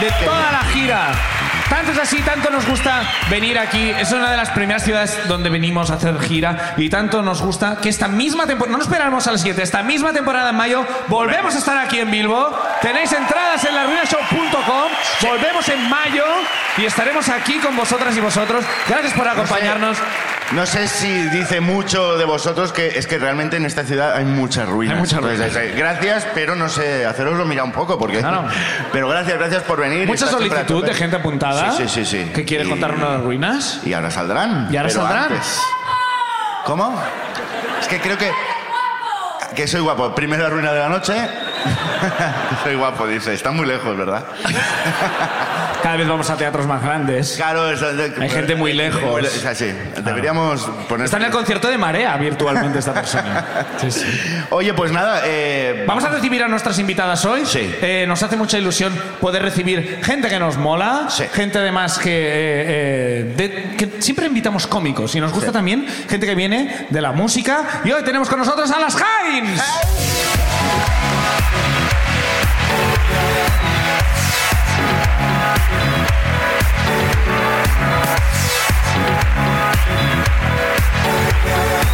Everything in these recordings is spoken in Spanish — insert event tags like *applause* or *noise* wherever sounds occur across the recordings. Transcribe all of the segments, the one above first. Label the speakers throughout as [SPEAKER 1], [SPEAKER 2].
[SPEAKER 1] de toda la gira. Tanto es así, tanto nos gusta venir aquí. Es una de las primeras ciudades donde venimos a hacer gira y tanto nos gusta que esta misma temporada, no nos esperamos al 7, esta misma temporada en mayo volvemos a estar aquí en Bilbo. Tenéis entradas en larruinashow.com. Volvemos en mayo y estaremos aquí con vosotras y vosotros. Gracias por acompañarnos.
[SPEAKER 2] No sé si dice mucho de vosotros que es que realmente en esta ciudad hay muchas ruinas.
[SPEAKER 1] Hay muchas ruinas.
[SPEAKER 2] Entonces, eh, gracias, pero no sé, haceroslo mirar un poco porque.
[SPEAKER 1] Claro.
[SPEAKER 2] *laughs* Pero gracias, gracias por venir.
[SPEAKER 1] Mucha
[SPEAKER 2] Está siempre a
[SPEAKER 1] solicitud
[SPEAKER 2] tope.
[SPEAKER 1] de gente apuntada
[SPEAKER 2] Sí, sí, sí, sí.
[SPEAKER 1] que quiere
[SPEAKER 2] Y-
[SPEAKER 1] contarnos las ruinas.
[SPEAKER 2] Y ahora saldrán.
[SPEAKER 1] Y ahora
[SPEAKER 2] pero
[SPEAKER 1] saldrán.
[SPEAKER 2] antes. ¿Cómo? Es que creo que. Que soy guapo. Primera ruina de la noche. *laughs* soy guapo, dice. Está muy lejos, ¿verdad?
[SPEAKER 1] Cada vez vamos a teatros más grandes.
[SPEAKER 2] Claro, es-
[SPEAKER 1] Hay gente muy lejos.
[SPEAKER 2] Es así. Deberíamos poner. *laughs*
[SPEAKER 1] Está en el concierto de Marea virtualmente esta persona. Sí, sí.
[SPEAKER 2] Oye, pues nada. eh,
[SPEAKER 1] Vamos a recibir a nuestras invitadas hoy.
[SPEAKER 2] Sí.
[SPEAKER 1] Eh, nos hace mucha ilusión poder recibir gente que nos mola,
[SPEAKER 2] Sí.
[SPEAKER 1] gente además que, eh, eh, de- que siempre invitamos cómicos y nos gusta
[SPEAKER 2] Sí.
[SPEAKER 1] también gente que viene de la música. Y hoy tenemos con nosotros a las Heinz.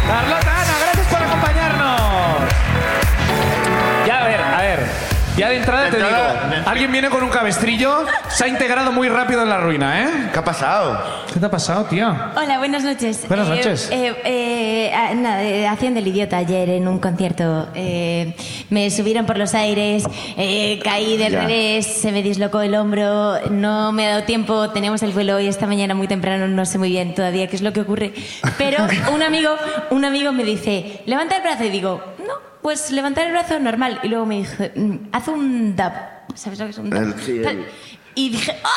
[SPEAKER 1] Carlota, Ana, gracias por acompañarnos. Ya, a ver, a ver. Ya de entrada
[SPEAKER 2] De
[SPEAKER 1] te
[SPEAKER 2] entrada,
[SPEAKER 1] digo, alguien viene con un cabestrillo, se ha integrado muy rápido en la ruina, ¿eh?
[SPEAKER 2] ¿Qué ha pasado?
[SPEAKER 1] ¿Qué te ha pasado, tía?
[SPEAKER 3] Hola, buenas noches.
[SPEAKER 1] Buenas
[SPEAKER 3] Eh,
[SPEAKER 1] noches.
[SPEAKER 3] eh, eh, ah, nada, eh, haciendo el idiota ayer en un concierto. eh, me subieron por los aires, eh, caí del
[SPEAKER 2] Ya.
[SPEAKER 3] revés, se me dislocó el hombro, no me ha dado tiempo, tenemos el vuelo hoy esta mañana muy temprano, no sé muy bien todavía qué es lo que ocurre.
[SPEAKER 2] *laughs*
[SPEAKER 3] Pero un amigo, un amigo me dice, levanta el brazo y digo, no, pues levantar el brazo normal. Y luego me dice, "Mm, haz un dab. ¿Sabes lo que es un dab?
[SPEAKER 2] El- *laughs* sí, el-
[SPEAKER 3] Tal. Y dije, ¡ah!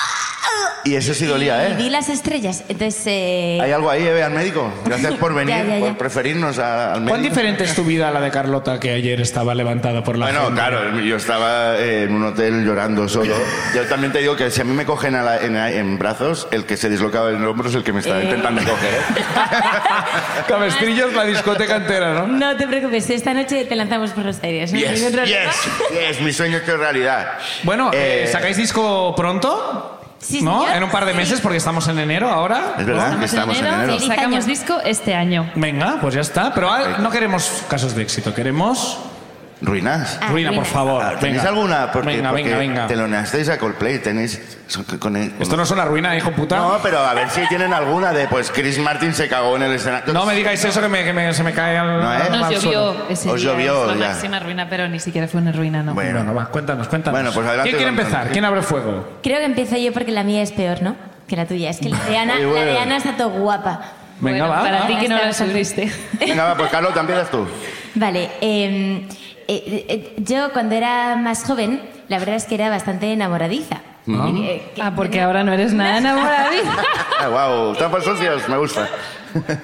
[SPEAKER 2] Y eso sí dolía,
[SPEAKER 3] Y vi
[SPEAKER 2] ¿eh?
[SPEAKER 3] las estrellas. Entonces, eh,
[SPEAKER 2] ¿Hay algo ahí, eh? Ve al médico. Gracias por venir,
[SPEAKER 3] Ya, ya, ya.
[SPEAKER 2] por preferirnos a- al médico.
[SPEAKER 1] ¿Cuán diferente es tu vida a la de Carlota que ayer estaba levantada por la
[SPEAKER 2] Bueno,
[SPEAKER 1] gente?
[SPEAKER 2] claro, yo estaba eh, en un hotel llorando solo. Yo también te digo que si a mí me cogen a la- en, en brazos, el que se dislocaba en el hombro es el que me está
[SPEAKER 3] Eh.
[SPEAKER 2] intentando coger.
[SPEAKER 1] *laughs* Cabestrillos, la discoteca entera, ¿no?
[SPEAKER 3] No te preocupes, esta noche te lanzamos por los aires. ¿no?
[SPEAKER 2] Yes,
[SPEAKER 3] Ningún
[SPEAKER 2] yes,
[SPEAKER 3] problema.
[SPEAKER 2] yes, mi sueño hecho realidad.
[SPEAKER 1] Bueno, eh,
[SPEAKER 2] Eh,
[SPEAKER 1] ¿sacáis disco pronto?
[SPEAKER 3] Sí,
[SPEAKER 1] ¿No?
[SPEAKER 3] señor.
[SPEAKER 1] En un par de meses, porque estamos en enero ahora.
[SPEAKER 2] Es verdad que Pues estamos en enero.
[SPEAKER 3] Feliz
[SPEAKER 4] Sacamos
[SPEAKER 3] año.
[SPEAKER 4] disco este año.
[SPEAKER 1] Venga, pues ya está. Pero ah,
[SPEAKER 2] Perfecto.
[SPEAKER 1] no queremos casos de éxito, queremos
[SPEAKER 2] Ruinas.
[SPEAKER 3] Ah,
[SPEAKER 1] ruina, por
[SPEAKER 3] ruinas.
[SPEAKER 1] favor.
[SPEAKER 2] ¿Tenéis
[SPEAKER 1] Venga.
[SPEAKER 2] alguna? Porque,
[SPEAKER 1] venga, venga,
[SPEAKER 2] porque
[SPEAKER 1] venga.
[SPEAKER 2] teloneasteis a Coldplay, tenéis... son- con el-
[SPEAKER 1] Esto no es una ruina, hijo puta.
[SPEAKER 2] No, pero a ver si tienen alguna de, pues, Chris Martin se cagó en el escenario.
[SPEAKER 1] No me digáis eso que, me, que me- se me cae al,
[SPEAKER 2] No, ¿eh?
[SPEAKER 1] al
[SPEAKER 4] Nos
[SPEAKER 1] mal suelo.
[SPEAKER 4] llovió ese
[SPEAKER 2] Os
[SPEAKER 4] día,
[SPEAKER 2] llovió,
[SPEAKER 4] es la
[SPEAKER 2] ya.
[SPEAKER 4] máxima ruina, pero ni siquiera fue una ruina, no.
[SPEAKER 2] Bueno.
[SPEAKER 1] Bueno, va, cuéntanos, cuéntanos.
[SPEAKER 2] Bueno, pues adelante
[SPEAKER 1] ¿Quién quiere
[SPEAKER 2] con-
[SPEAKER 1] empezar? ¿Quién abre fuego?
[SPEAKER 3] Creo que empiezo yo porque la mía es peor, ¿no? Que la tuya. Es que la de Ana,
[SPEAKER 2] Oye, bueno.
[SPEAKER 3] la de Ana está todo guapa.
[SPEAKER 1] Venga,
[SPEAKER 4] Bueno,
[SPEAKER 1] va.
[SPEAKER 4] Para
[SPEAKER 1] va.
[SPEAKER 4] ti que no
[SPEAKER 3] Está
[SPEAKER 4] la
[SPEAKER 3] bastante-
[SPEAKER 4] sufriste.
[SPEAKER 2] Venga, va, pues, Carlos, empiezas tú.
[SPEAKER 3] Vale, eh, eh, eh, yo cuando era más joven, la verdad es que era bastante enamoradiza. Eh, eh, que-
[SPEAKER 4] Ah, porque ahora no eres nada enamorada.
[SPEAKER 2] Ah, wow, trampas socios, me gusta.
[SPEAKER 3] *laughs*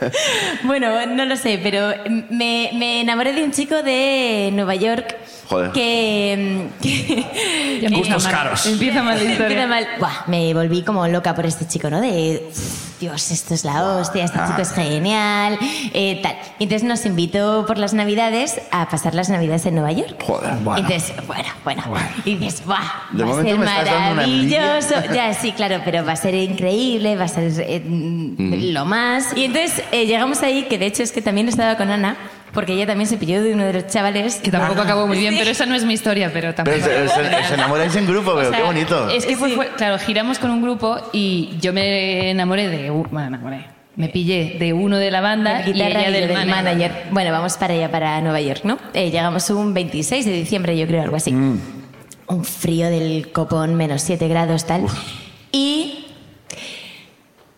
[SPEAKER 3] Bueno, no lo sé, pero me, me enamoré de un chico de Nueva York
[SPEAKER 2] *laughs* Joder.
[SPEAKER 3] que... em, *laughs* que-
[SPEAKER 4] Ya empieza
[SPEAKER 1] Gustos
[SPEAKER 4] mal.
[SPEAKER 1] caros.
[SPEAKER 4] Empieza mal la historia.
[SPEAKER 3] Empieza mal. Buah, me volví como loca por este chico, ¿no? De, "Uf, Dios, esto es la hostia, este chico es genial, eh, tal. Y entonces nos invitó por las Navidades a pasar las Navidades en Nueva York.
[SPEAKER 2] Joder,
[SPEAKER 3] Y Entonces, bueno, bueno. Y dices, ¡buah!
[SPEAKER 2] De
[SPEAKER 3] va a
[SPEAKER 2] momento
[SPEAKER 3] ser
[SPEAKER 2] me estás dando una envidia.
[SPEAKER 3] maravilloso. ya, sí, claro, pero va a ser increíble, va a ser eh,
[SPEAKER 2] Mm.
[SPEAKER 3] lo más. Y entonces eh, llegamos ahí, que de hecho es que también estaba con Ana, porque ella también se pilló de uno de los chavales.
[SPEAKER 4] Que tampoco acabó muy bien, pero esa no es mi historia, pero
[SPEAKER 2] Pero
[SPEAKER 4] tampoco.
[SPEAKER 2] se, se- se enamoráis en grupo, pero
[SPEAKER 4] O sea,
[SPEAKER 2] qué bonito.
[SPEAKER 4] Es que fue, fue- claro, giramos con un grupo y yo me enamoré de. u- Bueno, enamoré. Me pillé de uno de la banda
[SPEAKER 3] de
[SPEAKER 4] y ella
[SPEAKER 3] guitarra y yo
[SPEAKER 4] del,
[SPEAKER 3] del
[SPEAKER 4] manager.
[SPEAKER 3] manager. Bueno, vamos para allá, para Nueva York, ¿no? Eh, llegamos un 26 de diciembre, yo creo, algo así.
[SPEAKER 2] Mm.
[SPEAKER 3] Un frío del copón, menos 7 grados, tal. Y...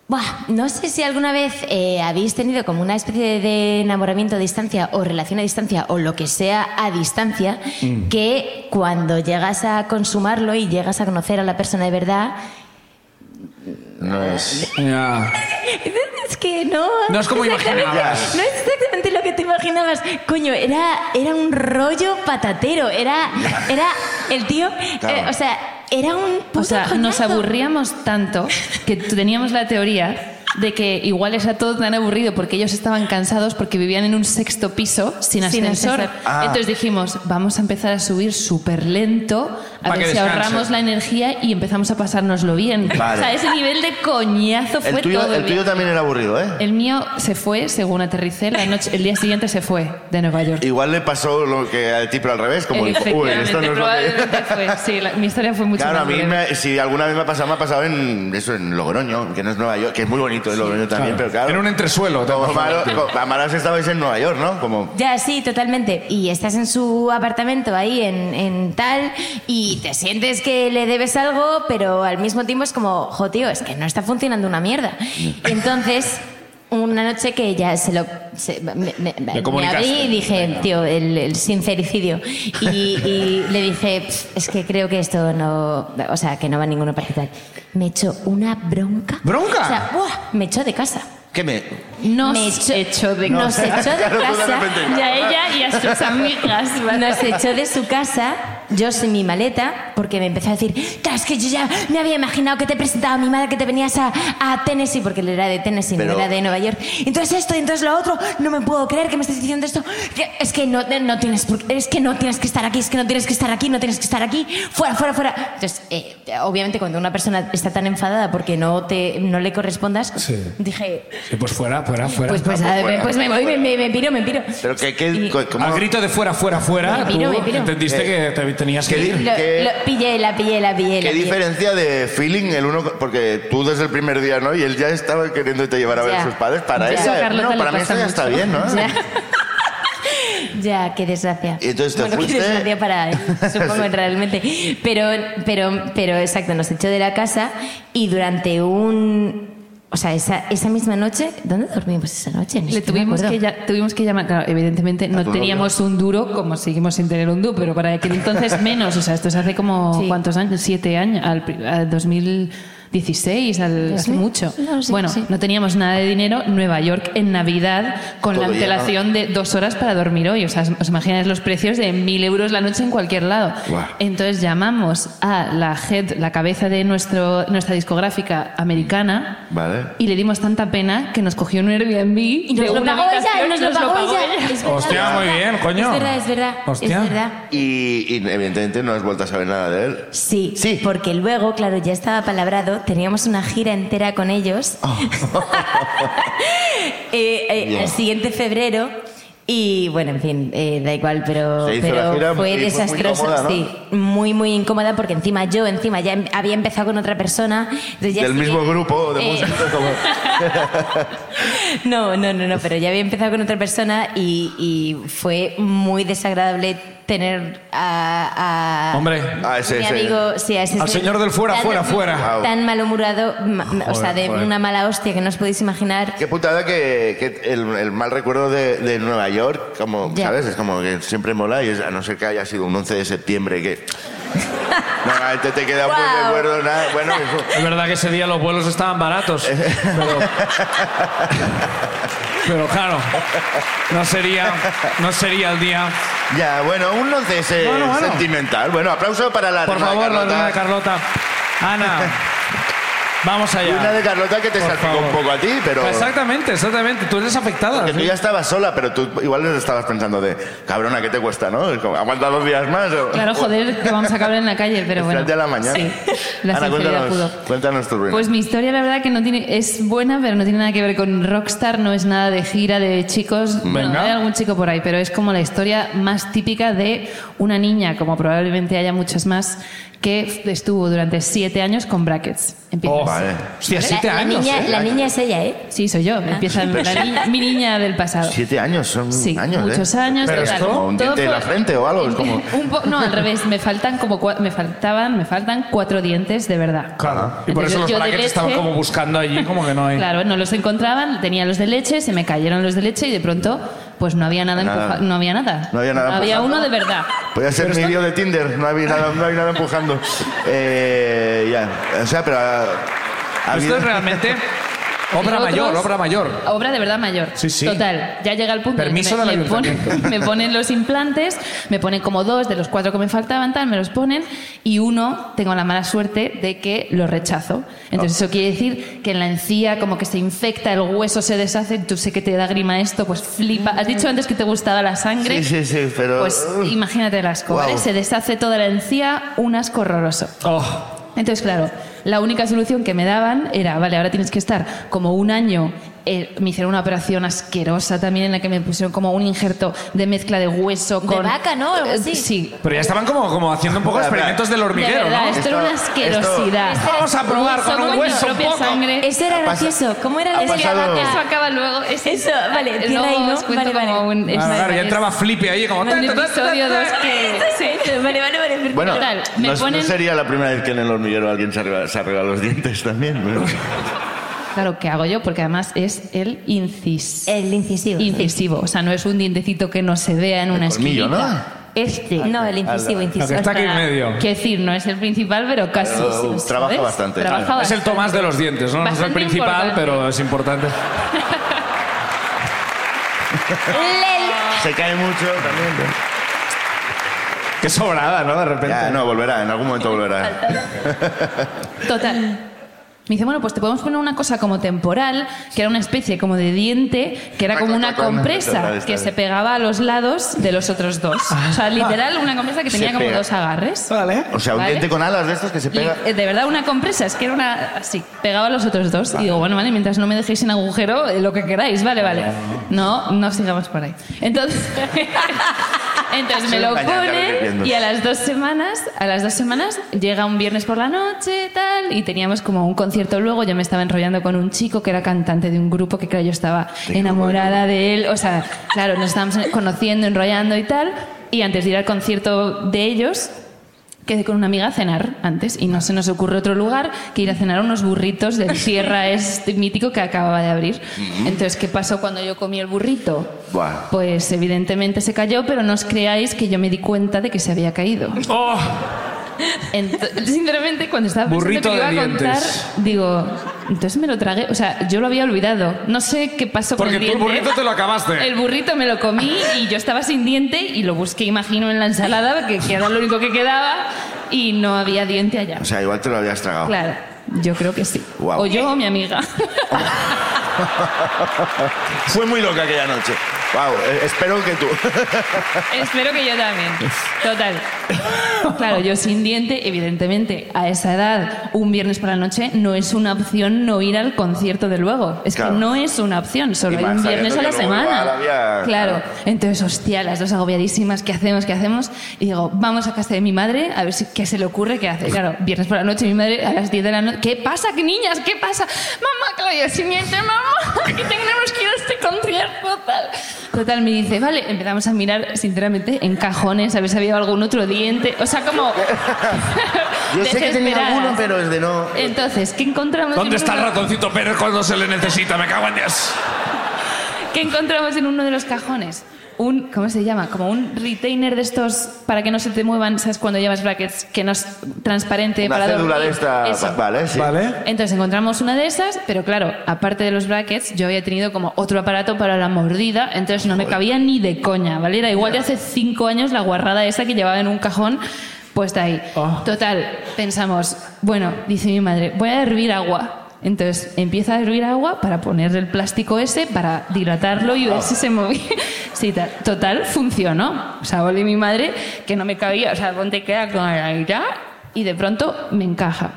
[SPEAKER 3] Buah, no sé si alguna vez eh, habéis tenido como una especie de enamoramiento a distancia o relación a distancia o lo que sea a distancia, que cuando llegas a consumarlo y llegas a conocer a la persona de verdad,
[SPEAKER 2] No es...
[SPEAKER 1] Ya.
[SPEAKER 3] Es que no.
[SPEAKER 1] No es como
[SPEAKER 3] exactamente-
[SPEAKER 1] imaginabas.
[SPEAKER 3] No es exactamente lo que te imaginabas. Coño, era, era un rollo patatero. Era, era el tío.
[SPEAKER 2] Claro.
[SPEAKER 3] eh, o sea, era un puto
[SPEAKER 4] O sea, nos
[SPEAKER 3] coñazo.
[SPEAKER 4] aburríamos tanto que teníamos la teoría de que igual es a todo tan aburrido porque ellos estaban cansados porque vivían en un sexto piso sin
[SPEAKER 3] Sin
[SPEAKER 4] ascensor.
[SPEAKER 3] ascensor.
[SPEAKER 2] Ah.
[SPEAKER 4] Entonces dijimos, vamos a empezar a subir súper lento a
[SPEAKER 1] Pa'
[SPEAKER 4] ver
[SPEAKER 1] que
[SPEAKER 4] si
[SPEAKER 1] descanse.
[SPEAKER 4] ahorramos la energía y empezamos a pasárnoslo bien.
[SPEAKER 2] Vale.
[SPEAKER 4] O sea, ese nivel de coñazo fue
[SPEAKER 2] El tuyo,
[SPEAKER 4] todo.
[SPEAKER 2] el tuyo
[SPEAKER 4] viaje.
[SPEAKER 2] también era aburrido, ¿eh?
[SPEAKER 4] El mío se fue, según aterricé, la noche, el día siguiente se fue de Nueva York.
[SPEAKER 2] Igual le pasó lo que a ti, pero al revés, como dijo, uy,
[SPEAKER 4] Efectivamente,
[SPEAKER 2] esto no es lo que...
[SPEAKER 4] probablemente fue. Sí, la- mi historia fue mucho
[SPEAKER 2] *laughs* Claro, a
[SPEAKER 4] más
[SPEAKER 2] mí,
[SPEAKER 4] breve.
[SPEAKER 2] me- si alguna vez me ha pasado, me ha pasado en, eso, en Logroño, que no es Nueva York, que es muy bonito eh, Logroño también, pero claro...
[SPEAKER 1] En un entresuelo.
[SPEAKER 2] Como
[SPEAKER 1] tampoco.
[SPEAKER 2] Amaro, como Amaros estabais en Nueva York, ¿no? Como...
[SPEAKER 3] Ya, sí, totalmente. Y estás en su apartamento ahí en, en tal y te sientes que le debes algo, pero al mismo tiempo es como, jo, tío, es que no está funcionando
[SPEAKER 1] *laughs*
[SPEAKER 3] una mierda. Y entonces, una noche que ya se lo... se- me, me- me
[SPEAKER 1] comunicaste.
[SPEAKER 3] abrí y dije, tío, el, el sincericidio. Y, y le dije, "Pff, es que creo que esto no... O sea, que no va a ninguno para tal. Me echó una bronca.
[SPEAKER 1] ¿Bronca?
[SPEAKER 3] O sea, ¡buah! me echó de casa.
[SPEAKER 2] ¿Qué me...?
[SPEAKER 4] Nos
[SPEAKER 3] Me echó-
[SPEAKER 4] echó de
[SPEAKER 3] Nos echó
[SPEAKER 2] *laughs*
[SPEAKER 3] de
[SPEAKER 2] Claro, tú de
[SPEAKER 3] casa.
[SPEAKER 2] repente,
[SPEAKER 4] Y a ella y a sus
[SPEAKER 3] *laughs*
[SPEAKER 4] amigas.
[SPEAKER 3] Nos echó de su casa, yo sin mi maleta, porque me empezó a decir, "Claro, es que yo ya me había imaginado que te presentaba a mi madre, que te venías a, a Tennessee, porque él era de Tennessee,
[SPEAKER 2] Pero-
[SPEAKER 3] no era de Nueva York. Entonces esto, entonces lo otro, no me puedo creer que me estés diciendo esto. que- Es que no, no tienes, por- es que no tienes que estar aquí, es que no tienes que estar aquí, no tienes que estar aquí, fuera, fuera, fuera. Entonces, eh, obviamente cuando una persona está tan enfadada porque no, te, no le correspondas,
[SPEAKER 1] Sí.
[SPEAKER 3] dije,
[SPEAKER 1] Sí, pues fuera, fuera, fuera.
[SPEAKER 3] pues, pues, a-
[SPEAKER 2] fuera,
[SPEAKER 3] pues me voy, me, me, me piro, me piro.
[SPEAKER 2] ¿Pero qué? qué
[SPEAKER 3] Y-
[SPEAKER 2] co- cómo- Eh,
[SPEAKER 1] Al grito de fuera, fuera, fuera,
[SPEAKER 3] Me piro,
[SPEAKER 1] tú
[SPEAKER 3] me piro.
[SPEAKER 1] entendiste que Eh, te tenías que
[SPEAKER 2] ¿Qué
[SPEAKER 1] ir.
[SPEAKER 2] dices?
[SPEAKER 3] Lo,
[SPEAKER 2] ¿Qué-
[SPEAKER 3] lo- pillé, la pillé, la pillé. la
[SPEAKER 2] ¿Qué
[SPEAKER 3] pillé.
[SPEAKER 2] diferencia de feeling el uno? con- Porque tú desde el primer día, ¿no? Y él ya estaba queriéndote llevar a ver
[SPEAKER 3] Ya.
[SPEAKER 2] a sus padres. Para
[SPEAKER 3] Ya.
[SPEAKER 2] ella,
[SPEAKER 4] Eso a Carlota
[SPEAKER 2] no,
[SPEAKER 4] le
[SPEAKER 2] para mí
[SPEAKER 4] pasa
[SPEAKER 2] esto ya está
[SPEAKER 4] mucho.
[SPEAKER 2] bien, ¿no?
[SPEAKER 3] Ya.
[SPEAKER 2] *laughs*
[SPEAKER 3] Ya, qué desgracia.
[SPEAKER 2] Y entonces te
[SPEAKER 3] bueno, qué
[SPEAKER 2] fuiste. *laughs*
[SPEAKER 3] desgracia para él, supongo, realmente. Pero, pero, pero, exacto, nos echó de la casa y durante un... O sea, esa, esa misma noche... ¿Dónde dormimos esa noche? Ni
[SPEAKER 4] Le
[SPEAKER 3] siquiera me
[SPEAKER 4] tuvimos
[SPEAKER 3] acuerdo.
[SPEAKER 4] que, ya- tuvimos que llamar, claro, evidentemente no
[SPEAKER 2] tu novio.
[SPEAKER 4] teníamos un duro, como seguimos sin tener un duro, pero para aquel
[SPEAKER 2] *laughs*
[SPEAKER 4] entonces menos, o sea, esto es hace como,
[SPEAKER 3] Sí.
[SPEAKER 4] ¿cuántos años? Siete años, al, pri- al 2016, al, hace
[SPEAKER 3] ¿Sí?
[SPEAKER 4] mucho.
[SPEAKER 3] No, sí,
[SPEAKER 4] bueno,
[SPEAKER 3] sí.
[SPEAKER 4] no teníamos nada de dinero, Nueva York en Navidad, con la
[SPEAKER 2] Todo lleno.
[SPEAKER 4] antelación de dos horas para dormir hoy, o sea, os imagináis los precios de mil euros la noche en cualquier lado.
[SPEAKER 2] Guau.
[SPEAKER 4] Entonces llamamos a la head, la cabeza de nuestro, nuestra discográfica americana,
[SPEAKER 2] Vale.
[SPEAKER 4] y le dimos tanta pena que nos cogió un Airbnb
[SPEAKER 3] Y nos
[SPEAKER 4] de
[SPEAKER 3] lo
[SPEAKER 4] una
[SPEAKER 3] pagó ella,
[SPEAKER 4] habitación
[SPEAKER 3] y nos lo pagó ella. Es verdad,
[SPEAKER 1] Hostia,
[SPEAKER 3] es
[SPEAKER 1] muy
[SPEAKER 3] verdad.
[SPEAKER 1] bien, coño.
[SPEAKER 3] Es verdad, es verdad.
[SPEAKER 1] Hostia.
[SPEAKER 3] Es verdad.
[SPEAKER 2] Y, y evidentemente no has vuelto a saber nada de él.
[SPEAKER 3] Sí,
[SPEAKER 2] Sí.
[SPEAKER 3] porque luego, claro, ya estaba palabrado, teníamos una gira entera con ellos. *laughs* Eh, eh,
[SPEAKER 2] Ah. Bien.
[SPEAKER 3] al siguiente febrero. Y bueno, en fin, eh, da igual, pero,
[SPEAKER 2] Se hizo
[SPEAKER 3] pero
[SPEAKER 2] la gira y
[SPEAKER 3] fue
[SPEAKER 2] fue muy
[SPEAKER 3] desastroso.
[SPEAKER 2] incómoda, ¿no?
[SPEAKER 3] Sí,
[SPEAKER 5] *laughs*
[SPEAKER 3] muy, muy incómoda porque encima yo, encima ya em- había empezado con otra persona. entonces ya
[SPEAKER 2] Del
[SPEAKER 3] sí-
[SPEAKER 2] mismo grupo de
[SPEAKER 3] Eh,
[SPEAKER 2] música. Como...
[SPEAKER 3] *laughs* No, no, no, no, pero ya había empezado con otra persona y, y fue muy desagradable tener a. a-
[SPEAKER 1] Hombre,
[SPEAKER 2] Ah, ese,
[SPEAKER 3] mi
[SPEAKER 2] ese.
[SPEAKER 3] amigo, sí, a ese
[SPEAKER 1] Al
[SPEAKER 3] ese-
[SPEAKER 1] señor del fuera,
[SPEAKER 3] tan-
[SPEAKER 1] fuera, fuera.
[SPEAKER 2] Wow.
[SPEAKER 3] Tan malhumorado, ma- ma- o sea,
[SPEAKER 1] Joder,
[SPEAKER 3] de
[SPEAKER 1] joder.
[SPEAKER 3] una mala hostia que no os podéis imaginar.
[SPEAKER 2] Qué putada que, que el, el mal recuerdo de, de Nueva York, como,
[SPEAKER 3] Ya.
[SPEAKER 2] ¿sabes? Es como que siempre mola y es- a no ser que haya sido un 11 de
[SPEAKER 4] *laughs*
[SPEAKER 2] septiembre que... Normalmente te queda un buen
[SPEAKER 3] Guau.
[SPEAKER 2] recuerdo, nada. Bueno, eso-
[SPEAKER 1] Es verdad que ese día los vuelos estaban baratos. Pero, pero claro, no sería, no sería el día.
[SPEAKER 2] ya, bueno, un 11 es eh,
[SPEAKER 1] Bueno, bueno.
[SPEAKER 2] sentimental. Bueno, aplauso para la
[SPEAKER 1] Por
[SPEAKER 2] hermana
[SPEAKER 1] favor, la
[SPEAKER 2] Carlota.
[SPEAKER 1] luna de Carlota. Ana, vamos allá.
[SPEAKER 2] Una de Carlota que te
[SPEAKER 1] Por
[SPEAKER 2] salpicó
[SPEAKER 1] favor.
[SPEAKER 2] un poco a ti, pero...
[SPEAKER 1] Exactamente, exactamente. Tú eres afectada.
[SPEAKER 2] Que tú
[SPEAKER 1] ¿sí?
[SPEAKER 2] ya estabas sola, pero tú igual estabas pensando de, cabrona, ¿qué te cuesta, no? Es como, Aguanta dos días más. o-
[SPEAKER 4] Claro, joder, que vamos a acabar en la calle, pero bueno.
[SPEAKER 2] Espérate a la mañana.
[SPEAKER 4] Sí, la
[SPEAKER 2] Ana,
[SPEAKER 4] sinceridad
[SPEAKER 2] cuéntanos,
[SPEAKER 4] pudo.
[SPEAKER 2] cuéntanos tu ruina.
[SPEAKER 4] Pues mi historia, la verdad, que no tiene. Es buena, pero no tiene nada que ver con Rockstar, no es nada de gira de chicos. Bueno,
[SPEAKER 1] Venga.
[SPEAKER 4] hay algún chico por ahí, pero es como la historia más típica de una niña, como probablemente haya muchas más, que estuvo durante siete años con brackets. Empieza
[SPEAKER 1] Oh,
[SPEAKER 4] así.
[SPEAKER 2] vale.
[SPEAKER 1] Hostia,
[SPEAKER 3] La-
[SPEAKER 1] siete
[SPEAKER 3] la,
[SPEAKER 1] años.
[SPEAKER 3] niña,
[SPEAKER 1] ¿eh?
[SPEAKER 3] la niña es ella, ¿eh?
[SPEAKER 4] Sí, soy yo. Empieza la ni- mi niña del pasado.
[SPEAKER 2] Siete años, son
[SPEAKER 4] Sí,
[SPEAKER 2] años,
[SPEAKER 4] muchos
[SPEAKER 2] ¿eh?
[SPEAKER 4] años.
[SPEAKER 1] Pero
[SPEAKER 4] tal.
[SPEAKER 1] esto-
[SPEAKER 2] Como un
[SPEAKER 4] Todo
[SPEAKER 2] diente en
[SPEAKER 4] fue-
[SPEAKER 2] la frente o algo, es
[SPEAKER 4] *laughs*
[SPEAKER 2] como- *laughs*
[SPEAKER 4] Un po- no, al revés. Me faltan como cua- me faltaban, me faltan cuatro dientes de verdad.
[SPEAKER 2] Ah,
[SPEAKER 1] Claro. Y por
[SPEAKER 4] Entonces,
[SPEAKER 1] eso los
[SPEAKER 4] yo de
[SPEAKER 1] brackets estaban
[SPEAKER 4] leche-
[SPEAKER 1] como buscando allí, como que no hay.
[SPEAKER 4] Claro, no los encontraban, tenía los de leche, se me cayeron los de leche y de pronto, pues no había nada,
[SPEAKER 2] Nada.
[SPEAKER 4] empuja- no había nada.
[SPEAKER 2] No había nada empujando.
[SPEAKER 4] uno de verdad.
[SPEAKER 2] Voy a ser mi lío de Tinder, no hay nada, no hay nada empujando. Eh, ya, o sea, pero... ah, ha
[SPEAKER 1] Esto
[SPEAKER 2] habido-
[SPEAKER 1] es realmente Obra
[SPEAKER 4] Nosotros-
[SPEAKER 1] mayor, obra mayor.
[SPEAKER 4] Obra de verdad mayor.
[SPEAKER 1] Sí, sí.
[SPEAKER 4] Total, ya llega el punto. en el que
[SPEAKER 1] Permiso
[SPEAKER 4] me,
[SPEAKER 1] del
[SPEAKER 4] me ponen, *laughs*
[SPEAKER 1] ayuntamiento.
[SPEAKER 4] me ponen los implantes, me ponen como dos de los cuatro que me faltaban, tal, me los ponen y uno tengo la mala suerte de que lo rechazo. Entonces
[SPEAKER 1] Ah.
[SPEAKER 4] eso quiere decir que en la encía como que se infecta, el hueso se deshace, tú sé que te da grima esto, pues flipa. Has dicho antes que te gustaba la sangre.
[SPEAKER 2] Sí, sí, sí, pero... uh.
[SPEAKER 4] Pues imagínate el asco,
[SPEAKER 2] Guau.
[SPEAKER 4] ¿vale? Se deshace toda la encía, un asco horroroso.
[SPEAKER 1] Oh,
[SPEAKER 4] Entonces, claro, la única solución que me daban era, vale, ahora tienes que estar como un año. eh, me hicieron una operación asquerosa también en la que me pusieron como un injerto de mezcla de hueso
[SPEAKER 3] De
[SPEAKER 4] con...
[SPEAKER 3] vaca, ¿no? Algo
[SPEAKER 4] Eh,
[SPEAKER 3] así.
[SPEAKER 4] Sí.
[SPEAKER 1] pero ya estaban como, como haciendo un poco
[SPEAKER 2] Espera, espera.
[SPEAKER 1] experimentos del
[SPEAKER 4] De
[SPEAKER 1] hormiguero,
[SPEAKER 4] verdad,
[SPEAKER 1] ¿no?
[SPEAKER 4] esto era una
[SPEAKER 2] Esto-
[SPEAKER 4] asquerosidad.
[SPEAKER 3] esto-
[SPEAKER 1] Vamos a probar con un
[SPEAKER 4] coño,
[SPEAKER 1] hueso un
[SPEAKER 4] propia
[SPEAKER 1] poco.
[SPEAKER 4] sangre.
[SPEAKER 3] Eso Este era
[SPEAKER 2] Ha pasa-
[SPEAKER 3] gracioso. ¿Cómo era la
[SPEAKER 2] ha
[SPEAKER 3] historia de la
[SPEAKER 2] pasado-
[SPEAKER 4] Eso
[SPEAKER 3] vaca?
[SPEAKER 4] acaba luego. Es-
[SPEAKER 3] Eso, vale,
[SPEAKER 4] eh,
[SPEAKER 3] tira
[SPEAKER 4] luego
[SPEAKER 3] ahí, ¿no?
[SPEAKER 4] os cuento
[SPEAKER 3] Vale, vale.
[SPEAKER 4] como un... es-
[SPEAKER 3] Ah.
[SPEAKER 1] Claro, claro, ya
[SPEAKER 4] es-
[SPEAKER 1] entraba Flippy ahí como...
[SPEAKER 4] un episodio
[SPEAKER 3] *laughs*
[SPEAKER 4] este. dos que...
[SPEAKER 3] Eso, Vale, vale, vale. perfecto.
[SPEAKER 2] Bueno,
[SPEAKER 4] Total, me
[SPEAKER 2] no, no
[SPEAKER 4] ponen-
[SPEAKER 2] sería la primera vez que en el hormiguero alguien se arregla, se arregla los dientes
[SPEAKER 1] *laughs*
[SPEAKER 2] también. ¿no?
[SPEAKER 4] Claro, ¿qué hago yo? Porque además es el incis.
[SPEAKER 3] El incisivo.
[SPEAKER 4] incisivo. O sea, no es un dientecito que no se vea en una
[SPEAKER 2] colmillo,
[SPEAKER 4] esquina.
[SPEAKER 2] ¿no?
[SPEAKER 4] Este.
[SPEAKER 3] No, el incisivo,
[SPEAKER 1] Lo que
[SPEAKER 3] incisivo.
[SPEAKER 1] está aquí en medio.
[SPEAKER 4] Quiero decir, no es el principal, pero casi.
[SPEAKER 2] Pero uh,
[SPEAKER 4] ¿sabes?
[SPEAKER 2] trabaja bastante.
[SPEAKER 4] Trabaja
[SPEAKER 2] Claro.
[SPEAKER 1] Es el
[SPEAKER 4] bastante.
[SPEAKER 1] Tomás de los dientes, ¿no? No es el
[SPEAKER 4] Bastante
[SPEAKER 1] principal,
[SPEAKER 4] importante.
[SPEAKER 1] pero es importante.
[SPEAKER 3] Lel.
[SPEAKER 2] Se cae mucho también. ¿no?
[SPEAKER 1] Qué sobrada, ¿no? De repente.
[SPEAKER 2] Ya, no, volverá, en algún momento volverá.
[SPEAKER 4] Total. Me dice, bueno, pues te podemos poner una cosa como temporal, que era una especie como de diente, que era como una
[SPEAKER 2] Taca, taca, taca, taca,
[SPEAKER 4] compresa
[SPEAKER 2] taca,
[SPEAKER 4] que
[SPEAKER 2] taca.
[SPEAKER 4] se pegaba a los lados de los otros dos. O sea, literal, una compresa que
[SPEAKER 2] Se
[SPEAKER 4] tenía como
[SPEAKER 2] pega.
[SPEAKER 4] dos agarres.
[SPEAKER 1] Ah. Vale.
[SPEAKER 2] *laughs* O sea, un
[SPEAKER 4] Vale.
[SPEAKER 2] diente con alas de estos que se
[SPEAKER 4] Y,
[SPEAKER 2] pega.
[SPEAKER 4] eh, de verdad, una compresa, es que era una. Así, pegaba a los otros dos. Y digo, bueno, vale, mientras no me dejéis sin agujero, eh, lo que queráis, vale, vale. No, no sigamos por ahí. Entonces. *laughs* Entonces me lo
[SPEAKER 2] Soy un pañal, ya lo estoy
[SPEAKER 4] ponen
[SPEAKER 2] viendo.
[SPEAKER 4] y a las dos semanas, a las dos semanas llega un viernes por la noche tal y teníamos como un concierto luego. Yo me estaba enrollando con un chico que era cantante de un grupo que claro yo estaba
[SPEAKER 2] grupo,
[SPEAKER 4] enamorada de él. O sea, claro, nos estábamos conociendo, enrollando y tal. Y antes de ir al concierto de ellos, quedé con una amiga a cenar antes y no se nos ocurre otro lugar que ir a cenar a unos burritos del Sierra este mítico que acababa de abrir. Entonces, ¿qué pasó cuando yo comí el burrito?
[SPEAKER 2] Buah.
[SPEAKER 4] Pues evidentemente se cayó, pero no os creáis que yo me di cuenta de que se había caído.
[SPEAKER 1] Oh,
[SPEAKER 4] Ent- sinceramente, cuando estaba pensando
[SPEAKER 1] Burrito
[SPEAKER 4] que lo
[SPEAKER 1] de
[SPEAKER 4] iba a contar,
[SPEAKER 1] dientes.
[SPEAKER 4] digo, entonces me lo tragué. O sea, yo lo había olvidado. No sé qué pasó
[SPEAKER 1] porque
[SPEAKER 4] con
[SPEAKER 1] tú
[SPEAKER 4] el
[SPEAKER 1] el
[SPEAKER 4] diente.
[SPEAKER 1] burrito te lo acabaste.
[SPEAKER 4] El burrito me lo comí y yo estaba sin diente y lo busqué, imagino, en la ensalada, que que era lo único que quedaba y no había diente allá.
[SPEAKER 2] O sea, igual te lo habías
[SPEAKER 1] Ah.
[SPEAKER 2] tragado.
[SPEAKER 4] Claro, yo creo que sí.
[SPEAKER 2] Guau.
[SPEAKER 4] O yo o mi amiga.
[SPEAKER 2] *laughs*
[SPEAKER 4] *laughs*
[SPEAKER 2] Fue muy loca aquella noche. Wow, espero
[SPEAKER 4] *laughs*
[SPEAKER 2] que tú.
[SPEAKER 4] Espero que yo también. Total. Claro, yo sin diente, evidentemente, a esa edad, un viernes por la noche, no es una opción no ir al concierto de luego. Es
[SPEAKER 2] Claro.
[SPEAKER 4] que no es una opción, solo
[SPEAKER 2] Y
[SPEAKER 4] hay
[SPEAKER 2] más
[SPEAKER 4] un
[SPEAKER 2] sabiendo
[SPEAKER 4] viernes a
[SPEAKER 2] que
[SPEAKER 4] la
[SPEAKER 2] luego igual
[SPEAKER 4] semana.
[SPEAKER 2] había- claro.
[SPEAKER 4] Claro. Entonces, hostia, las dos agobiadísimas, ¿qué hacemos? ¿Qué hacemos? Y digo, vamos a casa de mi madre, a ver si, qué se le ocurre, qué hace. Claro, viernes por la noche, mi madre a las 10 de la noche, ¿qué pasa, qué niñas? ¿Qué pasa? Mamá, Claudia, sin diente, mamá, que tenemos que ir a este concierto, tal. Total, me dice, vale, empezamos a mirar, sinceramente, en cajones, a ver si había algún otro diente. O sea, como.
[SPEAKER 2] *laughs*
[SPEAKER 4] *laughs*
[SPEAKER 2] Yo sé que tenía
[SPEAKER 4] desesperadas.
[SPEAKER 2] alguno, pero es de no.
[SPEAKER 4] Entonces, ¿qué encontramos? en
[SPEAKER 1] ¿Dónde está el
[SPEAKER 4] uno-
[SPEAKER 1] ratoncito Pérez cuando se le necesita? Me cago en Dios.
[SPEAKER 4] ¿Qué encontramos en uno de los cajones? Un, ¿cómo se llama? Como un retainer de estos para que no se te muevan, ¿sabes? Cuando llevas brackets, que no es transparente
[SPEAKER 2] Una
[SPEAKER 4] para
[SPEAKER 2] cédula
[SPEAKER 4] dormir.
[SPEAKER 2] de esta.
[SPEAKER 4] eh, Eso.
[SPEAKER 2] va- Vale, sí.
[SPEAKER 1] Vale.
[SPEAKER 4] Entonces encontramos una de esas, pero claro, aparte de los brackets, yo había tenido como otro aparato para la mordida, entonces no me cabía ni de coña, ¿vale? Era igual de hace cinco años la guarrada esa que llevaba en un cajón puesta ahí.
[SPEAKER 1] Oh.
[SPEAKER 4] Total, pensamos, bueno, dice mi madre, voy a hervir agua. Entonces empieza a hervir agua para poner el plástico ese, para dilatarlo y ver si se movía. *laughs* Sí, tal. total, funcionó. O sea, volví mi madre que no me cabía, o sea, ponte queda con la ira y de pronto me encaja.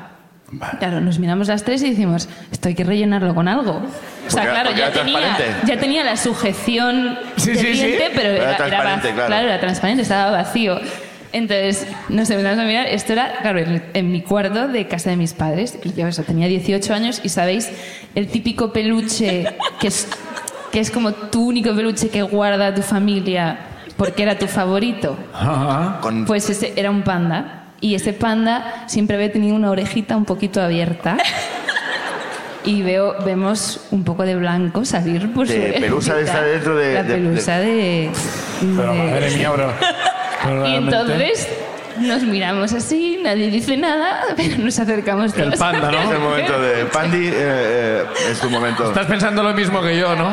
[SPEAKER 4] Claro, nos miramos las tres y decimos, esto hay que rellenarlo con algo. O sea,
[SPEAKER 2] Porque-
[SPEAKER 4] claro,
[SPEAKER 2] porque
[SPEAKER 4] ya
[SPEAKER 2] era
[SPEAKER 4] tenía,
[SPEAKER 2] transparente.
[SPEAKER 4] ya tenía la sujeción
[SPEAKER 1] Sí,
[SPEAKER 4] del
[SPEAKER 1] sí, sí.
[SPEAKER 4] diente, pero
[SPEAKER 2] Era
[SPEAKER 4] era, era
[SPEAKER 2] transparente,
[SPEAKER 4] va-
[SPEAKER 2] claro.
[SPEAKER 4] era transparente, estaba vacío. Entonces nos empezamos a mirar, esto era, claro, en, en mi cuarto de casa de mis padres, y yo eso, tenía 18 años y sabéis, el típico peluche que es, que es como tu único peluche que guarda tu familia porque era tu favorito.
[SPEAKER 1] Ajá.
[SPEAKER 2] Con-
[SPEAKER 4] Pues ese era un panda. Y ese panda siempre había tenido una orejita un poquito abierta. Y veo, vemos un poco de blanco salir por
[SPEAKER 2] De
[SPEAKER 4] su orejita.
[SPEAKER 2] pelusa de esta dentro de-
[SPEAKER 4] La
[SPEAKER 2] de-
[SPEAKER 4] pelusa de...
[SPEAKER 1] Pero
[SPEAKER 4] de-
[SPEAKER 1] madre mía, bro. Pero
[SPEAKER 4] Y
[SPEAKER 1] realmente-
[SPEAKER 4] entonces Nos miramos así, nadie dice nada, pero nos acercamos *laughs*
[SPEAKER 1] El
[SPEAKER 4] todos.
[SPEAKER 1] panda,
[SPEAKER 2] *laughs*
[SPEAKER 1] ¿no?
[SPEAKER 2] Es el
[SPEAKER 4] *laughs*
[SPEAKER 2] momento de... Pandi, eh, eh, es tu momento.
[SPEAKER 1] Estás pensando lo mismo que yo, ¿no?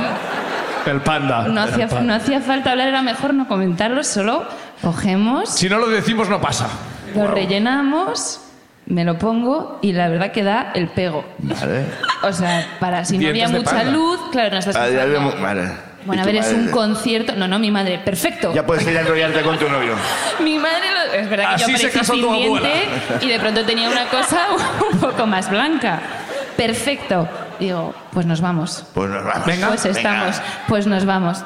[SPEAKER 1] El panda.
[SPEAKER 4] No hacía,
[SPEAKER 1] El panda.
[SPEAKER 4] no hacía falta hablar, era mejor no comentarlo, solo cogemos,
[SPEAKER 1] Si no lo decimos, no pasa.
[SPEAKER 4] lo rellenamos, me lo pongo y la verdad que da el pego.
[SPEAKER 2] Vale.
[SPEAKER 4] O sea, para si no
[SPEAKER 1] Dientes
[SPEAKER 4] había
[SPEAKER 1] de
[SPEAKER 4] mucha
[SPEAKER 1] panda.
[SPEAKER 4] luz, claro, no estás
[SPEAKER 2] Ah, ya
[SPEAKER 4] pensando.
[SPEAKER 2] vemos- vale.
[SPEAKER 4] Bueno,
[SPEAKER 2] ¿Y
[SPEAKER 4] a
[SPEAKER 2] tu
[SPEAKER 4] ver, es un
[SPEAKER 2] madre?
[SPEAKER 4] concierto. No, no, mi madre, perfecto.
[SPEAKER 2] Ya puedes ir a enrollarte con tu novio.
[SPEAKER 4] Mi madre, lo- es verdad que
[SPEAKER 1] Así
[SPEAKER 4] yo
[SPEAKER 1] se
[SPEAKER 4] parecía
[SPEAKER 1] casó tu abuela.
[SPEAKER 4] sirviente y de pronto tenía una cosa *laughs* un poco más blanca. Perfecto. Digo, pues nos vamos.
[SPEAKER 2] Pues nos vamos.
[SPEAKER 1] Venga.
[SPEAKER 4] Pues estamos, pues nos vamos.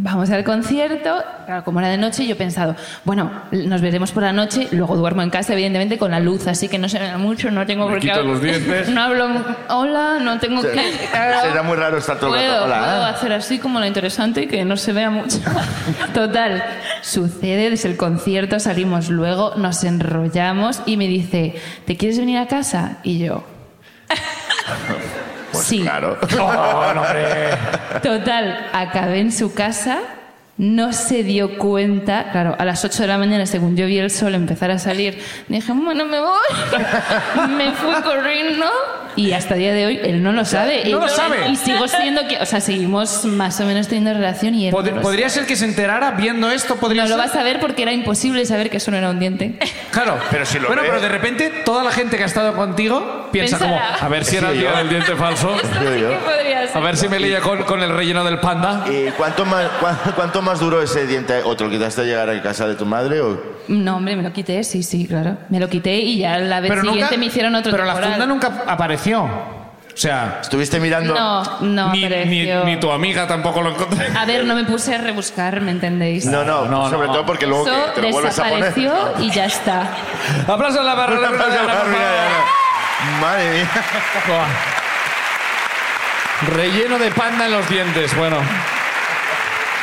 [SPEAKER 4] Vamos al concierto, claro, como era de noche, yo he pensado, bueno, nos veremos por la noche, luego duermo en casa, evidentemente, con la luz, así que no se me da mucho, no tengo
[SPEAKER 1] Me
[SPEAKER 4] por qué...
[SPEAKER 1] quito los dientes.
[SPEAKER 4] *laughs* No hablo, mu- hola, no tengo que...
[SPEAKER 2] Será muy raro estar todo el rato.
[SPEAKER 4] Puedo,
[SPEAKER 2] Hola,
[SPEAKER 4] puedo
[SPEAKER 2] ¿eh?
[SPEAKER 4] hacer así como lo interesante y que no se vea
[SPEAKER 1] *laughs*
[SPEAKER 4] mucho. Total, sucede desde el concierto, salimos luego, nos enrollamos y me dice, ¿te quieres venir a casa? Y yo,
[SPEAKER 2] *laughs* Pues
[SPEAKER 4] sí.
[SPEAKER 2] claro.
[SPEAKER 1] Oh, No, no, hombre.
[SPEAKER 4] Total, acabé en su casa, no se dio cuenta, claro, a las 8 de la mañana, según yo vi el sol empezar a salir, dije, bueno, me
[SPEAKER 1] *laughs*
[SPEAKER 4] voy, me fui corriendo y hasta el día de hoy él no lo sabe.
[SPEAKER 1] no
[SPEAKER 4] Y
[SPEAKER 1] lo
[SPEAKER 4] yo-
[SPEAKER 1] sabe.
[SPEAKER 4] Y sigo siendo que, o sea, seguimos más o menos teniendo relación y él... no
[SPEAKER 1] Pod-
[SPEAKER 4] lo
[SPEAKER 1] podría ser que se enterara viendo esto, podría
[SPEAKER 4] No lo
[SPEAKER 1] ser.
[SPEAKER 4] vas a ver porque era imposible saber que eso no era un diente.
[SPEAKER 1] Claro.
[SPEAKER 2] Pero si lo
[SPEAKER 1] bueno,
[SPEAKER 2] ve.
[SPEAKER 1] pero de repente toda la gente que ha estado contigo piensa
[SPEAKER 4] Pensará.
[SPEAKER 1] como, a ver si era el
[SPEAKER 2] Sí,
[SPEAKER 1] día
[SPEAKER 2] yo.
[SPEAKER 1] del diente falso,
[SPEAKER 2] Yo,
[SPEAKER 4] *laughs*
[SPEAKER 2] yo.
[SPEAKER 4] ¿Qué podría ser?
[SPEAKER 1] a ver si me leía con, con el relleno del panda.
[SPEAKER 2] ¿Y cuánto más, cua- cuánto más duró ese diente? ¿O te lo quitaste a llegar a casa de tu madre? O...
[SPEAKER 4] No, hombre, me lo quité, sí, sí, claro. Me lo quité y ya la vez
[SPEAKER 1] Pero
[SPEAKER 4] siguiente
[SPEAKER 1] nunca,
[SPEAKER 4] me hicieron otro
[SPEAKER 1] Pero la
[SPEAKER 4] temporal.
[SPEAKER 1] funda nunca apareció. O sea,
[SPEAKER 2] ¿Estuviste mirando?
[SPEAKER 4] No, no
[SPEAKER 1] ni, ni-
[SPEAKER 4] apareció.
[SPEAKER 1] ni tu amiga tampoco lo encontró.
[SPEAKER 4] A ver, no me puse a rebuscar, ¿me entendéis?
[SPEAKER 2] No, no,
[SPEAKER 1] No,
[SPEAKER 2] sobre
[SPEAKER 1] no.
[SPEAKER 2] todo porque luego
[SPEAKER 4] Eso
[SPEAKER 2] que te lo vuelves a poner.
[SPEAKER 4] desapareció y ya está.
[SPEAKER 1] *laughs* Aplausos a la barra.
[SPEAKER 2] Una
[SPEAKER 1] de
[SPEAKER 2] parte de la
[SPEAKER 1] Granada, por
[SPEAKER 2] barriga,
[SPEAKER 1] favor.
[SPEAKER 2] ya, ya. Madre mía.
[SPEAKER 1] Buah. Relleno de panda en los dientes, bueno.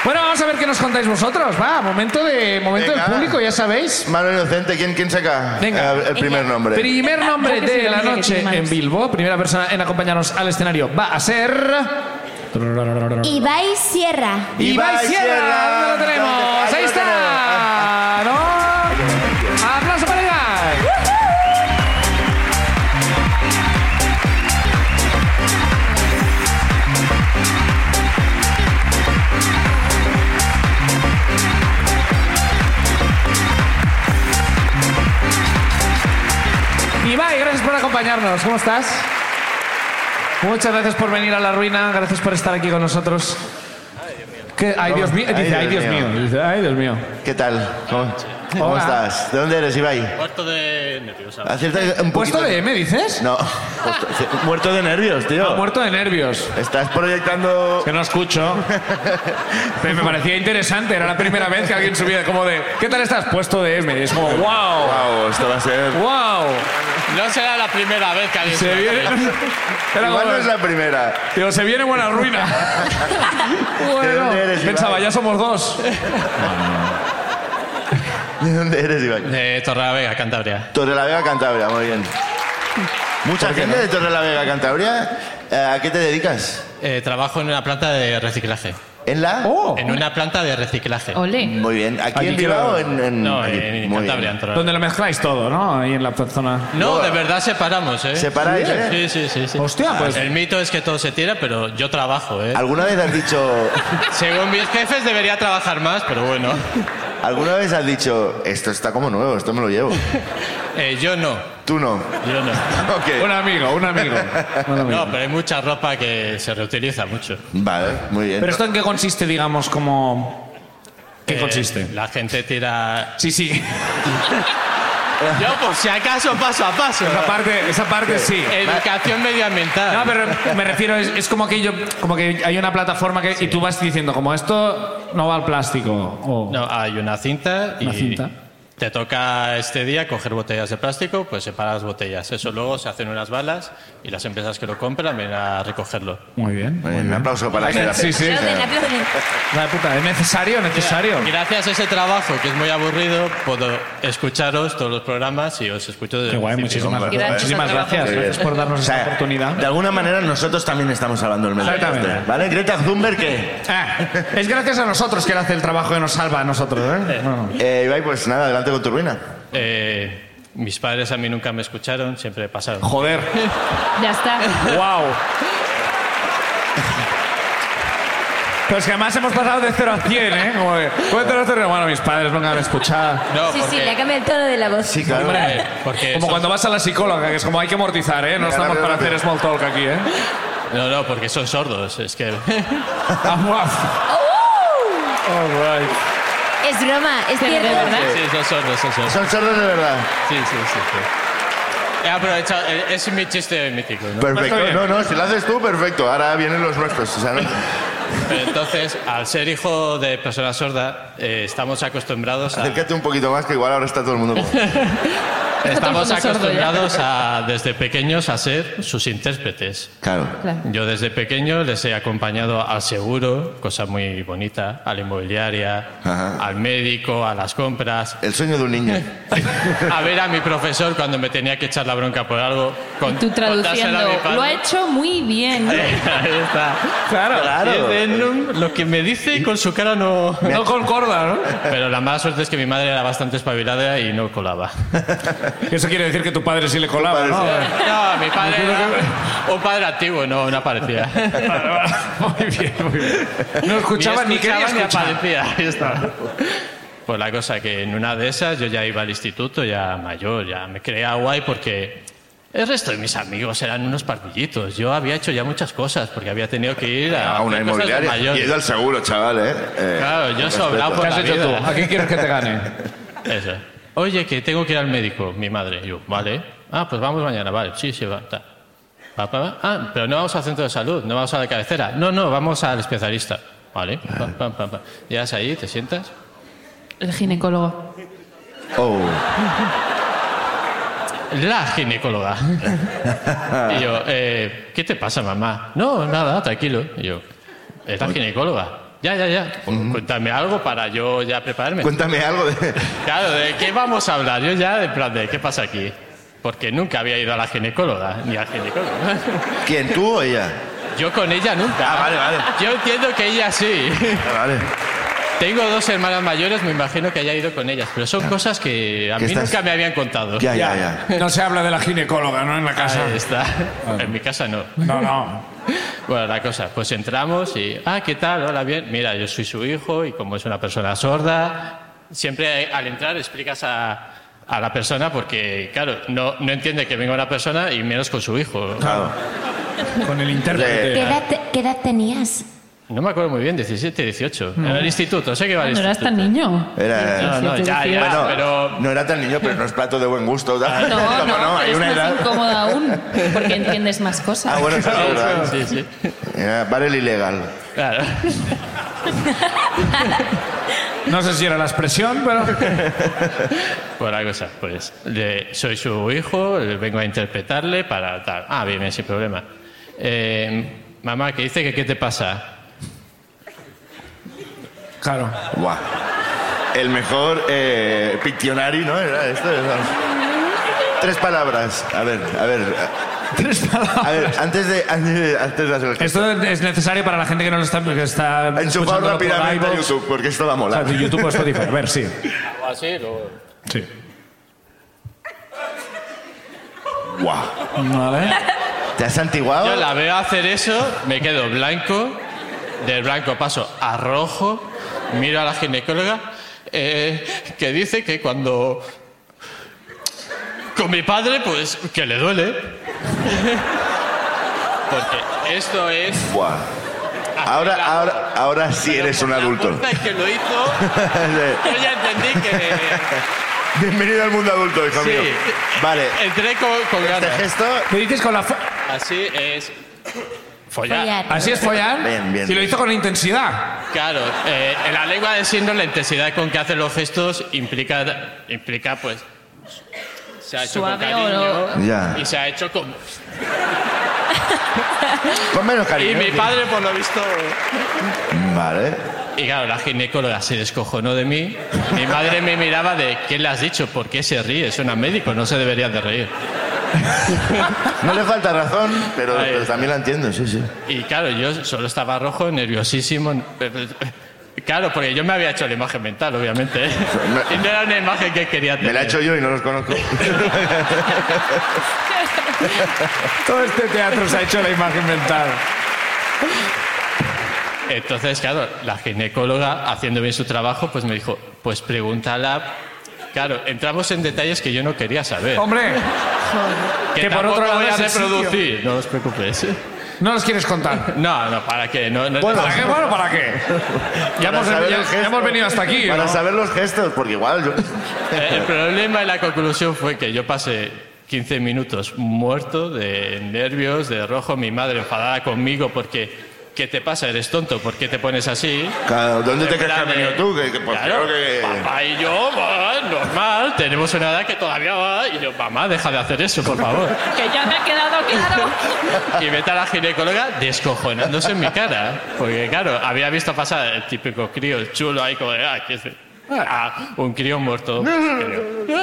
[SPEAKER 1] Bueno, vamos a ver qué nos contáis vosotros, va, momento de momento
[SPEAKER 2] Venga.
[SPEAKER 1] del público, ya sabéis.
[SPEAKER 2] Mano inocente, ¿quién, quién saca
[SPEAKER 1] Venga.
[SPEAKER 2] eh, el primer nombre?
[SPEAKER 1] Primer nombre
[SPEAKER 4] Creo que sí, la
[SPEAKER 1] de la
[SPEAKER 4] única que
[SPEAKER 1] noche
[SPEAKER 4] tiene manos.
[SPEAKER 1] en Bilbo, primera persona en acompañarnos al escenario va a ser
[SPEAKER 3] Ibai Sierra.
[SPEAKER 1] Ibai Sierra. ¿Dónde lo tenemos? Ahí está. ¿No? Aplauso para Ibai. Ibai, gracias por acompañarnos. ¿Cómo estás? Muchas gracias por venir a la ruina, gracias por estar aquí con nosotros. ¿Qué? Ay, Dios mío. Dice, ay, Dios mío. Dice, ay, Dios mío.
[SPEAKER 2] ¿Qué tal? ¿Cómo, cómo
[SPEAKER 1] Hola.
[SPEAKER 2] estás? ¿De dónde eres, Ibai?
[SPEAKER 6] Cuarto de nervios. ahora.
[SPEAKER 2] Acierta un poquito.
[SPEAKER 1] ¿Puesto de M, dices? *laughs* Ah,
[SPEAKER 2] No. Puesto- Muerto de nervios, tío.
[SPEAKER 1] Muerto de nervios.
[SPEAKER 2] Estás proyectando...
[SPEAKER 1] Que no
[SPEAKER 2] *laughs*
[SPEAKER 1] escucho. Pero me parecía interesante. Era la primera vez que alguien subía como de, ¿qué tal estás? Puesto de M. Y es como, wow,
[SPEAKER 2] Wow, esto va a ser...
[SPEAKER 1] wow.
[SPEAKER 6] No será la primera vez que alguien
[SPEAKER 1] Se
[SPEAKER 6] lo
[SPEAKER 1] viene...
[SPEAKER 2] *laughs*
[SPEAKER 6] hace.
[SPEAKER 1] Era
[SPEAKER 2] Igual
[SPEAKER 1] como-
[SPEAKER 2] no es la primera.
[SPEAKER 1] Digo, se viene buena ruina.
[SPEAKER 2] *laughs* ¿De dónde eres, Ibai?
[SPEAKER 1] pensaba, ya somos dos.
[SPEAKER 2] ¿De dónde eres, Ibai?
[SPEAKER 6] De Torrelavega, Cantabria.
[SPEAKER 2] Torrelavega, Cantabria, muy bien. Mucha gente de Torrelavega, Cantabria. Eh, ¿A qué te dedicas?
[SPEAKER 6] Eh, trabajo en una planta de reciclaje.
[SPEAKER 2] ¿En la...?
[SPEAKER 1] Oh,
[SPEAKER 6] En una planta de reciclaje.
[SPEAKER 4] Ole.
[SPEAKER 2] Muy bien. ¿Aquí,
[SPEAKER 1] Aquí
[SPEAKER 2] en Bilbao
[SPEAKER 1] quiero-
[SPEAKER 2] o en...? en-
[SPEAKER 6] No,
[SPEAKER 2] aquí?
[SPEAKER 6] en
[SPEAKER 2] Muy
[SPEAKER 6] Cantabria, en
[SPEAKER 2] bien.
[SPEAKER 6] Torrelavega.
[SPEAKER 1] donde lo mezcláis todo, ¿no? Ahí en la zona.
[SPEAKER 6] No, de verdad separamos, ¿eh?
[SPEAKER 2] ¿Separáis, eh?
[SPEAKER 6] Sí, sí, sí. sí.
[SPEAKER 1] Hostia, pues-
[SPEAKER 6] El mito es que todo se tira, pero yo trabajo, ¿eh?
[SPEAKER 2] ¿Alguna vez has dicho,
[SPEAKER 6] *laughs* Según mis jefes, debería trabajar más, pero
[SPEAKER 2] *laughs*
[SPEAKER 6] bueno.
[SPEAKER 2] alguna vez has dicho, esto está como nuevo, esto me lo llevo?
[SPEAKER 6] Eh, yo no.
[SPEAKER 2] Tú no.
[SPEAKER 6] Yo no.
[SPEAKER 1] Un
[SPEAKER 2] *laughs* Ok.
[SPEAKER 1] amigo, un
[SPEAKER 2] *laughs*
[SPEAKER 1] amigo. Un amigo.
[SPEAKER 6] No, pero hay mucha ropa que se reutiliza mucho.
[SPEAKER 2] Vale, muy bien.
[SPEAKER 1] Pero esto en qué consiste, digamos, como... ¿Qué
[SPEAKER 6] Eh,
[SPEAKER 1] consiste?
[SPEAKER 6] La gente tira.
[SPEAKER 1] Sí, sí.
[SPEAKER 6] *laughs* Yo, por si acaso, paso a paso.
[SPEAKER 1] Esa parte, esa parte sí.
[SPEAKER 6] Educación medioambiental.
[SPEAKER 1] No, pero me refiero, es, es como que yo, como que hay una plataforma que, y tú vas diciendo, como esto no va al plástico. O,
[SPEAKER 6] No, hay una cinta y
[SPEAKER 1] Oh. Una cinta.
[SPEAKER 6] te toca este día coger botellas de plástico, pues separas botellas. Eso luego se hacen unas balas y las empresas que lo compran vienen a recogerlo.
[SPEAKER 1] Muy bien.
[SPEAKER 2] Muy bien, Un aplauso para la
[SPEAKER 1] Sí, sí.
[SPEAKER 3] Aplauden, aplauden.
[SPEAKER 1] La puta, es necesario, necesario.
[SPEAKER 6] Gracias a ese trabajo que es muy aburrido, puedo escucharos todos los programas y os escucho desde
[SPEAKER 1] Qué
[SPEAKER 6] el
[SPEAKER 1] guay,
[SPEAKER 6] principio.
[SPEAKER 1] muchísimas
[SPEAKER 2] hombre.
[SPEAKER 1] gracias. Muchísimas
[SPEAKER 4] Gracias a
[SPEAKER 1] gracias. Gracias por darnos esta oportunidad.
[SPEAKER 2] De alguna manera nosotros también estamos hablando del medio
[SPEAKER 1] Exactamente.
[SPEAKER 2] ambiente, ¿Vale? Greta Thunberg, ¿qué?
[SPEAKER 1] Ah, es gracias a nosotros que él hace el trabajo que nos salva a nosotros, ¿eh? Bueno.
[SPEAKER 2] Eh, Ibai, pues nada, adelante con tu ruina.
[SPEAKER 6] eh, mis padres a mí nunca me escucharon, siempre pasaron. *laughs*
[SPEAKER 1] Joder.
[SPEAKER 4] Ya está.
[SPEAKER 1] ¡Wow! Pero es que además hemos pasado de 0 a 100, ¿eh? Como de, cuéntanos tu re- Bueno, mis padres nunca me escuchaban.
[SPEAKER 6] No,
[SPEAKER 3] sí, sí,
[SPEAKER 6] porque-
[SPEAKER 3] le ha cambiado el tono de la voz.
[SPEAKER 2] Sí, claro.
[SPEAKER 6] Hombre, porque
[SPEAKER 1] Como
[SPEAKER 6] eso-
[SPEAKER 1] cuando vas a la psicóloga, que es como hay que amortizar, ¿eh? No
[SPEAKER 2] Venga,
[SPEAKER 1] estamos
[SPEAKER 2] rápido,
[SPEAKER 1] para
[SPEAKER 2] rápido.
[SPEAKER 1] hacer small talk aquí, ¿eh?
[SPEAKER 6] No, no, porque son sordos. Es que.
[SPEAKER 1] Ah, guau. All right.
[SPEAKER 3] Es broma, es
[SPEAKER 4] Pero de
[SPEAKER 3] cierto.
[SPEAKER 4] verdad.
[SPEAKER 6] Sí, son sordos, son sordos.
[SPEAKER 2] Son sordos de verdad.
[SPEAKER 6] Sí, sí, sí. sí. He aprovechado. eh, Es mi chiste mítico, ¿no?
[SPEAKER 1] Está
[SPEAKER 2] Perfecto.
[SPEAKER 1] bien.
[SPEAKER 2] No, no, si lo haces tú, perfecto. Ahora vienen los nuestros. o sea, no-
[SPEAKER 6] Pero entonces, al ser hijo de persona sorda, eh, estamos acostumbrados a.
[SPEAKER 2] Acércate un poquito más, que igual ahora está todo el mundo.
[SPEAKER 6] *laughs* Estamos
[SPEAKER 4] Está todo el mundo sordo ya.
[SPEAKER 6] acostumbrados a, desde pequeños a ser sus intérpretes.
[SPEAKER 2] Claro.
[SPEAKER 4] Claro.
[SPEAKER 6] Yo desde pequeño les he acompañado al seguro, cosa muy bonita, a la inmobiliaria,
[SPEAKER 2] Ajá.
[SPEAKER 6] al médico, a las compras,
[SPEAKER 2] El sueño de un niño.
[SPEAKER 6] *laughs* a ver a mi profesor cuando me tenía que echar la bronca por algo. Con,
[SPEAKER 4] Tú traduciendo.
[SPEAKER 6] contárselo a mi padre.
[SPEAKER 4] Lo ha hecho muy bien.
[SPEAKER 6] *laughs* Ahí está.
[SPEAKER 1] Claro.
[SPEAKER 6] Y el de, "No, lo que me dice con su cara no...
[SPEAKER 1] No con corda, ¿no?
[SPEAKER 6] Pero la mala suerte es que mi madre era bastante espabilada y no colaba.
[SPEAKER 1] Eso quiere decir que tu padre sí le colaba, *laughs*
[SPEAKER 2] Tu padre
[SPEAKER 1] ¿no?
[SPEAKER 6] No, mi padre era un padre activo, no, no aparecía.
[SPEAKER 2] *laughs*
[SPEAKER 1] Muy bien, muy bien. No escuchaba ni,
[SPEAKER 6] escuchaba
[SPEAKER 1] quería
[SPEAKER 6] ni
[SPEAKER 1] escuchar.
[SPEAKER 6] aparecía. Ahí está. Pues la cosa que en una de esas yo ya iba al instituto, ya mayor, ya me creía guay porque el resto de mis amigos eran unos pardillitos. Yo había hecho ya muchas cosas porque había tenido que ir a,
[SPEAKER 2] A Ah, una
[SPEAKER 6] hacer cosas de
[SPEAKER 2] inmobiliaria.
[SPEAKER 6] mayor.
[SPEAKER 2] Y he ido al seguro, chaval, ¿eh? Eh,
[SPEAKER 6] Claro, yo
[SPEAKER 2] con
[SPEAKER 6] he sobrado
[SPEAKER 2] respeto.
[SPEAKER 6] por
[SPEAKER 1] ¿Qué has
[SPEAKER 6] la
[SPEAKER 1] hecho tú?
[SPEAKER 6] vida.
[SPEAKER 1] ¿A quién quieres que te gane?
[SPEAKER 6] Eso. Oye, que tengo que ir al médico, mi madre. Y yo, vale. Ah, pues vamos mañana, vale. Sí, sí, va. ta. Va, va, va. Ah, pero no vamos al centro de salud, no vamos a la cabecera. No, no, vamos al especialista. Vale. Pa, pa, pa, pa. Llegas ahí, te sientas.
[SPEAKER 4] El ginecólogo.
[SPEAKER 2] Oh.
[SPEAKER 6] La ginecóloga. y yo, eh, ¿qué te pasa, mamá? No, nada, tranquilo. Y yo, ¿es la ginecóloga? Ya, ya, ya. Cuéntame algo para yo ya prepararme.
[SPEAKER 2] Cuéntame algo de.
[SPEAKER 6] Claro, ¿de qué vamos a hablar? Yo ya, de plan, ¿de qué pasa aquí? Porque nunca había ido a la ginecóloga, ni al ginecólogo.
[SPEAKER 2] ¿Quién, tú o ella?
[SPEAKER 6] Yo con ella nunca.
[SPEAKER 2] Ah, vale, vale.
[SPEAKER 6] Yo entiendo que ella sí.
[SPEAKER 2] Ah, Vale.
[SPEAKER 6] Tengo dos hermanas mayores, me imagino que haya ido con ellas, pero son cosas que a
[SPEAKER 2] Ah. Que
[SPEAKER 6] mí
[SPEAKER 2] estás-
[SPEAKER 6] nunca me habían contado.
[SPEAKER 2] Ya, ya, ya.
[SPEAKER 1] No se habla de la ginecóloga, ¿no? En la casa. Ah.
[SPEAKER 6] Ahí está. En mi casa no.
[SPEAKER 1] No, no.
[SPEAKER 6] Bueno, la cosa, pues entramos y, ah, ¿qué tal? Hola, bien. Mira, yo soy su hijo y como es una persona sorda, siempre eh, al entrar explicas a, a la persona porque, claro, no, no entiende que venga una persona y menos con su hijo.
[SPEAKER 2] Claro.
[SPEAKER 1] Con el
[SPEAKER 3] ¿Qué
[SPEAKER 1] intérprete.
[SPEAKER 3] edad, qué edad tenías?
[SPEAKER 6] No me acuerdo muy bien, 17, 18. En el instituto, sé que va al
[SPEAKER 4] No eras
[SPEAKER 6] instituto.
[SPEAKER 4] tan niño.
[SPEAKER 2] Era.
[SPEAKER 6] No, no, ya, ya,
[SPEAKER 2] Bueno,
[SPEAKER 6] pero...
[SPEAKER 2] no era tan niño, pero no es plato de buen gusto. *laughs* ¿verdad?
[SPEAKER 4] No, no,
[SPEAKER 2] Como
[SPEAKER 4] pero
[SPEAKER 2] hay
[SPEAKER 4] es
[SPEAKER 2] una
[SPEAKER 4] más
[SPEAKER 2] edad.
[SPEAKER 4] incómoda aún, porque entiendes más cosas.
[SPEAKER 2] Ah,
[SPEAKER 1] *laughs*
[SPEAKER 2] bueno, eso es verdad.
[SPEAKER 6] Sí, sí.
[SPEAKER 2] Era Vale el ilegal.
[SPEAKER 6] Claro.
[SPEAKER 1] No sé si era la expresión, pero.
[SPEAKER 6] *laughs* Bueno, la cosa, pues le- soy su hijo, le vengo a interpretarle para tal. Ah, bien, bien, sin problema. Eh, mamá, que dice que qué te pasa.
[SPEAKER 1] Claro.
[SPEAKER 2] Buah. El mejor eh, Pictionary, ¿no? Era esto. era- Tres palabras. A ver, a ver.
[SPEAKER 1] Tres palabras.
[SPEAKER 2] A ver, antes de, antes de, antes de hacer el
[SPEAKER 1] Esto es necesario para la gente que no lo está. Que está
[SPEAKER 2] Enchufar
[SPEAKER 1] escuchándolo por
[SPEAKER 2] rápidamente a
[SPEAKER 1] iVoox,
[SPEAKER 2] YouTube, porque esto va a
[SPEAKER 1] o
[SPEAKER 2] molar.
[SPEAKER 1] sea, de YouTube o Spotify. A ver, sí.
[SPEAKER 6] Así, luego.
[SPEAKER 1] Sí.
[SPEAKER 2] Buah.
[SPEAKER 1] Vale.
[SPEAKER 2] ¿Te has antiguado?
[SPEAKER 6] Yo la veo hacer eso, me quedo blanco, del blanco paso a rojo, miro a la ginecóloga, eh, que dice que cuando. Con mi padre, pues que le duele. Porque esto es.
[SPEAKER 2] Buah. Ahora, ahora, ahora sí eres un
[SPEAKER 6] La *laughs*
[SPEAKER 2] adulto. *laughs*
[SPEAKER 6] puta que lo hizo, yo ya entendí que.
[SPEAKER 2] Bienvenido al mundo adulto, hijo
[SPEAKER 6] Sí.
[SPEAKER 2] mío. Vale.
[SPEAKER 6] Entré con, con
[SPEAKER 2] Este
[SPEAKER 6] ganas.
[SPEAKER 2] gesto.
[SPEAKER 1] ¿Qué dices con la. fo-
[SPEAKER 6] Así es. Follar.
[SPEAKER 3] Follar.
[SPEAKER 1] ¿Así es follar?
[SPEAKER 2] Bien, bien.
[SPEAKER 1] Si lo hizo con intensidad.
[SPEAKER 6] Claro, eh, en la lengua de signos la intensidad con que hacen los gestos implica, implica pues. Se ha hecho
[SPEAKER 4] Suave
[SPEAKER 6] con cariño
[SPEAKER 4] o
[SPEAKER 2] Ya.
[SPEAKER 6] y se ha hecho
[SPEAKER 1] *laughs*
[SPEAKER 6] con.
[SPEAKER 2] Con menos
[SPEAKER 6] Y
[SPEAKER 2] cariño.
[SPEAKER 1] ¿eh?
[SPEAKER 6] mi padre, por lo visto. eh.
[SPEAKER 2] Vale.
[SPEAKER 6] Y claro, la ginecóloga se descojonó de mí. Mi madre me miraba de ¿qué le has dicho? ¿Por qué se ríe? Es una médico, no se debería de reír.
[SPEAKER 2] No le falta razón, pero,
[SPEAKER 6] Ahí.
[SPEAKER 2] pero también la entiendo, sí, sí.
[SPEAKER 6] Y claro, yo solo estaba rojo, nerviosísimo. *laughs* Claro, porque yo me había hecho la imagen mental, obviamente. ¿eh?
[SPEAKER 2] Me-
[SPEAKER 6] Y no era una imagen que quería tener.
[SPEAKER 2] Me la he hecho
[SPEAKER 6] *laughs*
[SPEAKER 2] yo y no los conozco.
[SPEAKER 1] Todo este teatro se ha hecho la imagen mental.
[SPEAKER 6] Entonces, claro, la ginecóloga, haciendo bien su trabajo, pues me dijo, pues pregúntala. Claro, entramos en detalles que yo no quería saber.
[SPEAKER 1] Hombre, que por otro
[SPEAKER 6] tampoco
[SPEAKER 1] lado
[SPEAKER 6] voy a
[SPEAKER 1] es el sitio.
[SPEAKER 6] reproducir. No os preocupéis.
[SPEAKER 2] ¿eh?
[SPEAKER 1] no nos quieres contar.
[SPEAKER 6] *laughs* No, no, ¿para qué? No, no,
[SPEAKER 2] Bueno,
[SPEAKER 1] ¿Para qué? Bueno, ¿para
[SPEAKER 2] *laughs*
[SPEAKER 1] qué? Ya,
[SPEAKER 2] Para
[SPEAKER 1] hemos,
[SPEAKER 2] saber
[SPEAKER 1] ya-
[SPEAKER 2] el
[SPEAKER 1] ya
[SPEAKER 2] gesto.
[SPEAKER 1] hemos venido hasta aquí.
[SPEAKER 2] Para
[SPEAKER 1] ¿no?
[SPEAKER 2] saber los gestos, porque igual yo...
[SPEAKER 6] *laughs* Eh, El problema y la conclusión fue que yo pasé 15 minutos muerto de nervios, de rojo, mi madre enfadada conmigo porque, ¿qué te pasa? ¿Eres tonto? ¿Por qué te pones así?
[SPEAKER 2] Claro, Ah, ¿dónde te
[SPEAKER 6] En
[SPEAKER 2] crees que
[SPEAKER 6] plan
[SPEAKER 2] has
[SPEAKER 6] de-
[SPEAKER 2] venido tú? Que, que, pues,
[SPEAKER 6] Claro,
[SPEAKER 2] creo que...
[SPEAKER 6] papá y yo, va, normal, tenemos una edad que todavía va. Y yo, mamá, deja de hacer eso, por favor.
[SPEAKER 4] Que ya me ha quedado claro.
[SPEAKER 6] Y vete a la ginecóloga descojonándose en mi cara. Porque, claro, había visto pasar el típico crío, el chulo ahí, como de, ah, ¿qué es de- ah, un crío muerto.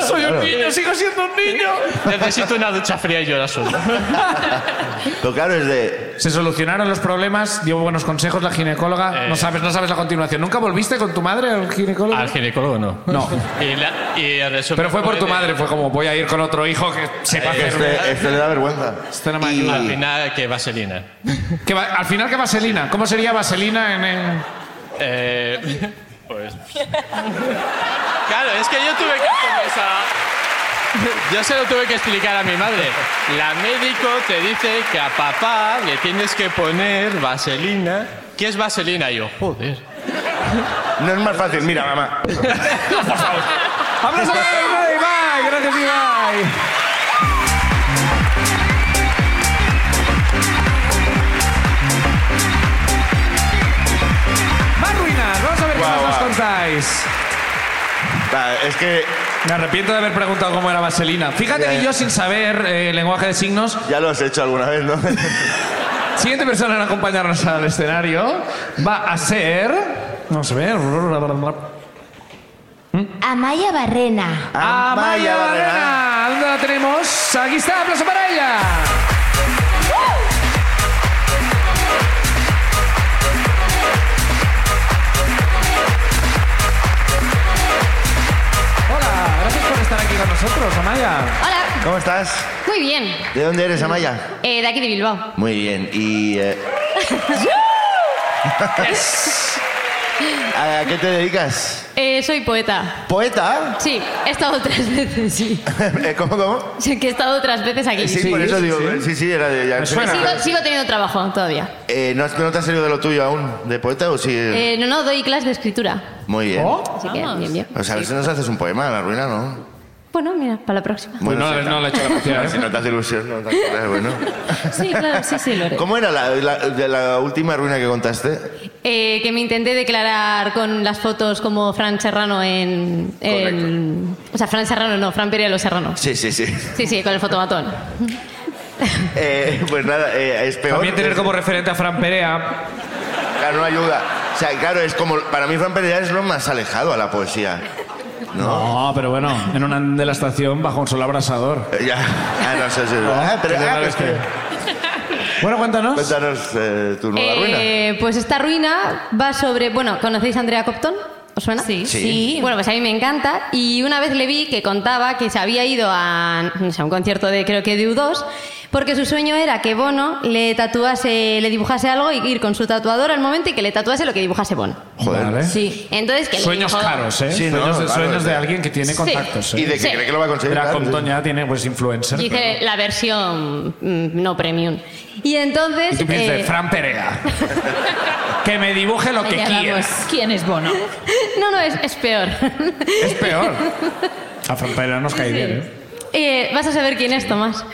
[SPEAKER 1] Soy un niño, sigo siendo un niño.
[SPEAKER 6] Necesito una ducha fría y llorar
[SPEAKER 1] *laughs*
[SPEAKER 6] solo.
[SPEAKER 2] Lo claro es de...
[SPEAKER 1] Se solucionaron los problemas, dio buenos consejos la ginecóloga.
[SPEAKER 6] Eh.
[SPEAKER 1] No sabes, no sabes la continuación. ¿Nunca volviste con tu madre al ginecólogo?
[SPEAKER 6] Al ginecólogo no.
[SPEAKER 1] No.
[SPEAKER 6] Y, la- y el resumen
[SPEAKER 1] Pero fue por tu
[SPEAKER 6] de-
[SPEAKER 1] madre, fue como voy a ir con otro hijo que sepa
[SPEAKER 2] Que
[SPEAKER 1] hacer.
[SPEAKER 2] este, este le da vergüenza.
[SPEAKER 1] Este no me
[SPEAKER 2] Y-
[SPEAKER 6] Al final, que vaselina.
[SPEAKER 1] Que va- al final, ¿qué vaselina? ¿Cómo sería vaselina en.? eh?
[SPEAKER 6] Eh, pues. Claro, es que yo tuve que hacer esa. Yo se lo tuve que explicar a mi madre. La médico te dice que a papá le tienes que poner vaselina. ¿Qué es vaselina? Y yo, joder.
[SPEAKER 2] No es más fácil, mira, mamá.
[SPEAKER 1] ¡Aplausos para Ibai! Ibai! ¡Gracias, Ibai! Más ruinas, vamos a ver qué
[SPEAKER 2] Guau,
[SPEAKER 1] más nos
[SPEAKER 2] guau.
[SPEAKER 1] contáis.
[SPEAKER 2] Va, Es que
[SPEAKER 1] Me arrepiento de haber preguntado cómo era vaselina. Fíjate
[SPEAKER 2] Ya,
[SPEAKER 1] que
[SPEAKER 2] ya.
[SPEAKER 1] yo, sin saber eh, *laughs* lenguaje de signos, Ah,
[SPEAKER 2] ya lo has hecho alguna vez, ¿no?
[SPEAKER 1] siguiente persona en acompañarnos al escenario va a ser. Vamos a ver. ¿Mm?
[SPEAKER 3] Amaya Barrena.
[SPEAKER 1] Amaya Barrena. ¿Dónde la tenemos? Aquí está, aplauso para ella.
[SPEAKER 3] ¡Uh!
[SPEAKER 1] Hola, gracias por estar aquí con nosotros, Amaya.
[SPEAKER 7] Hola,
[SPEAKER 2] ¿Cómo estás?
[SPEAKER 7] muy bien.
[SPEAKER 2] ¿De dónde eres, Amaya?
[SPEAKER 7] Eh, de aquí de
[SPEAKER 3] *laughs*
[SPEAKER 7] Bilbao.
[SPEAKER 2] Muy bien. ¿Y eh, a qué te dedicas?
[SPEAKER 7] Eh, soy poeta.
[SPEAKER 2] ¿Poeta?
[SPEAKER 7] Sí, he estado tres veces, sí.
[SPEAKER 2] *laughs* Eh, ¿Cómo, cómo?
[SPEAKER 7] Sí, que he estado otras veces aquí.
[SPEAKER 2] Sí,
[SPEAKER 7] Sí,
[SPEAKER 2] por eso
[SPEAKER 1] sí,
[SPEAKER 2] digo.
[SPEAKER 1] sí.
[SPEAKER 2] Sí, sí, era de. ya-
[SPEAKER 1] Me suena.
[SPEAKER 7] Sigo, sigo teniendo trabajo todavía.
[SPEAKER 2] Eh, ¿no, has- ¿No te has salido de lo tuyo aún? ¿De poeta o sí?
[SPEAKER 7] Eh, no, no, doy clases de escritura.
[SPEAKER 2] Muy bien.
[SPEAKER 1] ¿Oh?
[SPEAKER 7] Así que, bien, bien.
[SPEAKER 2] O sea, a ver si nos haces un poema en la ruina, ¿no?
[SPEAKER 7] Bueno, mira, para la próxima.
[SPEAKER 1] Pues
[SPEAKER 2] Bueno,
[SPEAKER 1] no,
[SPEAKER 2] sí,
[SPEAKER 1] no le he
[SPEAKER 2] *laughs*
[SPEAKER 1] hecho la
[SPEAKER 2] a
[SPEAKER 1] partida.
[SPEAKER 2] ver Si no te hace ilusión, no te hace- bueno.
[SPEAKER 7] Sí, claro, *laughs* sí, sí, lo haré.
[SPEAKER 2] ¿Cómo era la, la- de la última ruina que contaste?
[SPEAKER 7] Eh, que me intenté declarar con las fotos como Fran Serrano en... en- o sea, Fran Serrano no, Fran Perielo Serrano.
[SPEAKER 2] Sí, sí, sí.
[SPEAKER 7] Sí, sí, con el fotomatón.
[SPEAKER 2] *laughs* Eh, pues nada, eh, es peor.
[SPEAKER 1] También tener
[SPEAKER 2] Es-
[SPEAKER 1] como referente a Fran Perea.
[SPEAKER 2] Claro, no ayuda. O sea, claro, es como. Para mí, Fran Pereira es lo más alejado a la poesía. ¿No?
[SPEAKER 1] No, pero bueno, en una de la estación bajo un sol abrasador.
[SPEAKER 2] Eh, Ya. Ah, no sé si. Ah, pero. ah, pues que-
[SPEAKER 1] Bueno, cuéntanos.
[SPEAKER 2] Cuéntanos eh, tu nueva ruina.
[SPEAKER 7] Eh, pues esta ruina va sobre. Bueno, ¿conocéis a Andrea Copton? ¿Os suena?
[SPEAKER 4] Sí.
[SPEAKER 2] Sí.
[SPEAKER 7] Bueno, pues a mí me encanta. Y una vez le vi que contaba que se había ido a, no sé, a un concierto de creo que de U2, porque su sueño era que Bono le tatuase, le dibujase algo y ir con su tatuador al momento y que le tatuase lo que dibujase Bono.
[SPEAKER 2] Joder.
[SPEAKER 1] Vale.
[SPEAKER 7] Sí. Entonces que le
[SPEAKER 1] Sueños
[SPEAKER 7] dijo-
[SPEAKER 1] caros, ¿eh?
[SPEAKER 2] Sí, no,
[SPEAKER 1] sueños de,
[SPEAKER 2] claro,
[SPEAKER 1] sueños
[SPEAKER 2] de-
[SPEAKER 1] de alguien que tiene
[SPEAKER 7] Sí.
[SPEAKER 1] contactos. ¿eh?
[SPEAKER 2] Y de que
[SPEAKER 7] Sí.
[SPEAKER 2] cree que lo va a conseguir.
[SPEAKER 1] Era
[SPEAKER 2] claro, sí.
[SPEAKER 1] Compton ya tiene pues influencer.
[SPEAKER 7] Dice la versión mm, no premium. Y entonces.
[SPEAKER 1] Y tú piensas,
[SPEAKER 7] eh,
[SPEAKER 1] Fran
[SPEAKER 7] *laughs*
[SPEAKER 1] Perea. que me dibuje lo que
[SPEAKER 7] allá
[SPEAKER 1] quiera.
[SPEAKER 7] vamos.
[SPEAKER 4] ¿Quién es Bono?
[SPEAKER 7] *laughs* No, no, es, es peor.
[SPEAKER 1] Es peor. A Fran Perea nos cae bien, ¿eh?
[SPEAKER 7] Eh, vas a saber quién es, Tomás.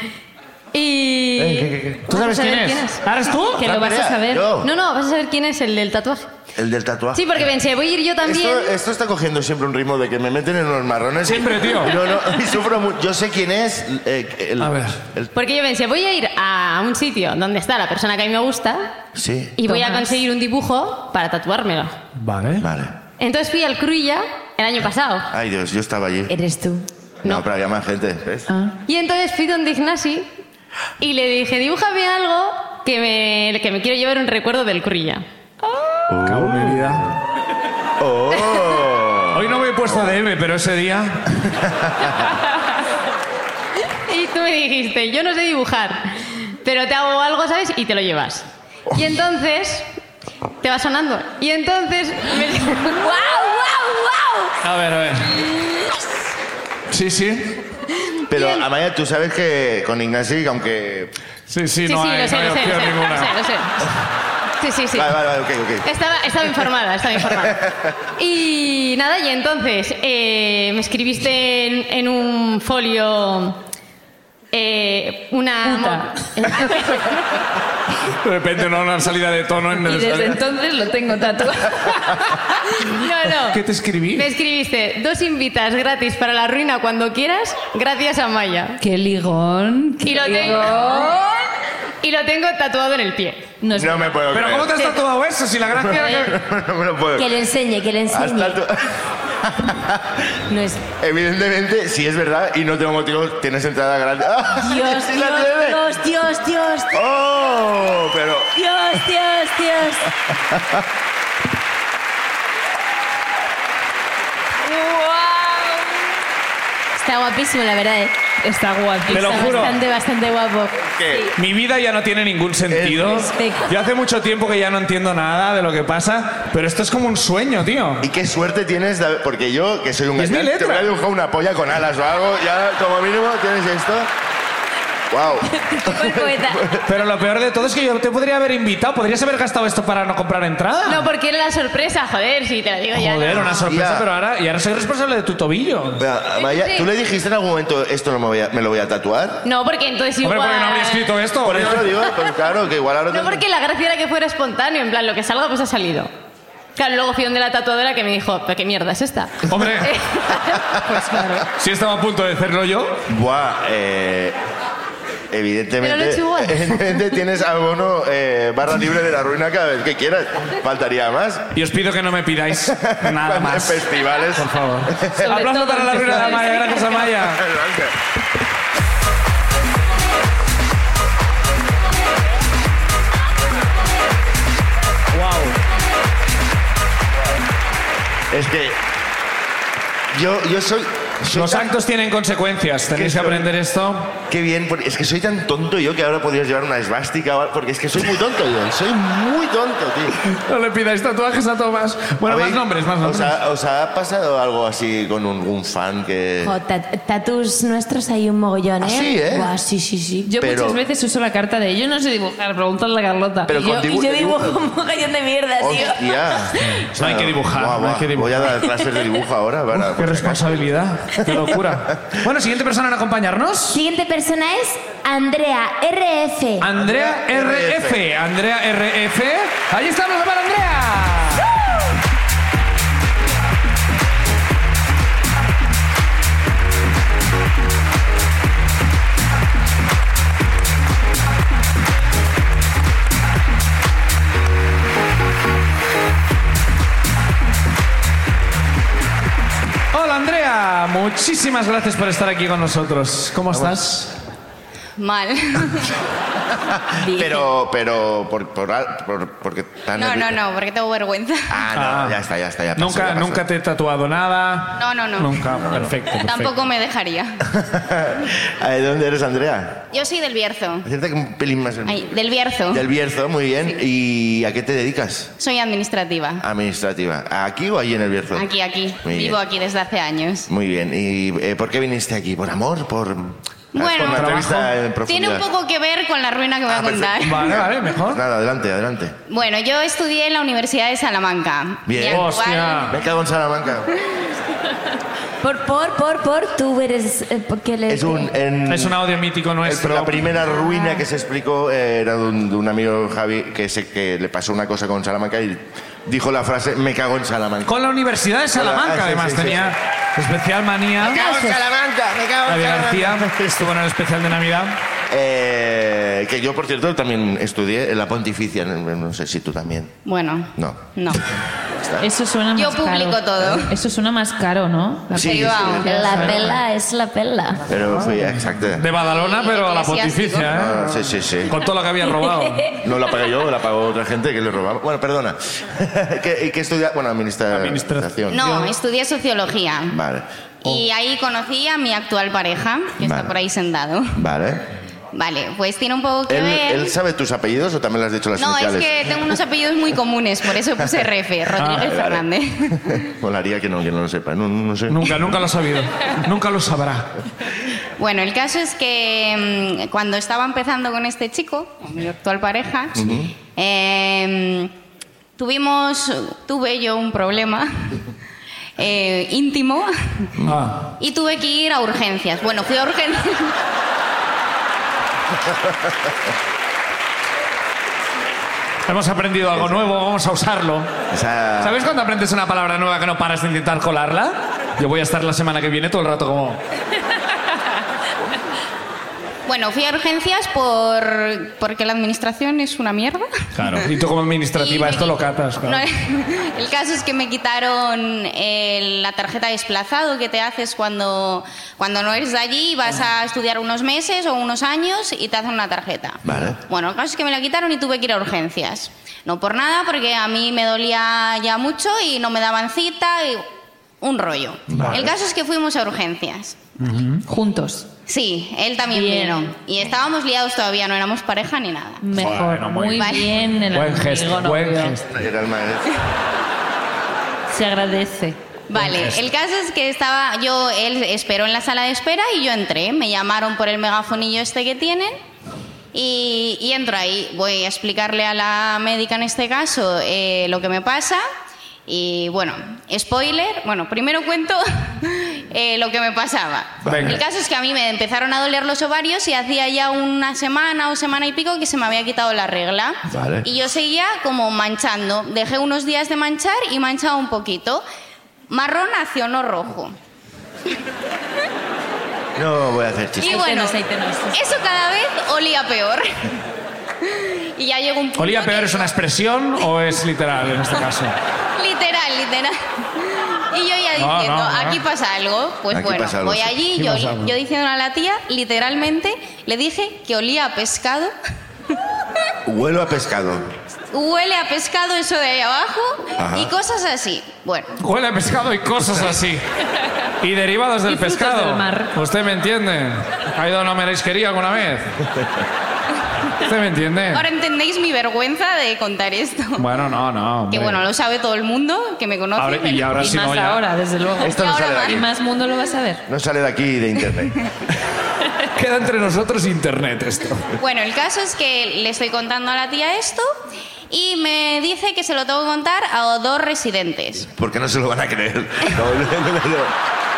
[SPEAKER 7] Y...
[SPEAKER 1] Eh, ¿Tú
[SPEAKER 7] Vas a
[SPEAKER 1] sabes quién
[SPEAKER 7] saber
[SPEAKER 1] es? ¿Ahora es tú?
[SPEAKER 4] Que lo vas a
[SPEAKER 2] Perea,
[SPEAKER 4] saber.
[SPEAKER 2] yo.
[SPEAKER 7] No, no, vas a saber quién es el del tatuaje.
[SPEAKER 2] El del tatuaje.
[SPEAKER 7] Sí, porque pensé, voy a ir yo también.
[SPEAKER 2] Esto, esto está cogiendo siempre un ritmo de que me meten en unos marrones.
[SPEAKER 1] Siempre, tío.
[SPEAKER 2] *laughs* No, no, y sufro mucho. Yo sé quién es. eh, el-
[SPEAKER 1] A ver.
[SPEAKER 2] el-
[SPEAKER 7] Porque yo pensé, voy a ir a un sitio donde está la persona que a mí me gusta
[SPEAKER 2] sí.
[SPEAKER 7] y voy a
[SPEAKER 4] Tomás.
[SPEAKER 7] conseguir un dibujo para tatuármelo.
[SPEAKER 1] Vale.
[SPEAKER 2] Vale.
[SPEAKER 7] Entonces fui al Cruilla el año pasado.
[SPEAKER 2] Ay, Dios, yo estaba allí.
[SPEAKER 3] Eres tú.
[SPEAKER 2] No, pero había más gente. ¿ves?
[SPEAKER 7] Y entonces fui donde Ignasi y le dije, dibújame algo
[SPEAKER 1] Oh.
[SPEAKER 7] que me, que me quiero llevar un recuerdo del Cruilla.
[SPEAKER 1] Cabo mi vida.
[SPEAKER 2] ¡Oh!
[SPEAKER 1] Hoy no me he puesto DM, pero ese día.
[SPEAKER 7] Y tú me dijiste, yo no sé dibujar, pero te hago algo, ¿sabes? Y te lo llevas. Y
[SPEAKER 3] *laughs*
[SPEAKER 7] entonces, te va sonando. Y entonces, me... ¡guau, guau,
[SPEAKER 1] A ver, a ver. Sí, sí.
[SPEAKER 2] Pero, Amaya, tú sabes que con Ignasi, aunque...
[SPEAKER 1] Sí, sí,
[SPEAKER 7] Sí,
[SPEAKER 1] no
[SPEAKER 7] sí,
[SPEAKER 1] hay,
[SPEAKER 7] lo sé,
[SPEAKER 1] no hay
[SPEAKER 7] lo sé, lo
[SPEAKER 1] opción
[SPEAKER 7] sé,
[SPEAKER 1] ninguna.
[SPEAKER 7] lo sé, lo sé. Sí, sí, Este sí.
[SPEAKER 2] Vale, vale, vale, ok, ok.
[SPEAKER 7] Estaba, estaba informada, estaba informada. Y nada, y entonces eh, me escribiste en, en un folio eh, una...
[SPEAKER 4] *laughs*
[SPEAKER 1] De repente una, una salida de tono en
[SPEAKER 4] Y
[SPEAKER 1] el.
[SPEAKER 4] desde entonces lo tengo tatuado.
[SPEAKER 7] *laughs* No, no.
[SPEAKER 1] ¿Qué te escribí?
[SPEAKER 7] Me escribiste dos invitas gratis para la ruina cuando quieras, gracias a Maya.
[SPEAKER 4] ¡Qué ligón! ¡Qué
[SPEAKER 7] Y lo tengo.
[SPEAKER 4] ligón!
[SPEAKER 7] Y lo tengo tatuado en el pie.
[SPEAKER 4] No es-
[SPEAKER 2] No me puedo
[SPEAKER 1] ¿Pero
[SPEAKER 2] creer.
[SPEAKER 1] cómo te has tatuado eso? Si la gracia
[SPEAKER 7] *laughs*
[SPEAKER 1] era que-
[SPEAKER 2] *laughs* No me lo puedo
[SPEAKER 3] Que
[SPEAKER 2] creer.
[SPEAKER 3] le enseñe, que le enseñe.
[SPEAKER 2] Hasta tú-
[SPEAKER 3] No es...
[SPEAKER 2] Evidentemente, si es verdad y no tengo motivo, tienes entrada gratis. ¡Ah!
[SPEAKER 3] Dios,
[SPEAKER 2] ¡Sí
[SPEAKER 3] Dios,
[SPEAKER 2] la tiene!
[SPEAKER 3] Dios, Dios, Dios,
[SPEAKER 2] ¡Oh! Pero...
[SPEAKER 3] Dios, Dios, Dios. Está guapísimo, la verdad, ¿eh?
[SPEAKER 4] Está guapo.
[SPEAKER 1] Te lo
[SPEAKER 3] Está
[SPEAKER 1] juro.
[SPEAKER 3] Bastante, bastante guapo.
[SPEAKER 2] ¿Qué?
[SPEAKER 1] Mi vida ya no tiene ningún sentido.
[SPEAKER 3] Perfecto.
[SPEAKER 1] Yo hace mucho tiempo que ya no entiendo nada de lo que pasa, pero esto es como un sueño, tío.
[SPEAKER 2] ¿Y qué suerte tienes? de- Porque yo, que soy un
[SPEAKER 1] Es mi
[SPEAKER 2] gañán, te
[SPEAKER 1] letra.
[SPEAKER 2] voy a dibujar una polla con alas o algo. Ya, como mínimo, tienes esto. ¡Wow!
[SPEAKER 3] Buen poeta.
[SPEAKER 1] *laughs* Pero lo peor de todo es que yo te podría haber invitado, podrías haber gastado esto para no comprar entrada.
[SPEAKER 7] No, porque era la sorpresa, joder, si te la digo ya.
[SPEAKER 1] Joder,
[SPEAKER 7] no.
[SPEAKER 1] una sorpresa,
[SPEAKER 2] Ya.
[SPEAKER 1] pero ahora, y ahora soy responsable de tu tobillo.
[SPEAKER 2] Maya, ¿tú le dijiste en algún momento esto no me, voy a- me lo voy a tatuar?
[SPEAKER 7] No, porque entonces
[SPEAKER 1] Hombre,
[SPEAKER 7] igual.
[SPEAKER 1] porque no habría escrito esto.
[SPEAKER 2] Por eso lo digo, pues claro, que igual ahora...
[SPEAKER 7] No,
[SPEAKER 2] tengo-
[SPEAKER 7] porque la gracia era que fuera espontáneo, en plan, lo que salga pues ha salido. Claro, luego fui donde la tatuadora que me dijo, pero qué mierda es esta. *laughs*
[SPEAKER 1] Hombre, si estaba a punto de hacerlo yo.
[SPEAKER 2] Buah, eh... Evidentemente,
[SPEAKER 7] Pero lo he hecho igual.
[SPEAKER 2] evidentemente tienes abono eh, barra libre de la ruina cada vez que quieras. Faltaría más.
[SPEAKER 1] Y os pido que no me pidáis nada
[SPEAKER 2] Cuando en
[SPEAKER 1] más.
[SPEAKER 2] festivales.
[SPEAKER 1] Por favor.
[SPEAKER 4] Sobre
[SPEAKER 1] Aplauso
[SPEAKER 4] todo
[SPEAKER 1] para la
[SPEAKER 4] en
[SPEAKER 1] ruina de
[SPEAKER 4] festivales.
[SPEAKER 1] Amaya, gracias Amaya. Wow.
[SPEAKER 2] Es que yo, yo soy... soy
[SPEAKER 1] Los
[SPEAKER 2] tan-
[SPEAKER 1] actos tienen consecuencias, tenéis que
[SPEAKER 2] soy?
[SPEAKER 1] aprender esto.
[SPEAKER 2] Qué bien, porque es que soy tan tonto yo que ahora podrías llevar una esvástica, o algo, porque es que soy muy tonto yo, soy muy tonto, tío.
[SPEAKER 1] *laughs* No le pidáis tatuajes a Tomás. Bueno,
[SPEAKER 2] ¿Habéis-
[SPEAKER 1] más nombres, más nombres.
[SPEAKER 2] ¿Os ha, os ha pasado algo así con un, un fan que...
[SPEAKER 3] Jo, tat- tatus nuestros hay un mogollón, ¿eh?
[SPEAKER 2] Ah, sí, ¿eh?
[SPEAKER 3] Buah, sí, sí, sí.
[SPEAKER 4] Yo
[SPEAKER 2] Pero-
[SPEAKER 4] muchas veces uso la carta de yo no sé dibujar, preguntadle a Carlota.
[SPEAKER 2] Pero
[SPEAKER 4] Y
[SPEAKER 2] con
[SPEAKER 4] yo-
[SPEAKER 2] dibu-
[SPEAKER 3] Y yo dibujo un mogollón de mierda, tío.
[SPEAKER 2] Hostia.
[SPEAKER 1] No hay que dibujar,
[SPEAKER 2] Guau,
[SPEAKER 1] no hay
[SPEAKER 2] guau,
[SPEAKER 1] que dibujar.
[SPEAKER 2] Voy a dar clases de dibujo ahora para...
[SPEAKER 1] Qué responsabilidad, qué locura. Bueno, siguiente persona en acompañarnos.
[SPEAKER 3] Siguiente persona es Andrea RF.
[SPEAKER 1] Andrea RF. Andrea RF. Ahí estamos para Andrea. Hola Andrea, muchísimas gracias por estar aquí con nosotros. ¿Cómo estás?
[SPEAKER 7] Mal.
[SPEAKER 2] Pero, pero, por, por, al- por- porque tan...
[SPEAKER 5] No, no,
[SPEAKER 2] nervioso.
[SPEAKER 5] no, porque tengo vergüenza.
[SPEAKER 2] Ah, no, ya está, ya está, ya pasó,
[SPEAKER 1] Nunca,
[SPEAKER 2] ya pasó.
[SPEAKER 1] nunca te he tatuado nada.
[SPEAKER 5] No, no, no.
[SPEAKER 1] Nunca. Perfecto, perfecto.
[SPEAKER 5] Tampoco me dejaría.
[SPEAKER 2] ¿A ¿De dónde eres, Andrea?
[SPEAKER 5] Yo soy del Bierzo.
[SPEAKER 2] Acierta que un pelín más...
[SPEAKER 5] Ay, del Bierzo.
[SPEAKER 2] Del Bierzo, muy bien. ¿Y a qué te dedicas?
[SPEAKER 5] Soy administrativa.
[SPEAKER 2] Administrativa. ¿Aquí o allí en el Bierzo?
[SPEAKER 5] Aquí, aquí.
[SPEAKER 2] Muy
[SPEAKER 5] Vivo
[SPEAKER 2] bien.
[SPEAKER 5] aquí desde hace años.
[SPEAKER 2] Muy bien. ¿Y eh, por qué viniste aquí? ¿Por amor? ¿Por...?
[SPEAKER 5] Bueno.
[SPEAKER 2] Ah, por
[SPEAKER 1] Trabajo.
[SPEAKER 5] Tiene un poco que ver con la ruina que voy a
[SPEAKER 2] Ah, perfecto. Pues
[SPEAKER 5] contar.
[SPEAKER 1] Vale, vale, mejor.
[SPEAKER 2] Nada, adelante, adelante.
[SPEAKER 5] Bueno, yo estudié en la Universidad de Salamanca.
[SPEAKER 2] Bien.
[SPEAKER 5] Mi actual-
[SPEAKER 1] Hostia.
[SPEAKER 2] Me cago en Salamanca.
[SPEAKER 3] Por, por, por, por, tú eres... eh, porque le-
[SPEAKER 2] Es un... en-
[SPEAKER 1] Es un audio mítico
[SPEAKER 2] Mm. el-
[SPEAKER 1] nuestro.
[SPEAKER 2] la primera ruina que se explicó eh, era de un, de un amigo Javi que, se, que le pasó una cosa con Salamanca y dijo la frase, me cago en Salamanca.
[SPEAKER 1] Con la Universidad de
[SPEAKER 2] Ah, sí,
[SPEAKER 1] Salamanca, además,
[SPEAKER 2] sí, sí.
[SPEAKER 1] tenía especial manía.
[SPEAKER 2] Salamanca! ¡Me cago
[SPEAKER 1] David García estuvo en el especial de Navidad.
[SPEAKER 2] Eh, que yo, por cierto, también estudié en la Pontificia. No, no sé si tú también.
[SPEAKER 5] Bueno.
[SPEAKER 2] No.
[SPEAKER 5] No.
[SPEAKER 2] está.
[SPEAKER 4] Eso suena
[SPEAKER 5] Yo
[SPEAKER 4] más caro.
[SPEAKER 5] publico todo.
[SPEAKER 4] Eso suena más caro, ¿no? La
[SPEAKER 2] Sí,
[SPEAKER 5] Sí,
[SPEAKER 2] sí,
[SPEAKER 5] vamos.
[SPEAKER 3] La pela es la pela.
[SPEAKER 2] Pero fui, exacto.
[SPEAKER 1] De Badalona, pero a la pontificia, ¿eh?
[SPEAKER 2] Ah, sí, sí, sí.
[SPEAKER 1] Con todo lo que había robado.
[SPEAKER 2] No la pagué yo, la pagó otra gente que le robaba. Bueno, perdona. *laughs* ¿Qué, ¿Y qué estudia? Bueno, administra-
[SPEAKER 1] Administración.
[SPEAKER 2] administración.
[SPEAKER 5] No, estudié sociología.
[SPEAKER 2] Vale. Oh.
[SPEAKER 5] Y ahí conocí a mi actual pareja, que
[SPEAKER 2] Vale.
[SPEAKER 5] está por ahí sentado.
[SPEAKER 2] Vale.
[SPEAKER 5] Vale, pues tiene un poco que
[SPEAKER 2] ¿Él,
[SPEAKER 5] ver.
[SPEAKER 2] él sabe tus apellidos o también le has dicho las
[SPEAKER 5] no, es
[SPEAKER 2] iniciales?
[SPEAKER 5] que tengo unos apellidos muy comunes, por eso
[SPEAKER 2] *laughs*
[SPEAKER 5] puse
[SPEAKER 2] Ah,
[SPEAKER 5] RF, Rodríguez Fernández. *laughs*
[SPEAKER 2] Molaría que no, que no lo sepa. No, no, no sé.
[SPEAKER 1] Nunca, nunca lo ha sabido. Nunca lo sabrá.
[SPEAKER 5] Bueno, el caso es que mm, cuando estaba empezando con este chico, con mi actual pareja, eh, tuvimos, tuve yo un problema
[SPEAKER 2] *laughs*
[SPEAKER 5] eh, íntimo
[SPEAKER 2] Mm.
[SPEAKER 1] Ah.
[SPEAKER 5] y tuve que ir a urgencias. Bueno, fui a urgencias.
[SPEAKER 1] Hemos aprendido algo nuevo, vamos a usarlo.
[SPEAKER 2] Esa-
[SPEAKER 1] ¿Sabes cuando aprendes una palabra nueva que no paras de intentar colarla? Yo voy a estar la semana que viene todo el rato como...
[SPEAKER 5] *laughs* Bueno, fui a urgencias por, porque la administración es una mierda.
[SPEAKER 1] Claro. Y tú como administrativa
[SPEAKER 5] Y-
[SPEAKER 1] esto lo catas. claro.
[SPEAKER 5] No, *laughs* el caso es que me quitaron eh, la tarjeta de desplazado que te haces cuando, cuando no eres de allí, vas a estudiar unos meses o unos años y te hacen una tarjeta.
[SPEAKER 2] Vale.
[SPEAKER 5] Bueno, el caso es que me la quitaron y tuve que ir a urgencias. No por nada, porque a mí me dolía ya mucho y no me daban cita y un rollo. El caso es que fuimos a urgencias.
[SPEAKER 4] Juntos.
[SPEAKER 5] Sí, él también
[SPEAKER 4] Bien.
[SPEAKER 5] vino. Y estábamos liados todavía, no éramos pareja ni nada.
[SPEAKER 4] Mejor.
[SPEAKER 1] Bueno, muy
[SPEAKER 4] muy
[SPEAKER 1] bien.
[SPEAKER 4] bien. el
[SPEAKER 1] Buen
[SPEAKER 4] amigo
[SPEAKER 1] gesto,
[SPEAKER 4] novio.
[SPEAKER 1] buen gesto.
[SPEAKER 2] Era el maestro.
[SPEAKER 4] Se agradece.
[SPEAKER 5] Vale, el caso es que estaba yo, él esperó en la sala de espera y yo entré. Me llamaron por el megafonillo este que tienen y, y entro ahí. Voy a explicarle a la médica en este caso eh, lo que me pasa. Y bueno, spoiler, bueno, primero cuento *laughs* eh, lo que me pasaba.
[SPEAKER 1] Venga.
[SPEAKER 5] El caso es que a mí me empezaron a doler los ovarios y hacía ya una semana o semana y pico que se me había quitado la regla.
[SPEAKER 2] Vale.
[SPEAKER 5] Y yo seguía como manchando. Dejé unos días de manchar y manchaba un poquito. Marrón hacia no rojo.
[SPEAKER 2] No voy a hacer
[SPEAKER 5] Y
[SPEAKER 2] chistes.
[SPEAKER 5] bueno,
[SPEAKER 3] tenos, ahí tenos.
[SPEAKER 5] eso cada vez olía
[SPEAKER 2] *laughs*
[SPEAKER 5] peor. y ya llegó un punto.
[SPEAKER 1] ¿Olía
[SPEAKER 5] que-
[SPEAKER 1] peor es una expresión o es literal en este caso?
[SPEAKER 5] Literal, literal. Y yo ya
[SPEAKER 1] No,
[SPEAKER 5] diciendo,
[SPEAKER 1] no, no.
[SPEAKER 5] aquí pasa algo. Pues
[SPEAKER 2] Aquí
[SPEAKER 5] bueno,
[SPEAKER 2] pasa algo,
[SPEAKER 5] voy
[SPEAKER 2] sí.
[SPEAKER 5] allí,
[SPEAKER 1] Aquí
[SPEAKER 5] yo,
[SPEAKER 1] pasa algo.
[SPEAKER 5] yo diciendo a la tía, literalmente, le dije que olía a pescado.
[SPEAKER 2] Huelo a pescado.
[SPEAKER 5] Huele a pescado eso de ahí abajo
[SPEAKER 2] Ajá.
[SPEAKER 5] y cosas así. Bueno,
[SPEAKER 1] Huele a pescado y cosas así. Y derivados del
[SPEAKER 4] Y frutos
[SPEAKER 1] pescado.
[SPEAKER 4] del mar.
[SPEAKER 1] ¿Usted me entiende? ¿Ha ido a una marisquería alguna vez? ¿Usted me
[SPEAKER 2] Eh.
[SPEAKER 1] entiende?
[SPEAKER 5] ahora entendéis mi vergüenza de contar esto.
[SPEAKER 1] Bueno, no, no.
[SPEAKER 5] Que
[SPEAKER 1] hombre.
[SPEAKER 5] bueno, lo sabe todo el mundo que me conoce.
[SPEAKER 1] Ahora-
[SPEAKER 5] pero-
[SPEAKER 1] y ahora
[SPEAKER 4] y
[SPEAKER 1] sí
[SPEAKER 4] más
[SPEAKER 1] no ya.
[SPEAKER 4] ahora, desde luego.
[SPEAKER 2] Esto no
[SPEAKER 5] ahora
[SPEAKER 2] sale de
[SPEAKER 5] va.
[SPEAKER 2] aquí.
[SPEAKER 4] Y más mundo lo vas a ver.
[SPEAKER 2] No sale de aquí de internet.
[SPEAKER 1] *laughs* Queda entre nosotros internet esto.
[SPEAKER 5] Bueno, el caso es que le estoy contando a la tía esto y me dice que se lo tengo que contar a dos residentes.
[SPEAKER 2] Porque no se lo van a creer. No, no, no, no, no.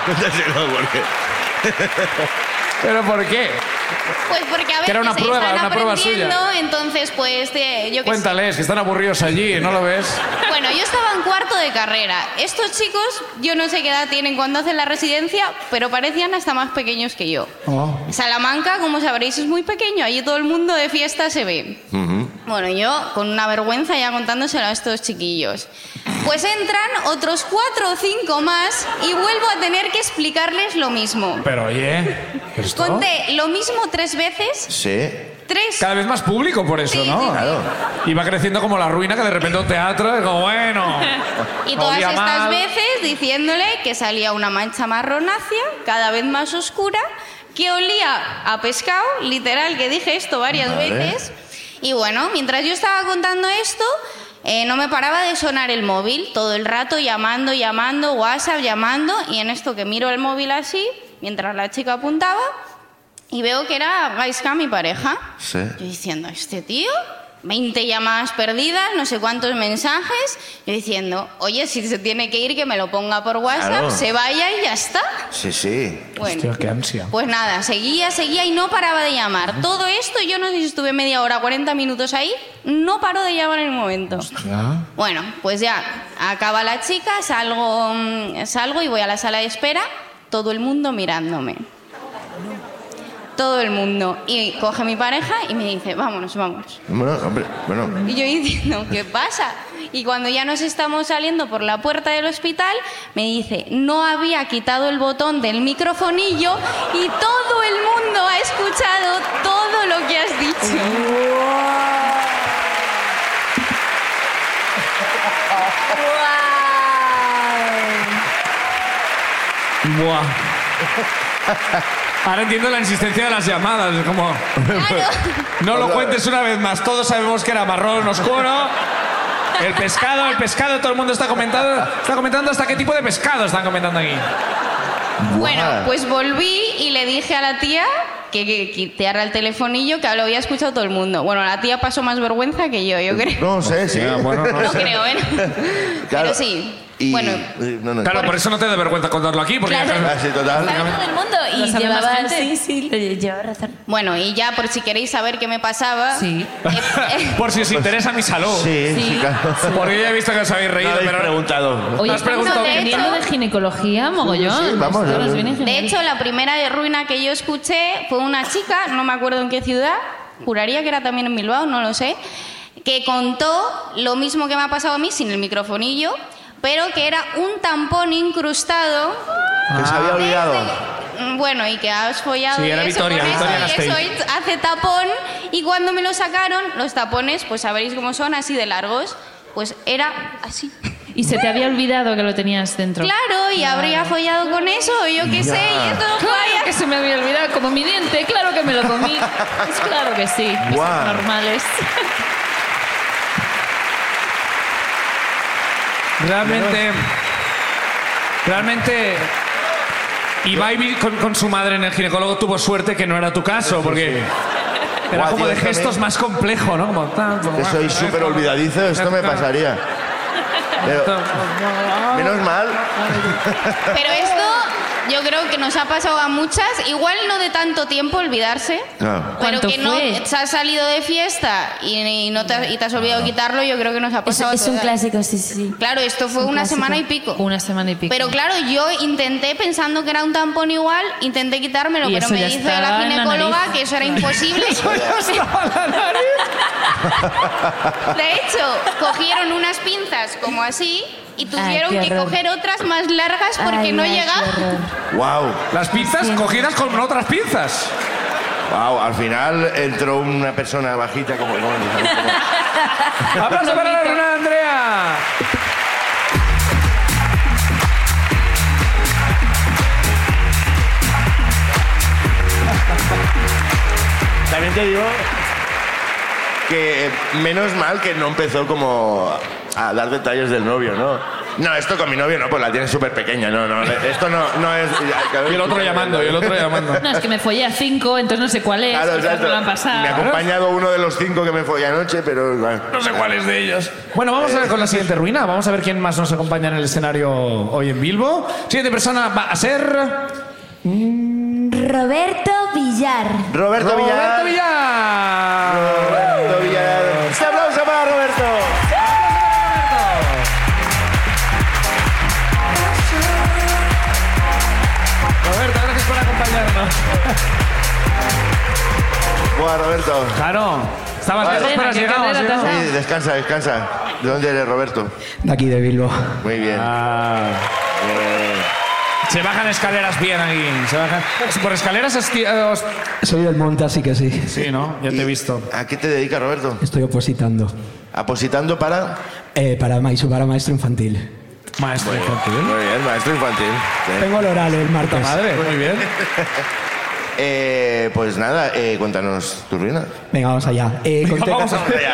[SPEAKER 2] Cuéntaselo, porque...
[SPEAKER 1] ¿Pero por qué?
[SPEAKER 5] Pues porque a veces
[SPEAKER 1] Que era una
[SPEAKER 5] se
[SPEAKER 1] prueba,
[SPEAKER 5] están
[SPEAKER 1] una prueba
[SPEAKER 5] aprendiendo,
[SPEAKER 1] suya.
[SPEAKER 5] entonces pues te- yo qué sé.
[SPEAKER 1] Cuéntales, que están aburridos allí, ¿eh? ¿no lo ves?
[SPEAKER 5] Bueno, yo estaba en cuarto de carrera. Estos chicos, yo no sé qué edad tienen cuando hacen la residencia, pero parecían hasta más pequeños que yo.
[SPEAKER 2] Oh.
[SPEAKER 5] Salamanca, como sabréis, es muy pequeño. Allí todo el mundo de fiesta se ve. Bueno, yo con una vergüenza ya contándoselo a estos chiquillos. Pues entran otros cuatro o cinco más y vuelvo a tener que explicarles lo mismo.
[SPEAKER 1] Pero oye, ¿esto?
[SPEAKER 5] Conté lo mismo tres veces.
[SPEAKER 2] Sí.
[SPEAKER 5] Tres.
[SPEAKER 1] Cada vez más público por eso,
[SPEAKER 5] Sí, sí,
[SPEAKER 1] ¿no?
[SPEAKER 5] sí.
[SPEAKER 2] Claro.
[SPEAKER 1] Y va creciendo como la ruina que de repente un teatro es como, bueno.
[SPEAKER 5] Y todas
[SPEAKER 1] olía
[SPEAKER 5] estas
[SPEAKER 1] mal.
[SPEAKER 5] veces diciéndole que salía una mancha marronácea, cada vez más oscura, que olía a pescado, literal, que dije esto varias
[SPEAKER 2] Vale.
[SPEAKER 5] veces. Y bueno, mientras yo estaba contando esto, eh, no me paraba de sonar el móvil todo el rato, llamando, llamando, WhatsApp, llamando, y en esto que miro el móvil así, mientras la chica apuntaba, y veo que era Gaiska, mi pareja.
[SPEAKER 2] Sí.
[SPEAKER 5] Yo diciendo, este tío, 20 llamadas perdidas, no sé cuántos mensajes. Yo diciendo, oye, si se tiene que ir, que me lo ponga por WhatsApp,
[SPEAKER 2] Claro.
[SPEAKER 5] se vaya y ya está.
[SPEAKER 2] Sí, sí.
[SPEAKER 5] Bueno,
[SPEAKER 1] Hostia, qué ansia.
[SPEAKER 5] pues nada, seguía, seguía y no paraba de llamar. Todo esto, yo no sé si estuve media hora, 40 minutos ahí, no paró de llamar en el momento. Bueno, pues ya, acaba la chica, salgo, mm, salgo y voy a la sala de espera, todo el mundo mirándome. Todo el mundo. Y coge mi pareja y me dice, vámonos, vámonos. *laughs*
[SPEAKER 2] Bueno, hombre, bueno.
[SPEAKER 5] Y yo diciendo, ¿qué pasa? Y cuando ya nos estamos saliendo por la puerta del hospital, me dice, no había quitado el botón del microfonillo y todo el mundo ha escuchado todo lo que has dicho.
[SPEAKER 1] Buah. Ahora entiendo la insistencia de las llamadas. es como, no lo cuentes una vez más. Todos sabemos que era marrón oscuro. El pescado, el pescado, todo el mundo está comentando, está comentando hasta qué tipo de pescado están comentando aquí.
[SPEAKER 5] Bueno,
[SPEAKER 2] Buah.
[SPEAKER 5] pues volví y le dije a la tía que, que quitara el telefonillo, que lo había escuchado todo el mundo. Bueno, la tía pasó más vergüenza que yo, yo creo.
[SPEAKER 2] Pues No
[SPEAKER 5] *laughs*
[SPEAKER 2] sé, sí.
[SPEAKER 1] Hostia, bueno, no
[SPEAKER 5] No creo, ¿eh? Pero sí.
[SPEAKER 2] Y-
[SPEAKER 5] Bueno,
[SPEAKER 2] eh, no, no,
[SPEAKER 1] Claro, por eso no te da vergüenza contarlo aquí, porque
[SPEAKER 3] Claro.
[SPEAKER 2] Ah, sí, total.
[SPEAKER 3] Para todo el mundo.
[SPEAKER 4] ¿Lo
[SPEAKER 3] Y
[SPEAKER 4] sabe más
[SPEAKER 3] llevaba...
[SPEAKER 4] gente?
[SPEAKER 3] Sí, sí, lo llevaba razón.
[SPEAKER 5] bueno, y ya por si queréis saber qué me pasaba.
[SPEAKER 4] Sí.
[SPEAKER 5] eh,
[SPEAKER 1] por si os interesa mi salud.
[SPEAKER 2] Pues Sí, sí, claro.
[SPEAKER 1] Porque ya he visto que os habéis reído, pero
[SPEAKER 2] preguntado.
[SPEAKER 4] Oye,
[SPEAKER 1] ¿Has preguntado
[SPEAKER 4] estamos
[SPEAKER 1] qué?
[SPEAKER 4] aprendiendo de ginecología, mogollón.
[SPEAKER 2] sí, vamos,
[SPEAKER 4] Ostras,
[SPEAKER 2] ya, ya.
[SPEAKER 4] bien
[SPEAKER 5] De
[SPEAKER 4] ingeniero.
[SPEAKER 5] hecho, la primera ruina que yo escuché fue una chica, no me acuerdo en qué ciudad, juraría que era también en Bilbao, no lo sé, que contó lo mismo que me ha pasado a mí sin el microfonillo, pero que era un tampón incrustado.
[SPEAKER 2] Que se
[SPEAKER 4] Ah.
[SPEAKER 2] había olvidado.
[SPEAKER 5] desde- Mm, Bueno, y que has follado
[SPEAKER 1] Sí,
[SPEAKER 5] y
[SPEAKER 1] era
[SPEAKER 5] eso,
[SPEAKER 1] Victoria,
[SPEAKER 5] con
[SPEAKER 1] Victoria
[SPEAKER 5] eso, y eso,
[SPEAKER 1] Gasteiz.
[SPEAKER 5] y hace tapón. Y cuando me lo sacaron, los tapones, pues sabéis cómo son, así de largos, pues era así.
[SPEAKER 4] Y se te había olvidado que lo tenías dentro.
[SPEAKER 5] Claro, y habría follado con eso, o yo qué sé, y esto no
[SPEAKER 4] Claro
[SPEAKER 5] falla.
[SPEAKER 4] que se me había olvidado, como mi diente, claro que me lo
[SPEAKER 5] *laughs*
[SPEAKER 4] comí. Pues claro que sí, cosas
[SPEAKER 2] Guau.
[SPEAKER 4] normales.
[SPEAKER 1] Realmente. Realmente. Ibai vi- con, con su madre en el ginecólogo tuvo suerte que no era tu caso, porque. Era
[SPEAKER 2] Guau,
[SPEAKER 1] como
[SPEAKER 2] tío,
[SPEAKER 1] de
[SPEAKER 2] esto me-
[SPEAKER 1] gestos más complejo, ¿no? Como tal.
[SPEAKER 2] Que soy súper olvidadizo, esto me pasaría. Pero menos
[SPEAKER 5] *laughs*
[SPEAKER 2] mal,
[SPEAKER 5] Pero esto yo creo que nos ha pasado a muchas, igual no de tanto tiempo olvidarse,
[SPEAKER 2] No.
[SPEAKER 5] pero
[SPEAKER 4] ¿Cuánto
[SPEAKER 5] que no
[SPEAKER 4] fue?
[SPEAKER 5] te has salido de fiesta y, y no te, has- y te has olvidado quitarlo, yo creo que nos ha
[SPEAKER 3] Es,
[SPEAKER 5] pasado. a
[SPEAKER 3] es un
[SPEAKER 5] todas.
[SPEAKER 3] clásico, sí, sí.
[SPEAKER 5] Claro, esto fue
[SPEAKER 3] un
[SPEAKER 5] una
[SPEAKER 3] clásico.
[SPEAKER 5] semana y pico.
[SPEAKER 4] Una semana y pico.
[SPEAKER 5] Pero claro, yo intenté pensando que era un tampón igual, intenté quitármelo,
[SPEAKER 4] Y
[SPEAKER 5] pero
[SPEAKER 4] eso
[SPEAKER 5] me
[SPEAKER 4] ya
[SPEAKER 5] dice
[SPEAKER 4] estaba
[SPEAKER 5] la
[SPEAKER 4] en la
[SPEAKER 5] ginecóloga
[SPEAKER 4] nariz.
[SPEAKER 5] que eso era imposible. De hecho, cogieron unas pinzas como así y tuvieron
[SPEAKER 3] qué
[SPEAKER 5] que
[SPEAKER 3] horror.
[SPEAKER 5] coger otras más largas porque
[SPEAKER 3] Ay,
[SPEAKER 5] no
[SPEAKER 3] ay, qué
[SPEAKER 5] llegaba.
[SPEAKER 3] horror.
[SPEAKER 2] wow,
[SPEAKER 1] Las pinzas cogidas con otras pinzas.
[SPEAKER 2] wow. Al final entró una persona bajita como. como-
[SPEAKER 1] ¡Aplauso para la reina Andrea!
[SPEAKER 2] También te digo que eh, menos mal que no empezó como a dar detalles del novio, ¿no? No, esto con mi novio no, pues la tiene súper pequeña. No, no, eh. esto no, no es.
[SPEAKER 1] Y el otro llamando, y el otro llamando.
[SPEAKER 4] *laughs* No, es que me follé a cinco, entonces no sé cuál es.
[SPEAKER 2] Claro,
[SPEAKER 4] quizás
[SPEAKER 2] exacto.
[SPEAKER 4] me lo han
[SPEAKER 2] Me ha
[SPEAKER 4] pasado.
[SPEAKER 2] acompañado uno de los cinco que me fue anoche, pero.
[SPEAKER 1] No sé cuáles de ellos. Bueno, vamos a ver con la siguiente ruina. Vamos a ver quién más nos acompaña en el escenario hoy en Bilbo. Siguiente persona va a ser.
[SPEAKER 3] *laughs* Roberto Villar.
[SPEAKER 2] Roberto
[SPEAKER 1] Roberto
[SPEAKER 2] Villar.
[SPEAKER 1] Villar.
[SPEAKER 2] Roberto Villar. Un aplauso para Roberto.
[SPEAKER 1] Roberto, gracias por acompañarnos.
[SPEAKER 2] Buah, Roberto.
[SPEAKER 1] Claro. Estabas lejos, pero has
[SPEAKER 4] que
[SPEAKER 1] llegado. has
[SPEAKER 4] carrera
[SPEAKER 1] llegado.
[SPEAKER 4] te has
[SPEAKER 2] Sí, descansa, descansa. ¿De dónde eres, Roberto?
[SPEAKER 8] De aquí de Bilbo.
[SPEAKER 2] Muy bien.
[SPEAKER 1] Ah.
[SPEAKER 2] Eh, Muy bien.
[SPEAKER 1] Se bajan escaleras bien aquí. Se bajan. Por escaleras. esti- eh, os-
[SPEAKER 8] Soy del monte, así que sí.
[SPEAKER 1] Sí, ¿no? Ya te he visto.
[SPEAKER 2] ¿A qué te dedicas, Roberto?
[SPEAKER 8] Estoy opositando.
[SPEAKER 2] Apositando para.
[SPEAKER 8] Eh, para, maestro, para maestro infantil.
[SPEAKER 1] Maestro infantil.
[SPEAKER 2] Muy bien, maestro infantil. Sí.
[SPEAKER 8] Tengo el oral el martes.
[SPEAKER 1] Madre, muy bien.
[SPEAKER 2] *laughs* Eh, pues nada, eh, cuéntanos tu ruina.
[SPEAKER 8] Venga, vamos allá. Eh, conté-
[SPEAKER 1] Vamos a ver.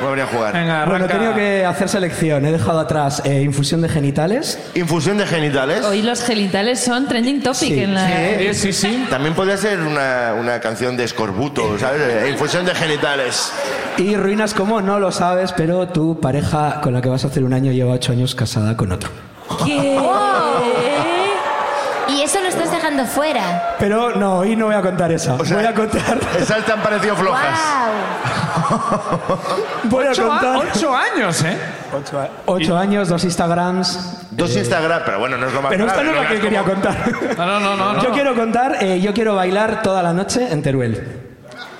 [SPEAKER 2] Voy a venir a jugar.
[SPEAKER 1] Venga,
[SPEAKER 8] Bueno, he
[SPEAKER 1] arranca.
[SPEAKER 8] tenido que hacer selección. He dejado atrás eh, infusión de genitales.
[SPEAKER 2] Infusión de genitales.
[SPEAKER 4] Hoy los genitales son trending topic
[SPEAKER 8] Sí.
[SPEAKER 4] Oh, en la... Eh,
[SPEAKER 1] Sí, sí, sí.
[SPEAKER 2] También podría ser una, una canción de escorbuto, ¿sabes? Eh, Infusión de genitales.
[SPEAKER 8] Y ruinas como no lo sabes, pero tu pareja con la que vas a hacer un año lleva ocho años casada con otro.
[SPEAKER 3] ¿Qué? Oh. Y eso lo estás dejando fuera.
[SPEAKER 8] Pero no, hoy no voy a contar esa.
[SPEAKER 2] sea,
[SPEAKER 8] voy a contar.
[SPEAKER 2] Esas te han parecido flojas.
[SPEAKER 3] ¡Wow!
[SPEAKER 8] *laughs* Voy a
[SPEAKER 1] Ocho, a-
[SPEAKER 8] contar.
[SPEAKER 1] ocho años, ¿eh?
[SPEAKER 8] Ocho años, dos Instagrams.
[SPEAKER 2] Dos Instagram, pero bueno, no es lo más
[SPEAKER 8] Eh. Pero esta no
[SPEAKER 2] grave,
[SPEAKER 8] es la
[SPEAKER 2] Veas
[SPEAKER 8] que quería
[SPEAKER 2] cómo-
[SPEAKER 8] contar.
[SPEAKER 1] No, no, no, no.
[SPEAKER 8] Yo
[SPEAKER 1] no.
[SPEAKER 8] quiero contar, eh, yo quiero bailar toda la noche en Teruel.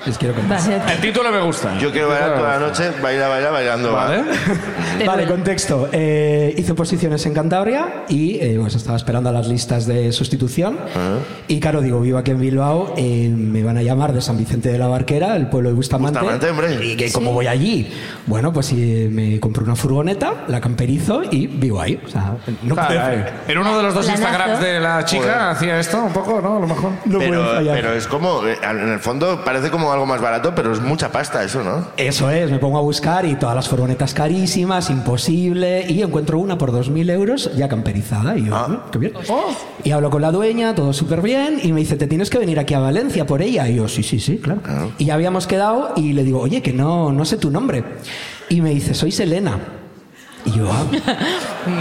[SPEAKER 8] Les quiero contar.
[SPEAKER 4] Vale.
[SPEAKER 1] El título me gusta.
[SPEAKER 2] Yo quiero bailar toda la noche, baila, baila, bailando. va.
[SPEAKER 1] ¿Vale?
[SPEAKER 8] Vale, contexto. Eh, hice posiciones en Cantabria y eh, pues estaba esperando a las listas de sustitución.
[SPEAKER 1] ¿Eh?
[SPEAKER 8] Y claro, digo, vivo aquí en Bilbao, eh, me van a llamar de San Vicente de la Barquera, el pueblo de Bustamante.
[SPEAKER 2] Bustamante, hombre.
[SPEAKER 8] ¿Y que, cómo voy allí? Bueno, pues eh, me compré una furgoneta, la camperizo y vivo ahí. O sea, no
[SPEAKER 2] eh.
[SPEAKER 8] puede-
[SPEAKER 1] En uno de los dos
[SPEAKER 3] Planazo.
[SPEAKER 1] Instagrams de la chica
[SPEAKER 2] Joder.
[SPEAKER 1] hacía esto un poco, ¿no? A lo mejor.
[SPEAKER 8] no puede
[SPEAKER 2] pero,
[SPEAKER 8] fallar.
[SPEAKER 2] pero es como, eh, en el fondo parece como algo más barato, pero es mucha pasta eso, ¿no?
[SPEAKER 8] Eso es, me pongo a buscar y todas las furgonetas carísimas, imposible, y encuentro una por 2.000 euros ya camperizada. Y yo,
[SPEAKER 2] Ah.
[SPEAKER 8] "Mm, qué bien. Y hablo con la dueña, todo súper bien, y me dice, te tienes que venir aquí a Valencia por ella. Y yo, sí, sí, sí, claro. Y ya habíamos quedado y le digo, oye, que no, no sé tu nombre. Y me dice, soy Selena. Y yo,
[SPEAKER 4] *laughs*
[SPEAKER 8] "Ah,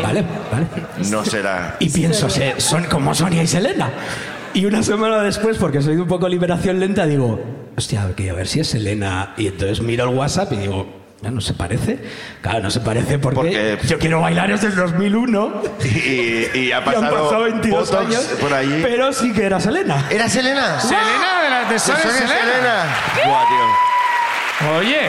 [SPEAKER 8] vale, vale.
[SPEAKER 2] No será.
[SPEAKER 8] Y pienso, "Se- son como Sonia y Selena. Y una semana después, porque soy de un poco liberación lenta, digo, hostia, que a ver si es Selena. Y entonces miro el WhatsApp y digo, "Ah, no se parece. Claro, no se parece porque,
[SPEAKER 2] Porque-
[SPEAKER 8] yo quiero bailar desde el 2001.
[SPEAKER 2] *laughs* Y,
[SPEAKER 8] Y
[SPEAKER 2] y ha
[SPEAKER 8] han
[SPEAKER 2] pasado,
[SPEAKER 8] pasado 22
[SPEAKER 2] Botox
[SPEAKER 8] años.
[SPEAKER 2] por allí.
[SPEAKER 8] Pero sí que era Selena.
[SPEAKER 2] ¿Era Selena?
[SPEAKER 1] Selena de las de
[SPEAKER 2] ¿Son
[SPEAKER 1] Sony Selena.
[SPEAKER 2] Selena? Buah, tío.
[SPEAKER 1] Oye,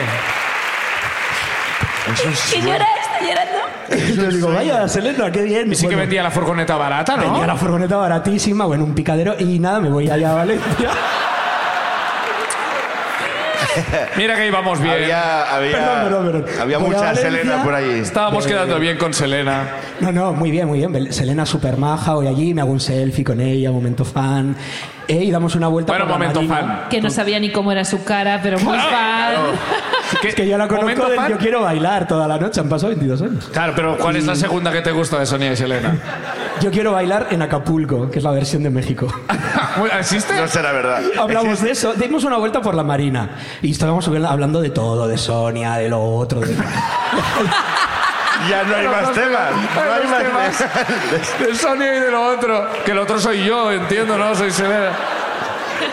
[SPEAKER 3] ¿Qué llora? ¿Está llorando?
[SPEAKER 8] *laughs* Y yo digo, vaya, Selena, qué bien.
[SPEAKER 1] y sí que
[SPEAKER 8] Bueno,
[SPEAKER 1] vendía la furgoneta barata, ¿no?
[SPEAKER 8] vendía la furgoneta baratísima, bueno, un picadero y nada, me voy allá a Valencia.
[SPEAKER 1] Mira que íbamos bien.
[SPEAKER 2] *laughs* Había, había,
[SPEAKER 8] Perdón, perdón, perdón.
[SPEAKER 2] había
[SPEAKER 8] Voy a
[SPEAKER 2] mucha
[SPEAKER 8] Valencia.
[SPEAKER 2] Selena por allí.
[SPEAKER 1] Estábamos quedando bien con Selena.
[SPEAKER 8] No, no, muy bien, muy bien. Bel- Selena super maja, hoy allí me hago un selfie con ella, momento fan. Eh, y damos una vuelta
[SPEAKER 1] Bueno,
[SPEAKER 8] por la
[SPEAKER 1] momento
[SPEAKER 8] marina.
[SPEAKER 1] fan.
[SPEAKER 4] Que no sabía ni cómo era su cara, pero
[SPEAKER 8] *laughs*
[SPEAKER 4] muy fan.
[SPEAKER 8] Es que yo la
[SPEAKER 1] Momento
[SPEAKER 8] conozco del
[SPEAKER 1] fan.
[SPEAKER 8] yo quiero bailar toda la noche, han pasado 22 años.
[SPEAKER 1] Claro, pero ¿cuál es la segunda que te gusta de Sonia y Selena?
[SPEAKER 8] Yo quiero bailar en Acapulco, que es la versión de México.
[SPEAKER 1] *laughs* ¿Existe?
[SPEAKER 2] No será verdad.
[SPEAKER 8] Hablamos de eso, dimos una vuelta por la marina y estábamos hablando de todo, de Sonia, de lo otro. de-
[SPEAKER 2] *laughs* Ya no hay más temas. No hay más temas.
[SPEAKER 1] *laughs* De Sonia y de lo otro. Que el otro soy yo, entiendo, ¿no? Soy Selena.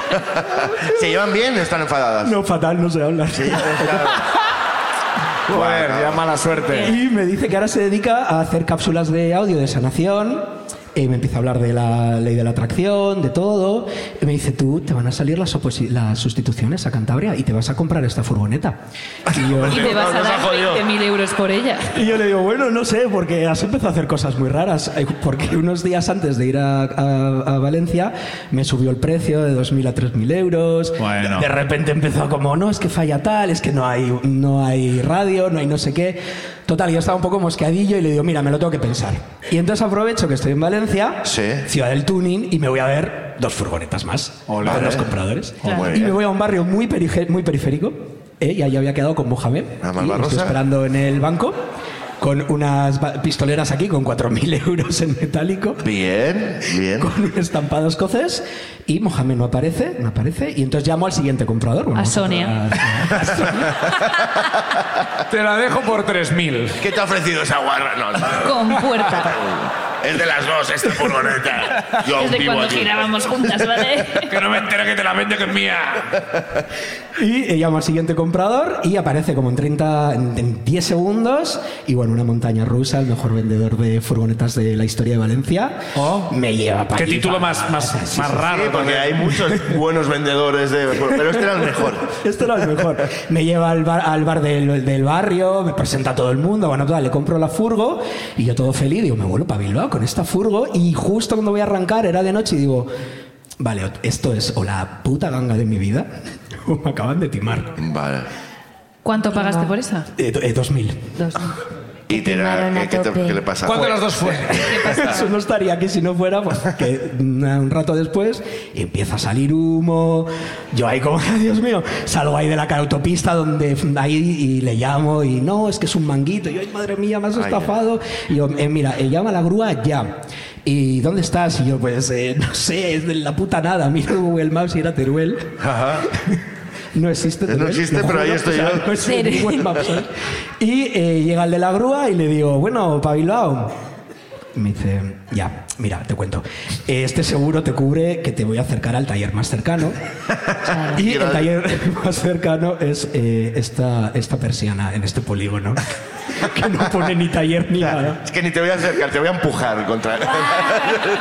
[SPEAKER 2] *laughs* ¿Se llevan bien o están enfadadas?
[SPEAKER 8] No, fatal, no sé hablar.
[SPEAKER 2] Sí, claro.
[SPEAKER 1] Joder,
[SPEAKER 2] Bueno.
[SPEAKER 1] ya mala suerte.
[SPEAKER 8] Y me dice que ahora se dedica a hacer cápsulas de audio de sanación. Y me empieza a hablar de la ley de la atracción, de todo. Y me dice, tú, te van a salir las, oposi- las sustituciones a Cantabria y te vas a comprar esta furgoneta. Y yo,
[SPEAKER 4] *laughs* Y te vas a
[SPEAKER 2] Nos ha
[SPEAKER 4] dar
[SPEAKER 2] jodido.
[SPEAKER 4] 20.000 euros por ella.
[SPEAKER 8] y yo le digo, bueno, no sé, porque has empezado a hacer cosas muy raras. Eh, Porque unos días antes de ir a, a- a Valencia me subió el precio de 2.000 a 3.000 euros.
[SPEAKER 1] Bueno.
[SPEAKER 8] De repente empezó como, no, es que falla tal, es que no hay, no hay radio, no hay no sé qué. Total, yo estaba un poco mosqueadillo y le digo, mira, me lo tengo que pensar. Y entonces aprovecho que estoy en Valencia,
[SPEAKER 2] Sí.
[SPEAKER 8] ciudad del tuning, y me voy a ver dos furgonetas más
[SPEAKER 2] Ole.
[SPEAKER 8] para los compradores.
[SPEAKER 2] Oh, muy
[SPEAKER 8] Y me
[SPEAKER 2] bien.
[SPEAKER 8] voy a un barrio muy, perige- muy periférico. eh, y ahí había quedado con Mohamed.
[SPEAKER 2] Ah,
[SPEAKER 8] Y lo estoy
[SPEAKER 2] Malvarrosa.
[SPEAKER 8] esperando en el banco con unas ba- pistoleras aquí con 4.000 euros en metálico,
[SPEAKER 2] Bien, bien.
[SPEAKER 8] con un estampado escocés y Mohamed no aparece, no aparece y entonces llamo al siguiente comprador. Bueno,
[SPEAKER 4] A
[SPEAKER 8] vamos
[SPEAKER 4] Sonia.
[SPEAKER 8] probar-
[SPEAKER 1] *laughs* Te la dejo por 3.000.
[SPEAKER 2] ¿Qué te ha ofrecido esa guarra? No, no.
[SPEAKER 4] Con puerta.
[SPEAKER 2] Es de las dos esta furgoneta. Yo aún
[SPEAKER 4] Desde
[SPEAKER 2] vivo
[SPEAKER 4] cuando
[SPEAKER 2] aquí.
[SPEAKER 4] girábamos juntas, ¿vale?
[SPEAKER 1] Que no me entere que te la vende, que es mía.
[SPEAKER 8] Y eh, llamo al siguiente comprador y aparece como en 30, en, en 10 segundos. Y bueno, una montaña rusa, el mejor vendedor de furgonetas de la historia de Valencia.
[SPEAKER 2] Oh,
[SPEAKER 8] Me lleva para
[SPEAKER 1] Qué título más, más, más
[SPEAKER 2] Sí,
[SPEAKER 1] raro.
[SPEAKER 2] porque hay muchos buenos vendedores de. Pero este era
[SPEAKER 8] *laughs*
[SPEAKER 2] el mejor.
[SPEAKER 8] Esto era lo mejor. Me lleva al bar, al bar del, del barrio, me presenta a todo el mundo. Bueno, tal, le compro la furgo y yo todo feliz. Digo, me vuelvo para Bilbao con esta furgo. Y justo cuando voy a arrancar, era de noche y digo, vale, esto es o la puta ganga de mi vida *laughs* o me acaban de timar.
[SPEAKER 2] Vale.
[SPEAKER 4] ¿Cuánto pagaste por esa?
[SPEAKER 8] Eh, do- eh, 2000.
[SPEAKER 4] Dos.
[SPEAKER 2] ¿Y te era-
[SPEAKER 3] Timaron a
[SPEAKER 2] ¿qué, qué te-
[SPEAKER 3] tope.
[SPEAKER 2] qué le pasa?
[SPEAKER 1] ¿Cuál de los dos
[SPEAKER 2] *laughs*
[SPEAKER 1] fue?
[SPEAKER 8] Eso no estaría aquí si no fuera, pues que na- un rato después empieza a salir humo. Yo ahí como, *laughs* Dios mío, salgo ahí de la cara autopista donde ahí y le llamo y no, es que es un manguito. Yo, ay, madre mía, me has estafado. Y yo, "Eh, mira, eh, llama a la grúa ya. ¿Y dónde estás? Y yo, pues, eh, no sé, es de la puta nada. Miro Google Maps y era Teruel. *laughs*
[SPEAKER 2] Ajá.
[SPEAKER 8] No existe.
[SPEAKER 2] No
[SPEAKER 8] Teruel,
[SPEAKER 2] existe,
[SPEAKER 8] lo
[SPEAKER 2] pero ahí estoy yo.
[SPEAKER 8] no existe ningún mapa, ¿sabes? y eh, llega el de la grúa y le digo, bueno, pa' Bilbao. me dice, ya, mira, te cuento. Este seguro te cubre que te voy a acercar al taller más cercano. y el taller más cercano es eh, esta, esta persiana en este polígono. *laughs* que no pone ni taller ni nada.
[SPEAKER 2] Es que ni te voy a acercar, te voy a empujar contra.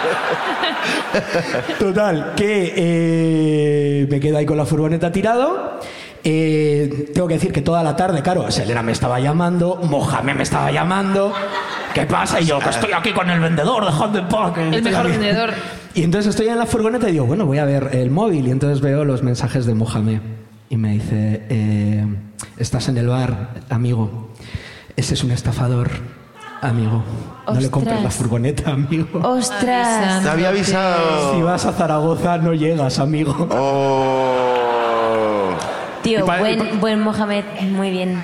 [SPEAKER 8] *laughs* Total, que eh, me quedo ahí con la furgoneta tirado. Eh, tengo que decir que toda la tarde, claro, Selena me estaba llamando, Mohamed me estaba llamando. ¿Qué pasa? Y yo, que estoy aquí con el vendedor, dejadme en paz. que
[SPEAKER 4] El
[SPEAKER 8] estoy
[SPEAKER 4] mejor
[SPEAKER 8] aquí.
[SPEAKER 4] vendedor.
[SPEAKER 8] Y entonces estoy en la furgoneta y digo, bueno, voy a ver el móvil. Y entonces veo los mensajes de Mohamed. Y me dice, eh, estás en el bar, amigo. Ese es un estafador, amigo. No le compres la
[SPEAKER 3] Ostras.
[SPEAKER 8] furgoneta, amigo.
[SPEAKER 3] ¡Ostras!
[SPEAKER 2] Te había
[SPEAKER 8] Si
[SPEAKER 2] avisado.
[SPEAKER 8] vas a Zaragoza no llegas, amigo.
[SPEAKER 2] Oh.
[SPEAKER 3] Tío,
[SPEAKER 1] Y pa- y
[SPEAKER 3] buen, buen Mohamed, muy bien.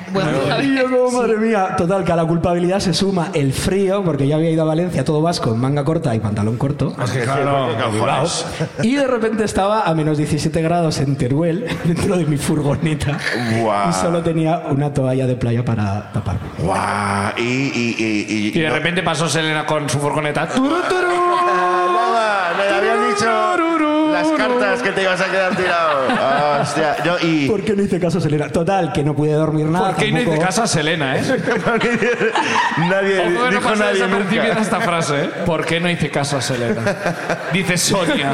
[SPEAKER 8] Y yo como, madre mía, total, que a la culpabilidad se suma el frío, porque yo había ido a Valencia todo vasco, en manga corta y pantalón corto.
[SPEAKER 2] *laughs*
[SPEAKER 8] Y de repente estaba a menos 17 grados en Teruel, *laughs* dentro de mi furgoneta.
[SPEAKER 2] Guau.
[SPEAKER 8] Y solo tenía una toalla de playa para taparme.
[SPEAKER 2] Guau. Y, y, y, y,
[SPEAKER 1] Y de
[SPEAKER 2] no-
[SPEAKER 1] repente pasó Selena con su furgoneta. Turu, turu.
[SPEAKER 2] Ah, nada, Me habían dicho las cartas que te ibas a quedar tirado. Ah, *laughs* hostia. Yo, y.
[SPEAKER 8] ¿Por qué no hice caso, Selena? Total, que no pude dormir nada.
[SPEAKER 1] ¿Por qué no
[SPEAKER 8] tampoco.
[SPEAKER 1] hice caso a Selena, eh?
[SPEAKER 2] *laughs* nadie
[SPEAKER 1] Ojo que no
[SPEAKER 2] dijo
[SPEAKER 1] pasó
[SPEAKER 2] nadie
[SPEAKER 1] desapercibida
[SPEAKER 2] nunca.
[SPEAKER 1] esta frase, ¿eh? ¿Por qué no hice caso a
[SPEAKER 2] *laughs*
[SPEAKER 1] Selena? Dice Sonia.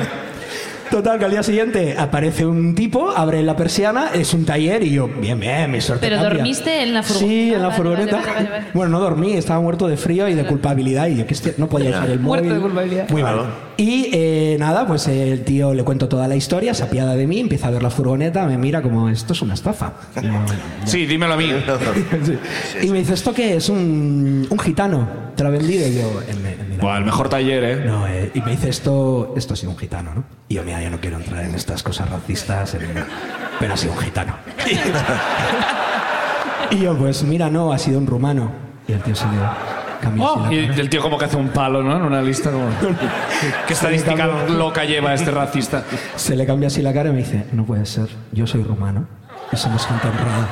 [SPEAKER 8] Total, que al día siguiente aparece un tipo, abre la persiana, es un taller y yo, bien, bien, mi suerte.
[SPEAKER 4] ¿Pero
[SPEAKER 8] cambia.
[SPEAKER 4] dormiste en la furgoneta?
[SPEAKER 8] Sí, en la
[SPEAKER 4] Ah, vale,
[SPEAKER 8] furgoneta.
[SPEAKER 4] vale, vale, vale.
[SPEAKER 8] Bueno, no dormí, estaba muerto de frío y de culpabilidad y yo que este- no podía usar el móvil.
[SPEAKER 4] Muerto de culpabilidad.
[SPEAKER 8] Muy mal. Y eh, nada, pues el tío le cuento toda la historia, se apiada de mí, empieza a ver la furgoneta, me mira como, esto es una estafa. Y yo,
[SPEAKER 1] Sí, dímelo
[SPEAKER 2] *laughs*
[SPEAKER 1] a mí.
[SPEAKER 8] sí. Y me dice, ¿esto qué es? Un, un gitano. Te lo ha vendido. Y yo, en, en- en-
[SPEAKER 1] Buah, el mejor taller, ¿eh?
[SPEAKER 8] no, eh, y me dice esto, esto ha sido un gitano, ¿no? Y yo, mira, yo no quiero entrar en estas cosas racistas, en- pero ha sido un
[SPEAKER 1] *laughs*
[SPEAKER 8] gitano.
[SPEAKER 1] Oh,
[SPEAKER 8] y yo, pues mira, no, ha sido un rumano. Y el tío se le cambió así
[SPEAKER 1] Oh,
[SPEAKER 8] la
[SPEAKER 1] y
[SPEAKER 8] cara.
[SPEAKER 1] el tío como que hace un palo, ¿no? En una
[SPEAKER 8] *laughs*
[SPEAKER 1] lista como... ¿Qué estadística loca lleva este racista?
[SPEAKER 8] Se le cambia así la cara y me dice, no puede ser, yo soy rumano y somos gente honrada.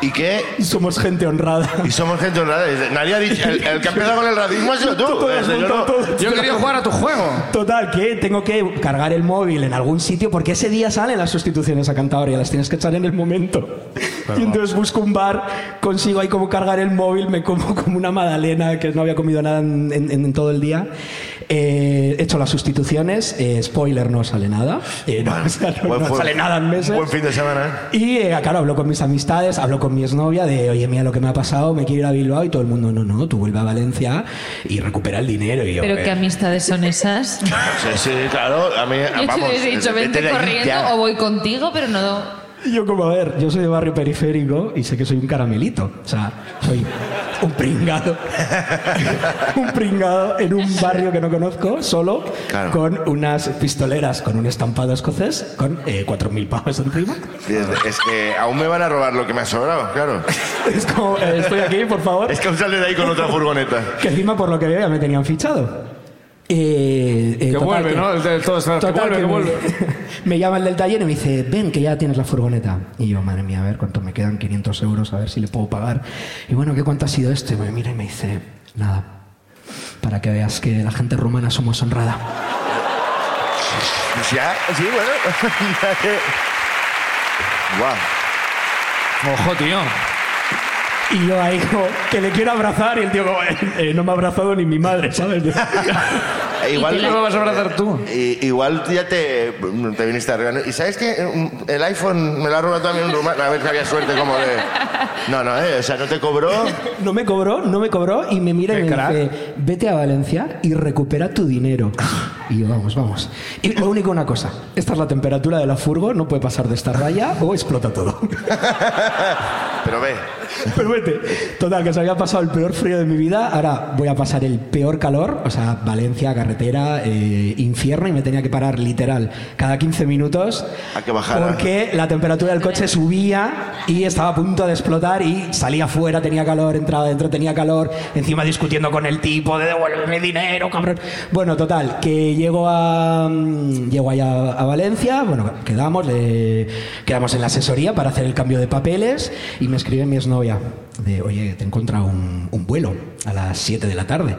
[SPEAKER 2] ¿Y qué?
[SPEAKER 8] Y somos gente honrada.
[SPEAKER 2] Y somos gente honrada. Dice, Nadie ha dicho. El, el que ha empezado con el racismo ha sido tú.
[SPEAKER 8] Todo es
[SPEAKER 2] Dice, yo
[SPEAKER 8] montón,
[SPEAKER 2] no-
[SPEAKER 8] todo.
[SPEAKER 1] Yo quería jugar a tu juego.
[SPEAKER 8] Total, que tengo que cargar el móvil en algún sitio porque ese día salen las sustituciones a Cantabria, las tienes que echar en el momento. Y entonces busco un bar, consigo ahí como cargar el móvil, me como *laughs* como una magdalena que no había comido nada en, en- en todo el día. Eh, echo las sustituciones, eh, spoiler, no sale nada. Eh,
[SPEAKER 1] *laughs*
[SPEAKER 8] no, *laughs* o sea, no-
[SPEAKER 2] Buen
[SPEAKER 8] no
[SPEAKER 2] fu-
[SPEAKER 8] sale nada en meses.
[SPEAKER 2] Buen fin de semana.
[SPEAKER 8] Y eh, claro, hablo con mis amistades, hablo con mi exnovia de, oye, mira lo que me ha pasado, me quiero ir a Bilbao y todo el mundo, no, no, tú vuelve a Valencia y recupera el dinero. Y yo,
[SPEAKER 4] Pero
[SPEAKER 8] "Eh,
[SPEAKER 4] qué amistades son esas.
[SPEAKER 2] Sí, sí, claro. A mí,
[SPEAKER 4] Yo te
[SPEAKER 2] vamos,
[SPEAKER 4] hubiese dicho,
[SPEAKER 2] vete de
[SPEAKER 4] vente
[SPEAKER 2] ahí
[SPEAKER 4] corriendo
[SPEAKER 2] ya".
[SPEAKER 4] o voy contigo, pero no.
[SPEAKER 8] Y Yo como, a ver, yo soy de barrio periférico y sé que soy un caramelito. O sea, soy un pringado. *laughs* un pringado en un barrio que no conozco, solo,
[SPEAKER 2] Claro.
[SPEAKER 8] con unas pistoleras, con un estampado escocés, con eh, 4.000 pavos encima.
[SPEAKER 2] Sí, es- Es que aún me van a robar lo que me ha sobrado, claro.
[SPEAKER 8] Es como, eh, estoy aquí, por favor.
[SPEAKER 2] Es que aún sale de ahí con otra furgoneta.
[SPEAKER 8] Que encima, por lo que veo, ya me tenían fichado. Eh, eh,
[SPEAKER 1] Que
[SPEAKER 8] total,
[SPEAKER 1] vuelve,
[SPEAKER 8] que-
[SPEAKER 1] ¿no? El de- todo está- que
[SPEAKER 8] Total,
[SPEAKER 1] vuelve, que vuelve.
[SPEAKER 8] que me, me llama el del taller y me dice, ven, que ya tienes la furgoneta. Y yo, madre mía, a ver cuánto me quedan, 500 euros, a ver si le puedo pagar. Y bueno, ¿qué cuánto ha sido esto? Y me mira y me dice, nada, para que veas que la gente rumana somos honrada.
[SPEAKER 2] Ya, sí, bueno. *laughs* Guau.
[SPEAKER 1] Ojo, tío.
[SPEAKER 8] Y yo ahí, como, que le quiero abrazar, y el tío, como, "Eh, eh, no me ha abrazado ni mi madre, ¿sabes? *laughs*
[SPEAKER 2] E Igual,
[SPEAKER 1] ¿Cómo vas a abrazar tú?
[SPEAKER 2] i- igual ya te, te viniste arriba. ¿no? ¿Y sabes qué? El iPhone me lo ha robado también un rumano. A ver si había suerte como de... No, no, eh, o sea, no te cobró.
[SPEAKER 8] No me cobró, no me cobró y me mira y
[SPEAKER 1] Qué
[SPEAKER 8] me
[SPEAKER 1] crack.
[SPEAKER 8] dice, vete a Valencia y recupera tu dinero. Y yo, vamos, vamos. Y lo único una cosa, esta es la temperatura de la furgo, no puede pasar de esta raya o explota todo. *laughs*
[SPEAKER 2] Pero ve,
[SPEAKER 8] Pero vete. Total, que se había pasado el peor frío de mi vida, ahora voy a pasar el peor calor, o sea, Valencia, carretera, eh, infierno y me tenía que parar literal cada 15 minutos.
[SPEAKER 2] A que bajara.
[SPEAKER 8] Porque la temperatura del coche subía y estaba a punto de explotar y salía afuera, tenía calor, entraba dentro, tenía calor, encima discutiendo con el tipo de devuélveme dinero, cabrón. Bueno, total, que llego a mm, llego allá a Valencia, bueno, quedamos, le- quedamos en la asesoría para hacer el cambio de papeles y me escribe mi exnovia de, oye, te he encontrado un, un vuelo a las 7 de la tarde.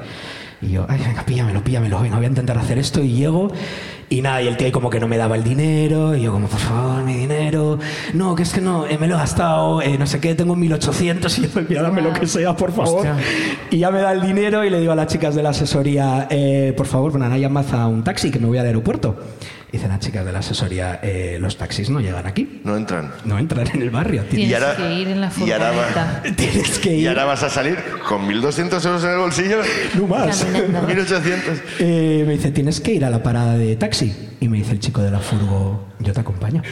[SPEAKER 8] Y yo, ay, venga, píllamelo, píllamelo, venga, voy a intentar hacer esto. Y llego y nada, y el tío ahí como que no me daba el dinero. Y yo como, por favor, mi dinero. No, que es que no, eh, me lo he gastado, eh, no sé qué, tengo 1800 y yo, "Mira, dame lo que sea, por favor.
[SPEAKER 1] Hostia.
[SPEAKER 8] Y ya me da el dinero y le digo a las chicas de la asesoría, eh, por favor, bueno, llamad a un taxi que me voy al aeropuerto. Dicen las chicas de la asesoría, "Eh, los taxis no llegan aquí.
[SPEAKER 2] ¿eh? No entran.
[SPEAKER 8] No entran en el barrio. tío".
[SPEAKER 4] Tienes
[SPEAKER 2] *laughs* ahora-
[SPEAKER 4] que ir en la
[SPEAKER 2] y ahora va-
[SPEAKER 4] furgoneta.
[SPEAKER 8] Tienes que
[SPEAKER 2] Y
[SPEAKER 8] ir.
[SPEAKER 2] ahora vas a salir con 1.200 euros en el bolsillo.
[SPEAKER 8] No más.
[SPEAKER 3] Caminando.
[SPEAKER 2] 1.800.
[SPEAKER 8] Eh, me dice, tienes que ir a la parada de taxi. Y me dice el chico de la furgo, yo te
[SPEAKER 2] *laughs*
[SPEAKER 8] acompaño.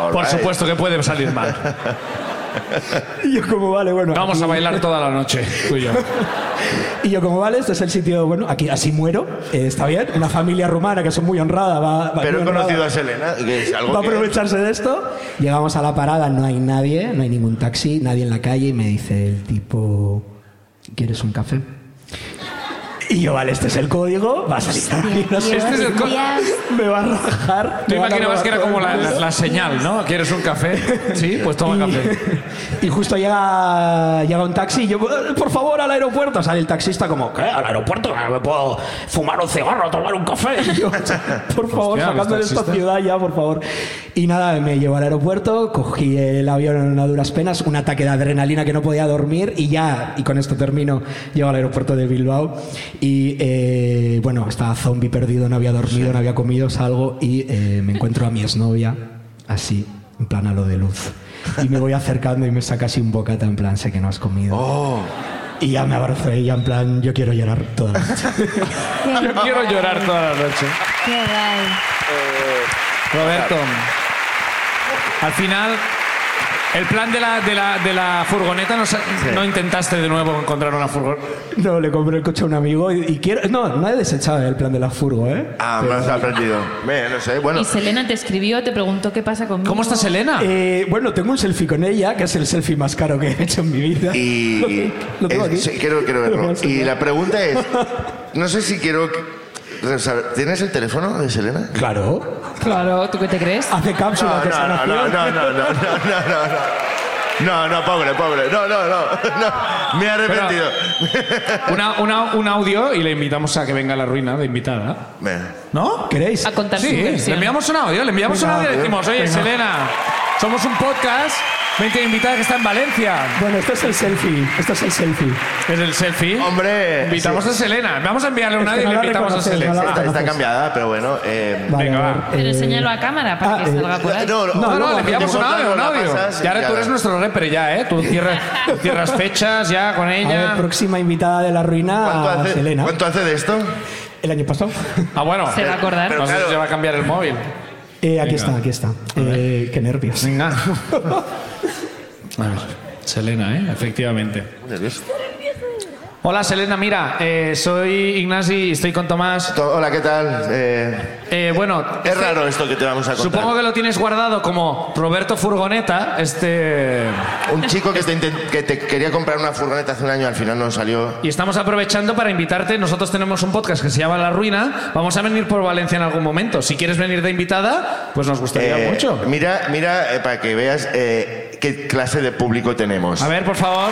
[SPEAKER 2] All
[SPEAKER 1] Por
[SPEAKER 2] right.
[SPEAKER 1] supuesto que puede salir mal.
[SPEAKER 8] *laughs* Y yo como, vale, bueno.
[SPEAKER 1] Vamos a bailar toda la noche,
[SPEAKER 8] *laughs*
[SPEAKER 1] tú y yo.
[SPEAKER 8] Y yo como, vale, este es el sitio, bueno, aquí así muero. Eh, está bien, una familia rumana que son muy honrada. Va, va-
[SPEAKER 2] Pero he
[SPEAKER 8] muy honrada.
[SPEAKER 2] conocido a Selena, que es algo
[SPEAKER 8] Va a
[SPEAKER 2] que-
[SPEAKER 8] aprovecharse de esto. Llegamos a la parada, no hay nadie, no hay ningún taxi, nadie en la calle y me dice el tipo, ¿quieres un café? Y yo, vale, este es el código, vas a *laughs*
[SPEAKER 1] *laughs*
[SPEAKER 8] salir. No sé,
[SPEAKER 1] Este es el co-
[SPEAKER 8] me va a rajar.
[SPEAKER 1] Tú
[SPEAKER 8] me van a
[SPEAKER 1] imaginabas que era
[SPEAKER 8] robar
[SPEAKER 1] como
[SPEAKER 8] todo
[SPEAKER 1] la,
[SPEAKER 8] el *laughs*
[SPEAKER 1] la-
[SPEAKER 8] dinero.
[SPEAKER 1] la señal, ¿no? ¿Quieres
[SPEAKER 8] *laughs*
[SPEAKER 1] un café? Sí, pues toma café.
[SPEAKER 8] Y, y justo llega, llega un taxi y yo, "Eh, por favor, al aeropuerto. Sale el taxista como, ¿qué? ¿Al aeropuerto? ¿Me puedo fumar un cigarro, tomar un café? Y
[SPEAKER 1] *laughs*
[SPEAKER 8] yo, por favor,
[SPEAKER 1] Hostia, los
[SPEAKER 8] sacadme de esta
[SPEAKER 1] taxistas.
[SPEAKER 8] ciudad ya, por favor. Y nada, me llevó al aeropuerto, cogí el avión a duras penas, un ataque de adrenalina que no podía dormir y ya, y con esto termino, llego al aeropuerto de Bilbao y, eh, bueno, estaba zombie perdido, no había dormido, no había comido, salgo y eh, me encuentro a mi exnovia así, en plan a lo de luz. Y me voy acercando y me saca así un bocata en plan, sé que no has comido. Y ya me abrazó ella en plan, yo quiero llorar toda la noche.
[SPEAKER 1] Yo quiero llorar toda la noche.
[SPEAKER 3] Qué guay.
[SPEAKER 2] Eh,
[SPEAKER 1] Roberto, al final, el plan de la, de la, de la furgoneta no, sa- no intentaste de nuevo encontrar una furgoneta.
[SPEAKER 8] *laughs* No, le compré el coche a un amigo y, y quiero... No, no he desechado el plan de la furgo, ¿eh?
[SPEAKER 2] Ah, me has aprendido. Ve, no sé, bueno.
[SPEAKER 4] Y Selena te escribió, te preguntó qué pasa conmigo.
[SPEAKER 1] ¿Cómo estás, Elena?
[SPEAKER 8] Eh, bueno, tengo un selfie con ella, que es el selfie más caro que he hecho en mi vida.
[SPEAKER 2] Y.
[SPEAKER 8] Lo tengo
[SPEAKER 2] es-
[SPEAKER 8] aquí.
[SPEAKER 2] sí, quiero,
[SPEAKER 8] Lo
[SPEAKER 2] quiero
[SPEAKER 8] voy
[SPEAKER 2] verlo.
[SPEAKER 8] a
[SPEAKER 2] Y
[SPEAKER 8] enseñar.
[SPEAKER 2] la
[SPEAKER 8] *laughs*
[SPEAKER 2] pregunta es: no sé si quiero. que- saber- ¿Tienes el teléfono de Selena?
[SPEAKER 8] Claro.
[SPEAKER 4] Claro, ¿tú qué te crees?
[SPEAKER 8] Hace cápsulas
[SPEAKER 2] No,
[SPEAKER 8] de
[SPEAKER 2] no, no,
[SPEAKER 8] sanación.
[SPEAKER 2] no, no, no, no, no, no, no. No, no, pobre, pobre. No, no, no. no. Me he arrepentido.
[SPEAKER 1] Una, una- un audio y le invitamos a que venga a la ruina de invitada.
[SPEAKER 2] Ve.
[SPEAKER 1] ¿No?
[SPEAKER 8] ¿Queréis?
[SPEAKER 4] A contar su
[SPEAKER 1] Sí, le
[SPEAKER 4] versión.
[SPEAKER 1] enviamos un audio, le enviamos
[SPEAKER 8] Venga,
[SPEAKER 1] un audio y le
[SPEAKER 8] eh,
[SPEAKER 1] decimos, oye,
[SPEAKER 8] venga.
[SPEAKER 1] Selena, somos un podcast, vente invitada que está en Valencia.
[SPEAKER 8] Bueno, este es el selfie. Este es el selfie.
[SPEAKER 1] Es el selfie.
[SPEAKER 2] Hombre.
[SPEAKER 1] Invitamos
[SPEAKER 2] sí.
[SPEAKER 1] a Selena. Vamos a enviarle un
[SPEAKER 8] Es que
[SPEAKER 1] audio
[SPEAKER 8] no
[SPEAKER 1] y le
[SPEAKER 8] la
[SPEAKER 1] invitamos a
[SPEAKER 8] reconoces, no
[SPEAKER 1] Selena.
[SPEAKER 8] la-
[SPEAKER 2] Está, está cambiada, pero bueno. eh,
[SPEAKER 8] Vale,
[SPEAKER 1] Venga,
[SPEAKER 8] a ver,
[SPEAKER 1] va.
[SPEAKER 4] Pero
[SPEAKER 8] eh,
[SPEAKER 4] enséñalo a cámara para
[SPEAKER 8] ah,
[SPEAKER 4] que
[SPEAKER 8] eh,
[SPEAKER 4] salga por ahí.
[SPEAKER 8] No,
[SPEAKER 1] No, no,
[SPEAKER 8] luego
[SPEAKER 1] le enviamos un
[SPEAKER 2] te
[SPEAKER 1] audio,
[SPEAKER 2] cortas,
[SPEAKER 1] un
[SPEAKER 2] la
[SPEAKER 1] audio.
[SPEAKER 2] pasas y
[SPEAKER 1] Y ahora tú
[SPEAKER 2] ya.
[SPEAKER 1] eres nuestro rapper ya, ¿eh?
[SPEAKER 4] *laughs*
[SPEAKER 1] Tú cierras, tú cierras fechas ya con
[SPEAKER 8] *laughs* a ver,
[SPEAKER 1] ella.
[SPEAKER 8] próxima invitada de la
[SPEAKER 2] ¿Cuánto
[SPEAKER 8] ruina, a
[SPEAKER 2] hace,
[SPEAKER 8] Selena.
[SPEAKER 2] ¿Cuánto hace de esto?
[SPEAKER 8] El año pasado. *laughs*
[SPEAKER 1] Ah, bueno.
[SPEAKER 4] Se va a acordar.
[SPEAKER 1] No sé si
[SPEAKER 2] claro.
[SPEAKER 1] se va a cambiar el móvil.
[SPEAKER 8] Eh, aquí está, aquí está. Eh, qué nervios. *laughs*
[SPEAKER 1] Venga. A ver, Selena, ¿eh? Efectivamente. Hola, Selena. Mira, eh, soy Ignasi y estoy con Tomás.
[SPEAKER 2] To- Hola, ¿qué tal? Eh,
[SPEAKER 1] Eh, bueno,
[SPEAKER 2] es raro esto que te vamos a contar.
[SPEAKER 1] supongo que lo tienes guardado como Roberto Furgoneta, este...
[SPEAKER 2] Un chico que te, intent- que te quería comprar una furgoneta hace un año, al final no salió.
[SPEAKER 1] Y estamos aprovechando para invitarte. Nosotros tenemos un podcast que se llama La Ruina. Vamos a venir por Valencia en algún momento. Si quieres venir de invitada, pues nos gustaría
[SPEAKER 2] Eh,
[SPEAKER 1] mucho.
[SPEAKER 2] Mira, mira eh, para que veas eh, qué clase de público tenemos.
[SPEAKER 1] A ver, por favor.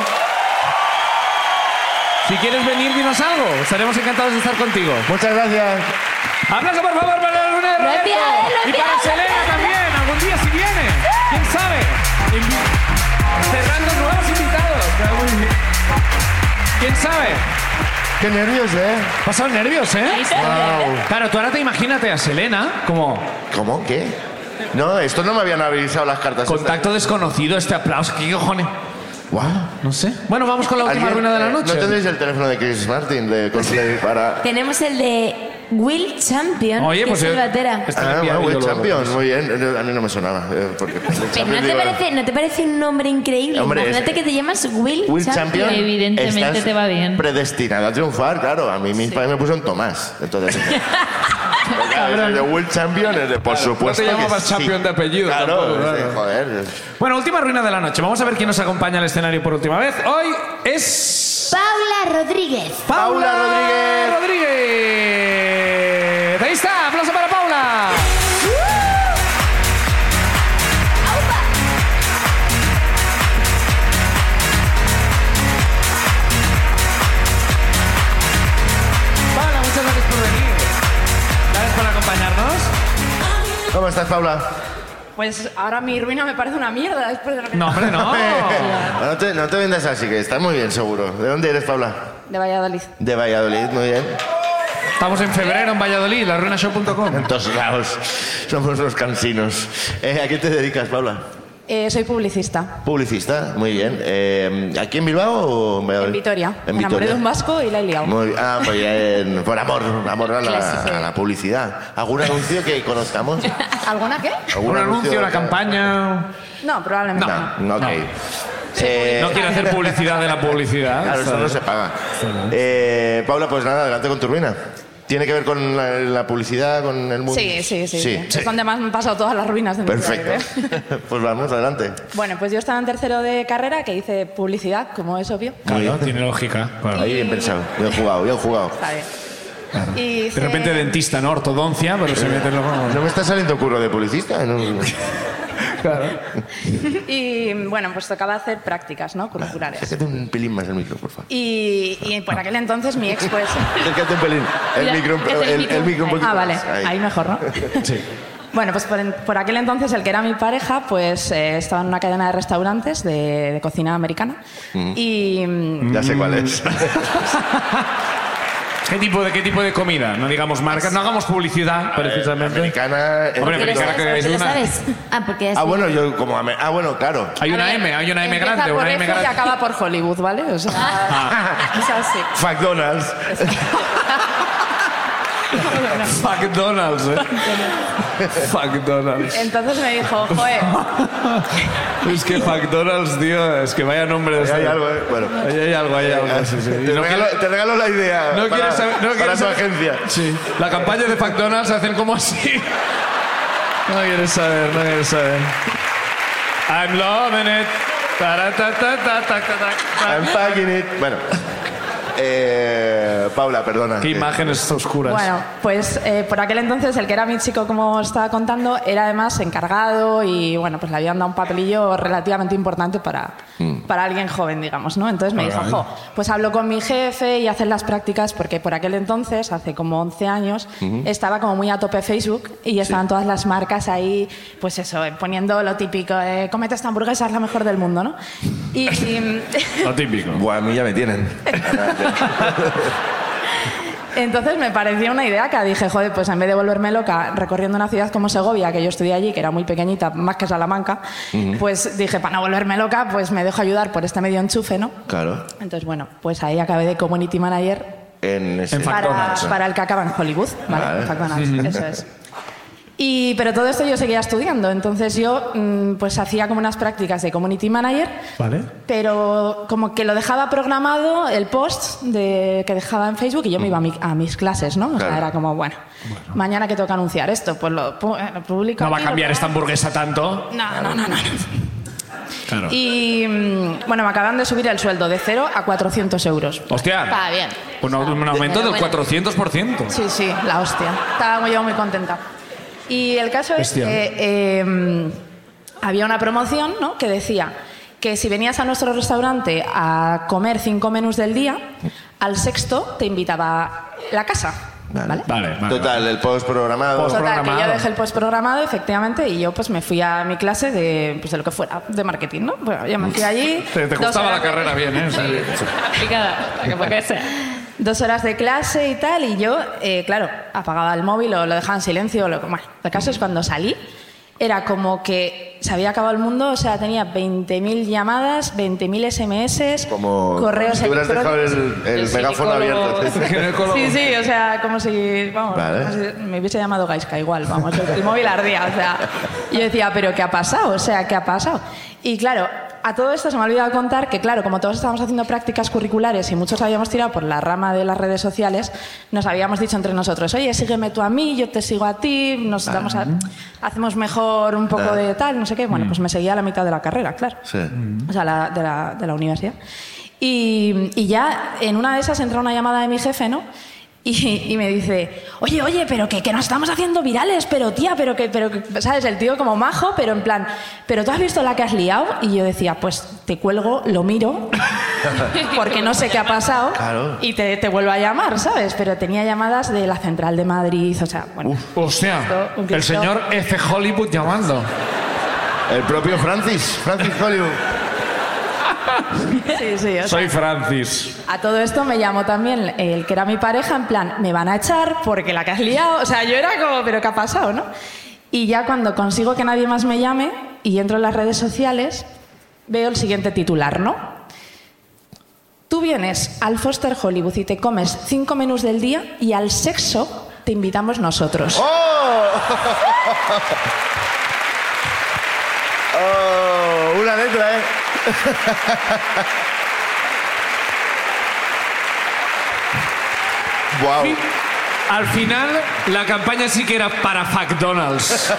[SPEAKER 1] Si quieres venir, dinos algo. Estaremos encantados de estar contigo.
[SPEAKER 2] Muchas gracias.
[SPEAKER 1] Aplauso, por favor, para la Luna de Roberto.
[SPEAKER 3] Gracias,
[SPEAKER 1] Y
[SPEAKER 3] gracias,
[SPEAKER 1] para Selena
[SPEAKER 3] gracias.
[SPEAKER 1] también. Algún día si viene. ¿Quién sabe? Invi- Cerrando nuevos invitados. ¿Quién sabe?
[SPEAKER 2] Qué nervios, ¿eh?
[SPEAKER 1] Pasaron nervios, ¿eh?
[SPEAKER 2] Wow.
[SPEAKER 1] Claro, tú ahora te imagínate a Selena como...
[SPEAKER 2] ¿Cómo? ¿Qué? No, esto no me habían avisado las cartas.
[SPEAKER 1] Contacto desconocido, este aplauso. ¿Qué cojones?
[SPEAKER 2] Wow.
[SPEAKER 1] No sé. Bueno, vamos con la última
[SPEAKER 2] ¿Alguien,
[SPEAKER 1] ruina de la
[SPEAKER 2] eh,
[SPEAKER 1] noche.
[SPEAKER 2] ¿No tendréis el teléfono de Chris Martin de Coldplay para...?
[SPEAKER 3] Tenemos el de Will Champion,
[SPEAKER 1] Oye,
[SPEAKER 3] que
[SPEAKER 1] pues
[SPEAKER 3] es el
[SPEAKER 1] yo-
[SPEAKER 3] batera.
[SPEAKER 1] Está
[SPEAKER 2] Ah,
[SPEAKER 1] enviado
[SPEAKER 2] bueno,
[SPEAKER 1] y yo
[SPEAKER 2] Will
[SPEAKER 1] lo-
[SPEAKER 2] Champion, muy bien. Eh, A mí no me sonaba. eh, Porque
[SPEAKER 3] Pero ¿no pues, te, parece, ¿no te parece un nombre increíble?
[SPEAKER 2] Hombre,
[SPEAKER 3] Imagínate
[SPEAKER 2] es-
[SPEAKER 3] que te llamas Will,
[SPEAKER 2] Will Champion,
[SPEAKER 4] Evidentemente
[SPEAKER 2] estás
[SPEAKER 4] te va bien.
[SPEAKER 2] Predestinado a triunfar, claro. A mí mis padres me pusieron Tomás. Entonces. Venga, de Will Champion, es de- por supuesto.
[SPEAKER 1] no te llamabas
[SPEAKER 2] que sí.
[SPEAKER 1] Champion de apellido
[SPEAKER 2] Claro,
[SPEAKER 1] tampoco,
[SPEAKER 2] es de-
[SPEAKER 1] claro.
[SPEAKER 2] joder.
[SPEAKER 1] Bueno, última ruina de la noche. Vamos a ver quién nos acompaña al escenario por última vez. Hoy es.
[SPEAKER 3] Paula Rodríguez.
[SPEAKER 1] Paula,
[SPEAKER 2] Paula Rodríguez.
[SPEAKER 1] Rodríguez. Ahí está, aplauso para Paula.
[SPEAKER 2] ¿Cómo estás, Paula?
[SPEAKER 9] Pues ahora mi ruina me parece una mierda después de lo que...
[SPEAKER 1] No, hombre, no.
[SPEAKER 2] No te, no te vendas así, que estás muy bien, seguro. ¿De dónde eres, Paula?
[SPEAKER 9] *laughs* De Valladolid.
[SPEAKER 2] De Valladolid, muy bien.
[SPEAKER 1] Estamos en febrero en Valladolid, laruinashow.com.
[SPEAKER 2] En todos lados. Somos los cansinos. Eh, ¿A qué te dedicas, Paula?
[SPEAKER 9] Eh, soy publicista.
[SPEAKER 2] Publicista, muy bien. Eh, ¿Aquí en Bilbao o en Valladolid?
[SPEAKER 9] En Vitoria.
[SPEAKER 2] En
[SPEAKER 9] Me enamoré de un
[SPEAKER 2] Vitoria.
[SPEAKER 9] vasco y la he liado.
[SPEAKER 2] Muy, ah, pues bien. Por amor, amor a la,
[SPEAKER 9] Clásico.
[SPEAKER 2] a la publicidad. ¿Algún anuncio que conozcamos?
[SPEAKER 9] *laughs* ¿Alguna qué?
[SPEAKER 1] Un anuncio, una campaña.
[SPEAKER 9] No, probablemente no.
[SPEAKER 2] No, no, ok. Eh,
[SPEAKER 1] No quiero hacer publicidad de la publicidad.
[SPEAKER 2] Claro, eso no se paga. Eh, Paula, pues nada, adelante con tu ruina. ¿Tiene que ver con la, la publicidad, con *laughs* el mundo?
[SPEAKER 9] Sí, sí, sí. sí.
[SPEAKER 2] sí.
[SPEAKER 9] Es donde más me han pasado todas las ruinas de mi vida, yo creo.
[SPEAKER 2] Perfecto. *laughs* pues vamos, adelante.
[SPEAKER 9] Bueno, pues yo estaba en tercero de carrera que hice publicidad, como es obvio.
[SPEAKER 2] Muy bien.
[SPEAKER 1] tiene lógica.
[SPEAKER 2] Ahí bien pensado. Bien jugado, bien jugado.
[SPEAKER 9] Está bien. Y hice-
[SPEAKER 1] De repente dentista, ¿no? Ortodoncia, pero se mete en
[SPEAKER 2] ¿No me está saliendo curro de publicista? ¿eh? No.
[SPEAKER 9] *laughs* Y bueno, pues tocaba hacer prácticas, ¿no? Curriculares.
[SPEAKER 2] Acércate un pelín más el micro, por favor.
[SPEAKER 9] Y, y por aquel entonces mi ex, pues.
[SPEAKER 2] Acércate un pelín. El
[SPEAKER 4] Mira,
[SPEAKER 2] micro,
[SPEAKER 4] es el
[SPEAKER 2] el,
[SPEAKER 4] micro.
[SPEAKER 2] el micro un poquito
[SPEAKER 9] Ah, vale,
[SPEAKER 2] más.
[SPEAKER 9] ahí. mejor, ¿no?
[SPEAKER 1] Sí.
[SPEAKER 9] Bueno, pues por, en- por aquel entonces el que era mi pareja, pues eh, estaba en una cadena de restaurantes de, de cocina americana.
[SPEAKER 1] Mm.
[SPEAKER 9] Y. mm,
[SPEAKER 2] Ya sé cuál es.
[SPEAKER 1] *laughs* ¿Qué tipo de, qué tipo de comida? No digamos marcas, no hagamos publicidad, precisamente.
[SPEAKER 2] Americana. eh,
[SPEAKER 1] Hombre,
[SPEAKER 3] Pero
[SPEAKER 1] americana
[SPEAKER 3] sabes,
[SPEAKER 1] que es
[SPEAKER 3] pero
[SPEAKER 1] una-
[SPEAKER 3] sabes. Ah, porque es
[SPEAKER 2] Ah, bueno, yo como... ame- Ah, bueno, claro.
[SPEAKER 1] Hay
[SPEAKER 9] a
[SPEAKER 1] una
[SPEAKER 9] ver,
[SPEAKER 1] M, hay una M
[SPEAKER 9] empieza
[SPEAKER 1] grande,
[SPEAKER 9] por
[SPEAKER 1] una
[SPEAKER 9] F
[SPEAKER 1] M
[SPEAKER 9] Y
[SPEAKER 1] grande.
[SPEAKER 2] *laughs*
[SPEAKER 9] acaba por Hollywood, ¿vale? O sea, *laughs* es así.
[SPEAKER 2] *laughs* McDonald's.
[SPEAKER 1] Fuck Donald's, eh. Fuck Donald's.
[SPEAKER 9] Entonces me dijo, joe,
[SPEAKER 1] Es que fuck Donald's, tío, es que vaya nombre de
[SPEAKER 2] Hay
[SPEAKER 1] este-
[SPEAKER 2] algo, eh. Bueno.
[SPEAKER 1] Ahí hay algo, ahí hay algo. sí, sí. Y
[SPEAKER 2] Te
[SPEAKER 1] no
[SPEAKER 2] regalo,
[SPEAKER 1] quiero-
[SPEAKER 2] te regalo la idea
[SPEAKER 1] no
[SPEAKER 2] para,
[SPEAKER 1] quiero saber- no quiero
[SPEAKER 2] para su
[SPEAKER 1] saber-
[SPEAKER 2] agencia.
[SPEAKER 1] Sí. La campaña de McDonald's hacen como así. No quieres saber, no quieres saber. I'm loving it. Tara, ta, ta, ta, ta, ta, ta, ta.
[SPEAKER 2] I'm packing it. Bueno. Eh, Paula, perdona.
[SPEAKER 1] Qué
[SPEAKER 2] Que-
[SPEAKER 1] imágenes oscuras.
[SPEAKER 9] Bueno, pues eh, por aquel entonces el que era mi chico, como os estaba contando, era además encargado y bueno, pues le habían dado un papelillo relativamente importante para, para alguien joven, digamos, ¿no? Entonces me dijo, jo, pues hablo con mi jefe y hacen las prácticas porque por aquel entonces, hace como 11 años,
[SPEAKER 2] Mm.
[SPEAKER 9] estaba como muy a tope Facebook y estaban todas las marcas ahí, pues eso, eh, poniendo lo típico, eh, comete esta hamburguesa, es la mejor del mundo, ¿no? Y- y
[SPEAKER 1] Lo típico.
[SPEAKER 2] Buah, a mí ya
[SPEAKER 9] *laughs*
[SPEAKER 2] me tienen.
[SPEAKER 9] Entonces me pareció una idea que dije, joder, pues en vez de volverme loca recorriendo una ciudad como Segovia, que yo estudié allí, que era muy pequeñita, más que Salamanca, pues dije, para no volverme loca, pues me dejo ayudar por este medio enchufe, ¿no?
[SPEAKER 2] Claro.
[SPEAKER 9] Entonces, bueno, pues ahí acabé de community manager
[SPEAKER 2] En, ese-
[SPEAKER 1] En fact-
[SPEAKER 9] para,
[SPEAKER 1] McDonald's. ¿eh? Ah,
[SPEAKER 9] para el que acaba en Hollywood, ¿vale?
[SPEAKER 2] Vale.
[SPEAKER 9] McDonald's, eso es. Y, pero todo esto yo seguía estudiando, entonces yo mm, pues hacía como unas prácticas de community manager,
[SPEAKER 1] Vale.
[SPEAKER 9] pero como que lo dejaba programado el post de, que dejaba en Facebook y yo me iba a, mi- a mis clases, ¿no? O
[SPEAKER 2] Claro.
[SPEAKER 9] sea, era como, bueno, mañana que toca anunciar esto, pues lo, pu- eh, lo publico.
[SPEAKER 1] No va a
[SPEAKER 9] aquí, lo
[SPEAKER 1] cambiar
[SPEAKER 9] pongo-
[SPEAKER 1] esta hamburguesa tanto.
[SPEAKER 9] No, no, no, no.
[SPEAKER 1] Claro.
[SPEAKER 9] Y mm, bueno, me acaban de subir el sueldo de 0 a 400 euros.
[SPEAKER 1] Hostia.
[SPEAKER 5] Está bien.
[SPEAKER 1] Un, au- un aumento del 400%.
[SPEAKER 9] Sí, sí, la hostia. Estaba yo muy contenta. Y el caso es
[SPEAKER 1] Hostia.
[SPEAKER 9] que eh, había una promoción ¿no? que decía que si venías a nuestro restaurante a comer cinco menús del día, al sexto te invitaba la casa.
[SPEAKER 2] Vale.
[SPEAKER 9] ¿Vale?
[SPEAKER 1] Vale, vale.
[SPEAKER 2] Total, el post programado.
[SPEAKER 1] Post-
[SPEAKER 9] Total, que yo
[SPEAKER 1] programado.
[SPEAKER 9] dejé el post programado, efectivamente, y yo pues me fui a mi clase de, pues, de lo que fuera, de marketing, ¿no? Bueno, yo me fui allí.
[SPEAKER 1] Te, te
[SPEAKER 9] dos
[SPEAKER 1] gustaba la
[SPEAKER 9] horas de- *laughs*
[SPEAKER 1] carrera bien, ¿eh? O sea,
[SPEAKER 4] *laughs* Picada, que porque sea.
[SPEAKER 9] dos horas de clase y tal, y yo, eh, claro, apagaba el móvil o lo dejaba en silencio. O lo, bueno, el caso es cuando salí, era como que se había acabado el mundo, o sea, tenía 20.000 llamadas, 20.000 SMS,
[SPEAKER 2] Como
[SPEAKER 9] correos
[SPEAKER 2] si hubieras dejado
[SPEAKER 9] electrónicos.
[SPEAKER 2] el, el
[SPEAKER 4] Yo soy
[SPEAKER 2] megáfono
[SPEAKER 4] psicólogo. *laughs*
[SPEAKER 2] abierto.
[SPEAKER 9] Sí, sí, o sea, como si, vamos,
[SPEAKER 2] Vale.
[SPEAKER 9] como si me hubiese llamado Gaisca igual, vamos, el, el móvil ardía, o sea, y yo decía, pero ¿qué ha pasado? O sea, ¿qué ha pasado? Y claro, a todo esto se me ha olvidado contar que, claro, como todos estábamos haciendo prácticas curriculares y muchos habíamos tirado por la rama de las redes sociales, nos habíamos dicho entre nosotros, oye, sígueme tú a mí, yo te sigo a ti, nos damos a- hacemos mejor un poco de tal, no sé qué. Bueno, pues me seguía a la mitad de la carrera, claro
[SPEAKER 2] Sí.
[SPEAKER 9] o sea, la- de, la, de la universidad. Y, y ya en una de esas entra una llamada de mi jefe, ¿no? Y, y me dice, oye, oye, pero que, que nos estamos haciendo virales, pero tía, pero que, pero que-". ¿sabes? El tío como majo, pero en plan, ¿pero tú has visto la que has liado? Y yo decía, pues te cuelgo, lo miro porque no sé qué ha pasado
[SPEAKER 2] Claro.
[SPEAKER 9] y te, te vuelvo a llamar, ¿sabes? Pero tenía llamadas de la central de Madrid, o sea, bueno.
[SPEAKER 1] O sea,
[SPEAKER 9] Cristo, un
[SPEAKER 1] el
[SPEAKER 9] Cristo.
[SPEAKER 1] señor F. Hollywood llamando.
[SPEAKER 2] El propio Francis, Francis Hollywood.
[SPEAKER 9] *laughs* Sí, sí, o sea,
[SPEAKER 1] Soy Francis.
[SPEAKER 9] a todo esto me llamó también el que era mi pareja, en plan, me van a echar porque la que has liado, o sea, yo era como, pero ¿qué ha pasado, no? Y ya cuando consigo que nadie más me llame y entro en las redes sociales, veo el siguiente titular, ¿no? Tú vienes al Foster Hollywood y te comes cinco menús del día y al sexo te invitamos nosotros.
[SPEAKER 2] ¡Oh! ¡Oh! Una letra, ¿eh? ¡Wow!
[SPEAKER 1] Al final, la campaña sí que era para McDonald's.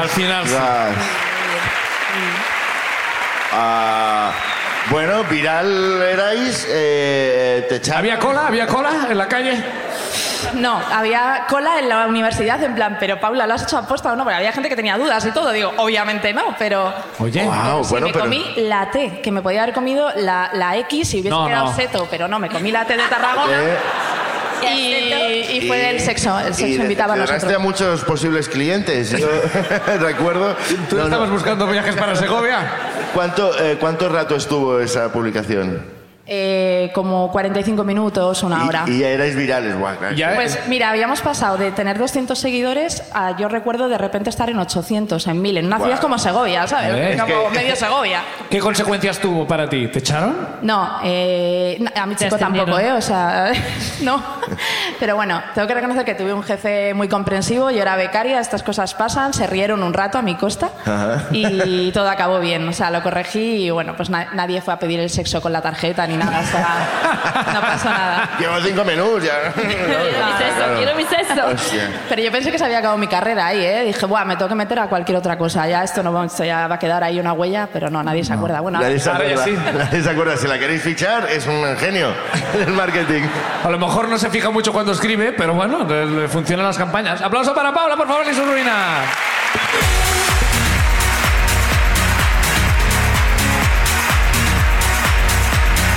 [SPEAKER 1] al final sí.
[SPEAKER 2] Ah, bueno, viral erais, eh, te echaron.
[SPEAKER 1] ¿Había cola? ¿Había cola en la calle?
[SPEAKER 9] No, había cola en la universidad en plan, pero Paula, ¿lo has hecho aposta o no? Porque había gente que tenía dudas y todo. Digo, obviamente no, pero
[SPEAKER 1] Oye.
[SPEAKER 2] Wow,
[SPEAKER 9] Sí,
[SPEAKER 2] bueno,
[SPEAKER 9] me
[SPEAKER 2] pero...
[SPEAKER 9] comí la T, que me podía haber comido la, la X y hubiese
[SPEAKER 1] No,
[SPEAKER 9] quedado
[SPEAKER 1] no.
[SPEAKER 9] seto, pero no, me comí la T de Tarragona
[SPEAKER 2] ¿eh?
[SPEAKER 9] y, y fue
[SPEAKER 2] Y-
[SPEAKER 9] el sexo, el
[SPEAKER 2] y
[SPEAKER 9] sexo invitaba a
[SPEAKER 2] decepcionaste
[SPEAKER 9] nosotros.
[SPEAKER 2] a muchos posibles
[SPEAKER 9] *laughs*
[SPEAKER 2] clientes. Yo *laughs* recuerdo.
[SPEAKER 1] ¿Tú
[SPEAKER 2] No, no.
[SPEAKER 1] estabas buscando viajes para Segovia?
[SPEAKER 2] ¿Cuánto, eh, ¿Cuánto rato estuvo esa publicación?
[SPEAKER 9] Eh, como 45 minutos, una
[SPEAKER 2] Y-
[SPEAKER 9] hora.
[SPEAKER 2] Y, ya erais virales, guau. claro.
[SPEAKER 1] Ya-
[SPEAKER 9] Pues mira, habíamos pasado de tener 200 seguidores a yo recuerdo de repente estar en 800, en 1000, en una
[SPEAKER 2] Guau.
[SPEAKER 9] ciudad como Segovia, ¿sabes?
[SPEAKER 1] Eh, es
[SPEAKER 9] como
[SPEAKER 2] que-
[SPEAKER 9] medio
[SPEAKER 2] *laughs*
[SPEAKER 9] Segovia.
[SPEAKER 1] ¿Qué consecuencias tuvo para ti? ¿Te echaron?
[SPEAKER 9] No, eh, no, a mi
[SPEAKER 4] Te
[SPEAKER 9] chico tampoco, ¿eh?
[SPEAKER 4] ascendieron.
[SPEAKER 9] O sea, *laughs* no. Pero bueno, tengo que reconocer que tuve un jefe muy comprensivo, yo era becaria, estas cosas pasan, se rieron un rato a mi costa
[SPEAKER 2] Ajá.
[SPEAKER 9] y *laughs* todo acabó bien. O sea, lo corregí y bueno, pues na- nadie fue a pedir el sexo con la tarjeta ni nada, o
[SPEAKER 4] *laughs*
[SPEAKER 9] sea, no pasó nada.
[SPEAKER 2] *laughs* Llevo cinco menús
[SPEAKER 9] *laughs*
[SPEAKER 2] ya.
[SPEAKER 4] Quiero mi sexo, quiero mi sexo.
[SPEAKER 2] Hostia.
[SPEAKER 9] Pero yo pensé que se había acabado mi carrera ahí, ¿eh? Dije, buah, me tengo que meter a cualquier otra cosa. Ya esto no va, esto ya va a quedar ahí una huella, pero no, nadie se acuerda. Bueno,
[SPEAKER 2] Nadie se
[SPEAKER 1] ahora ya
[SPEAKER 2] *laughs* acuerda.
[SPEAKER 1] sí.
[SPEAKER 2] Nadie se acuerda. Si la queréis fichar, es un genio *laughs* del marketing.
[SPEAKER 1] A lo mejor no se fija mucho cuando escribe, pero bueno, le, le funcionan las campañas. ¡Aplauso para Paula, por favor, y su ruina!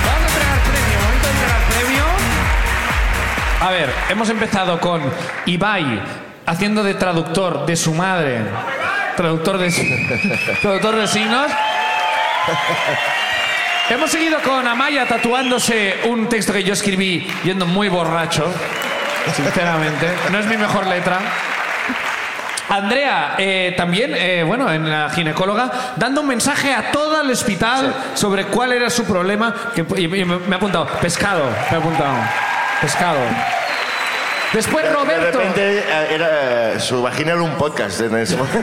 [SPEAKER 1] Vamos a entregar premio, momento de entregar premio. A ver, hemos empezado con Ibai haciendo de traductor de su madre. Traductor de, traductor de *laughs* signos. Hemos seguido con Amaya tatuándose un texto que yo escribí yendo muy borracho, sinceramente. No es mi mejor letra. Andrea, eh, también, eh, bueno, en la ginecóloga, dando un mensaje a todo el hospital sobre cuál era su problema. Que, y- y me, me ha apuntado, pescado, me ha apuntado, pescado. Después
[SPEAKER 2] De
[SPEAKER 1] Roberto.
[SPEAKER 2] repente eh, era, eh, su vagina era un podcast en
[SPEAKER 9] *laughs*
[SPEAKER 2] ese momento.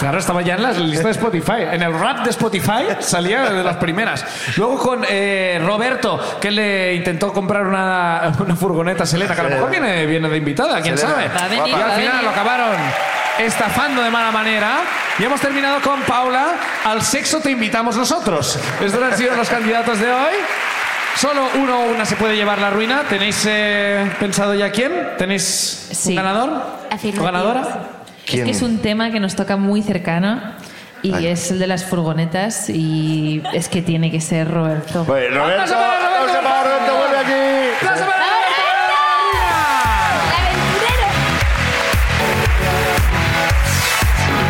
[SPEAKER 1] Claro, estaba ya en la lista de Spotify. En el rap de Spotify salía de las primeras. Luego con eh, Roberto, que le intentó comprar una, una furgoneta a Selena, que a lo mejor viene, viene de invitada, quién
[SPEAKER 2] Selena.
[SPEAKER 1] sabe.
[SPEAKER 4] Va a venir,
[SPEAKER 1] y al
[SPEAKER 4] va a
[SPEAKER 1] final
[SPEAKER 4] venir.
[SPEAKER 1] lo acabaron estafando de mala manera. Y hemos terminado con Paula. Al sexo te invitamos nosotros. Estos han sido los candidatos de hoy. Solo uno o una se puede llevar la ruina. ¿Tenéis eh, pensado ya quién? ¿Tenéis un
[SPEAKER 4] Sí.
[SPEAKER 1] ganador? ¿O
[SPEAKER 3] Afirmativo.
[SPEAKER 1] ganadora?
[SPEAKER 2] ¿Quién?
[SPEAKER 4] Es que es un tema que nos toca muy cercano y
[SPEAKER 2] Ay.
[SPEAKER 4] es el de las furgonetas y es que tiene que ser Roberto.
[SPEAKER 2] Pues,
[SPEAKER 1] ¡Aplauso
[SPEAKER 2] Roberto,
[SPEAKER 1] para Roberto!
[SPEAKER 2] ¡Aplauso para Roberto, vuelve aquí.
[SPEAKER 1] ¡Aplauso para
[SPEAKER 3] ¡El aventurero!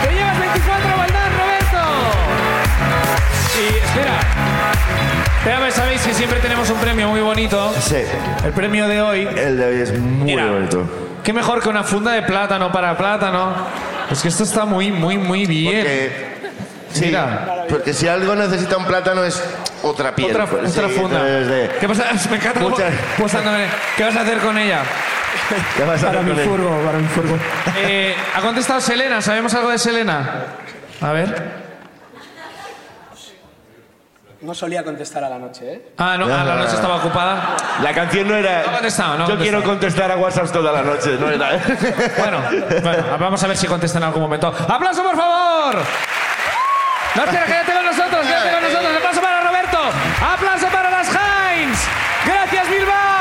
[SPEAKER 1] ¡Te llevas 24 baldad, Roberto! Y espera. Ya ves, sabéis que siempre tenemos un premio muy bonito.
[SPEAKER 2] Sí,
[SPEAKER 1] El premio de hoy.
[SPEAKER 2] el de hoy es muy
[SPEAKER 1] Mira,
[SPEAKER 2] bonito.
[SPEAKER 1] Qué mejor que una funda de plátano para plátano. Es que esto está muy, muy, muy bien.
[SPEAKER 2] Porque, sí,
[SPEAKER 1] Mira.
[SPEAKER 2] porque si algo necesita un plátano es otra piel.
[SPEAKER 1] Otra,
[SPEAKER 2] Pues,
[SPEAKER 1] otra
[SPEAKER 2] sí,
[SPEAKER 1] funda.
[SPEAKER 2] entonces, de-
[SPEAKER 1] ¿Qué pasa? *laughs* Me encanta cómo-
[SPEAKER 2] *laughs* Muchas-
[SPEAKER 1] posándome. pues ¿Qué vas a hacer con ella?
[SPEAKER 2] *laughs* ¿Qué vas a
[SPEAKER 8] Para mi
[SPEAKER 2] hacer con él?
[SPEAKER 8] furgo, para mi furgo.
[SPEAKER 1] Eh, ha contestado Selena. ¿Sabemos algo de Selena? A ver.
[SPEAKER 8] No solía contestar a la noche, ¿eh?
[SPEAKER 1] Ah, no, ah, la noche estaba ocupada.
[SPEAKER 2] La canción no era.
[SPEAKER 1] No ha contestado, no ha
[SPEAKER 2] Yo
[SPEAKER 1] contestado.
[SPEAKER 2] quiero contestar a WhatsApp toda la noche, no era.
[SPEAKER 1] *laughs* Bueno, bueno, vamos a ver si contesta en algún momento. ¡Aplauso, por favor! No, espera, quédate con nosotros, quédate con nosotros. ¡Aplauso para Roberto! ¡Aplauso para las Heinz! ¡Gracias, Bilbao!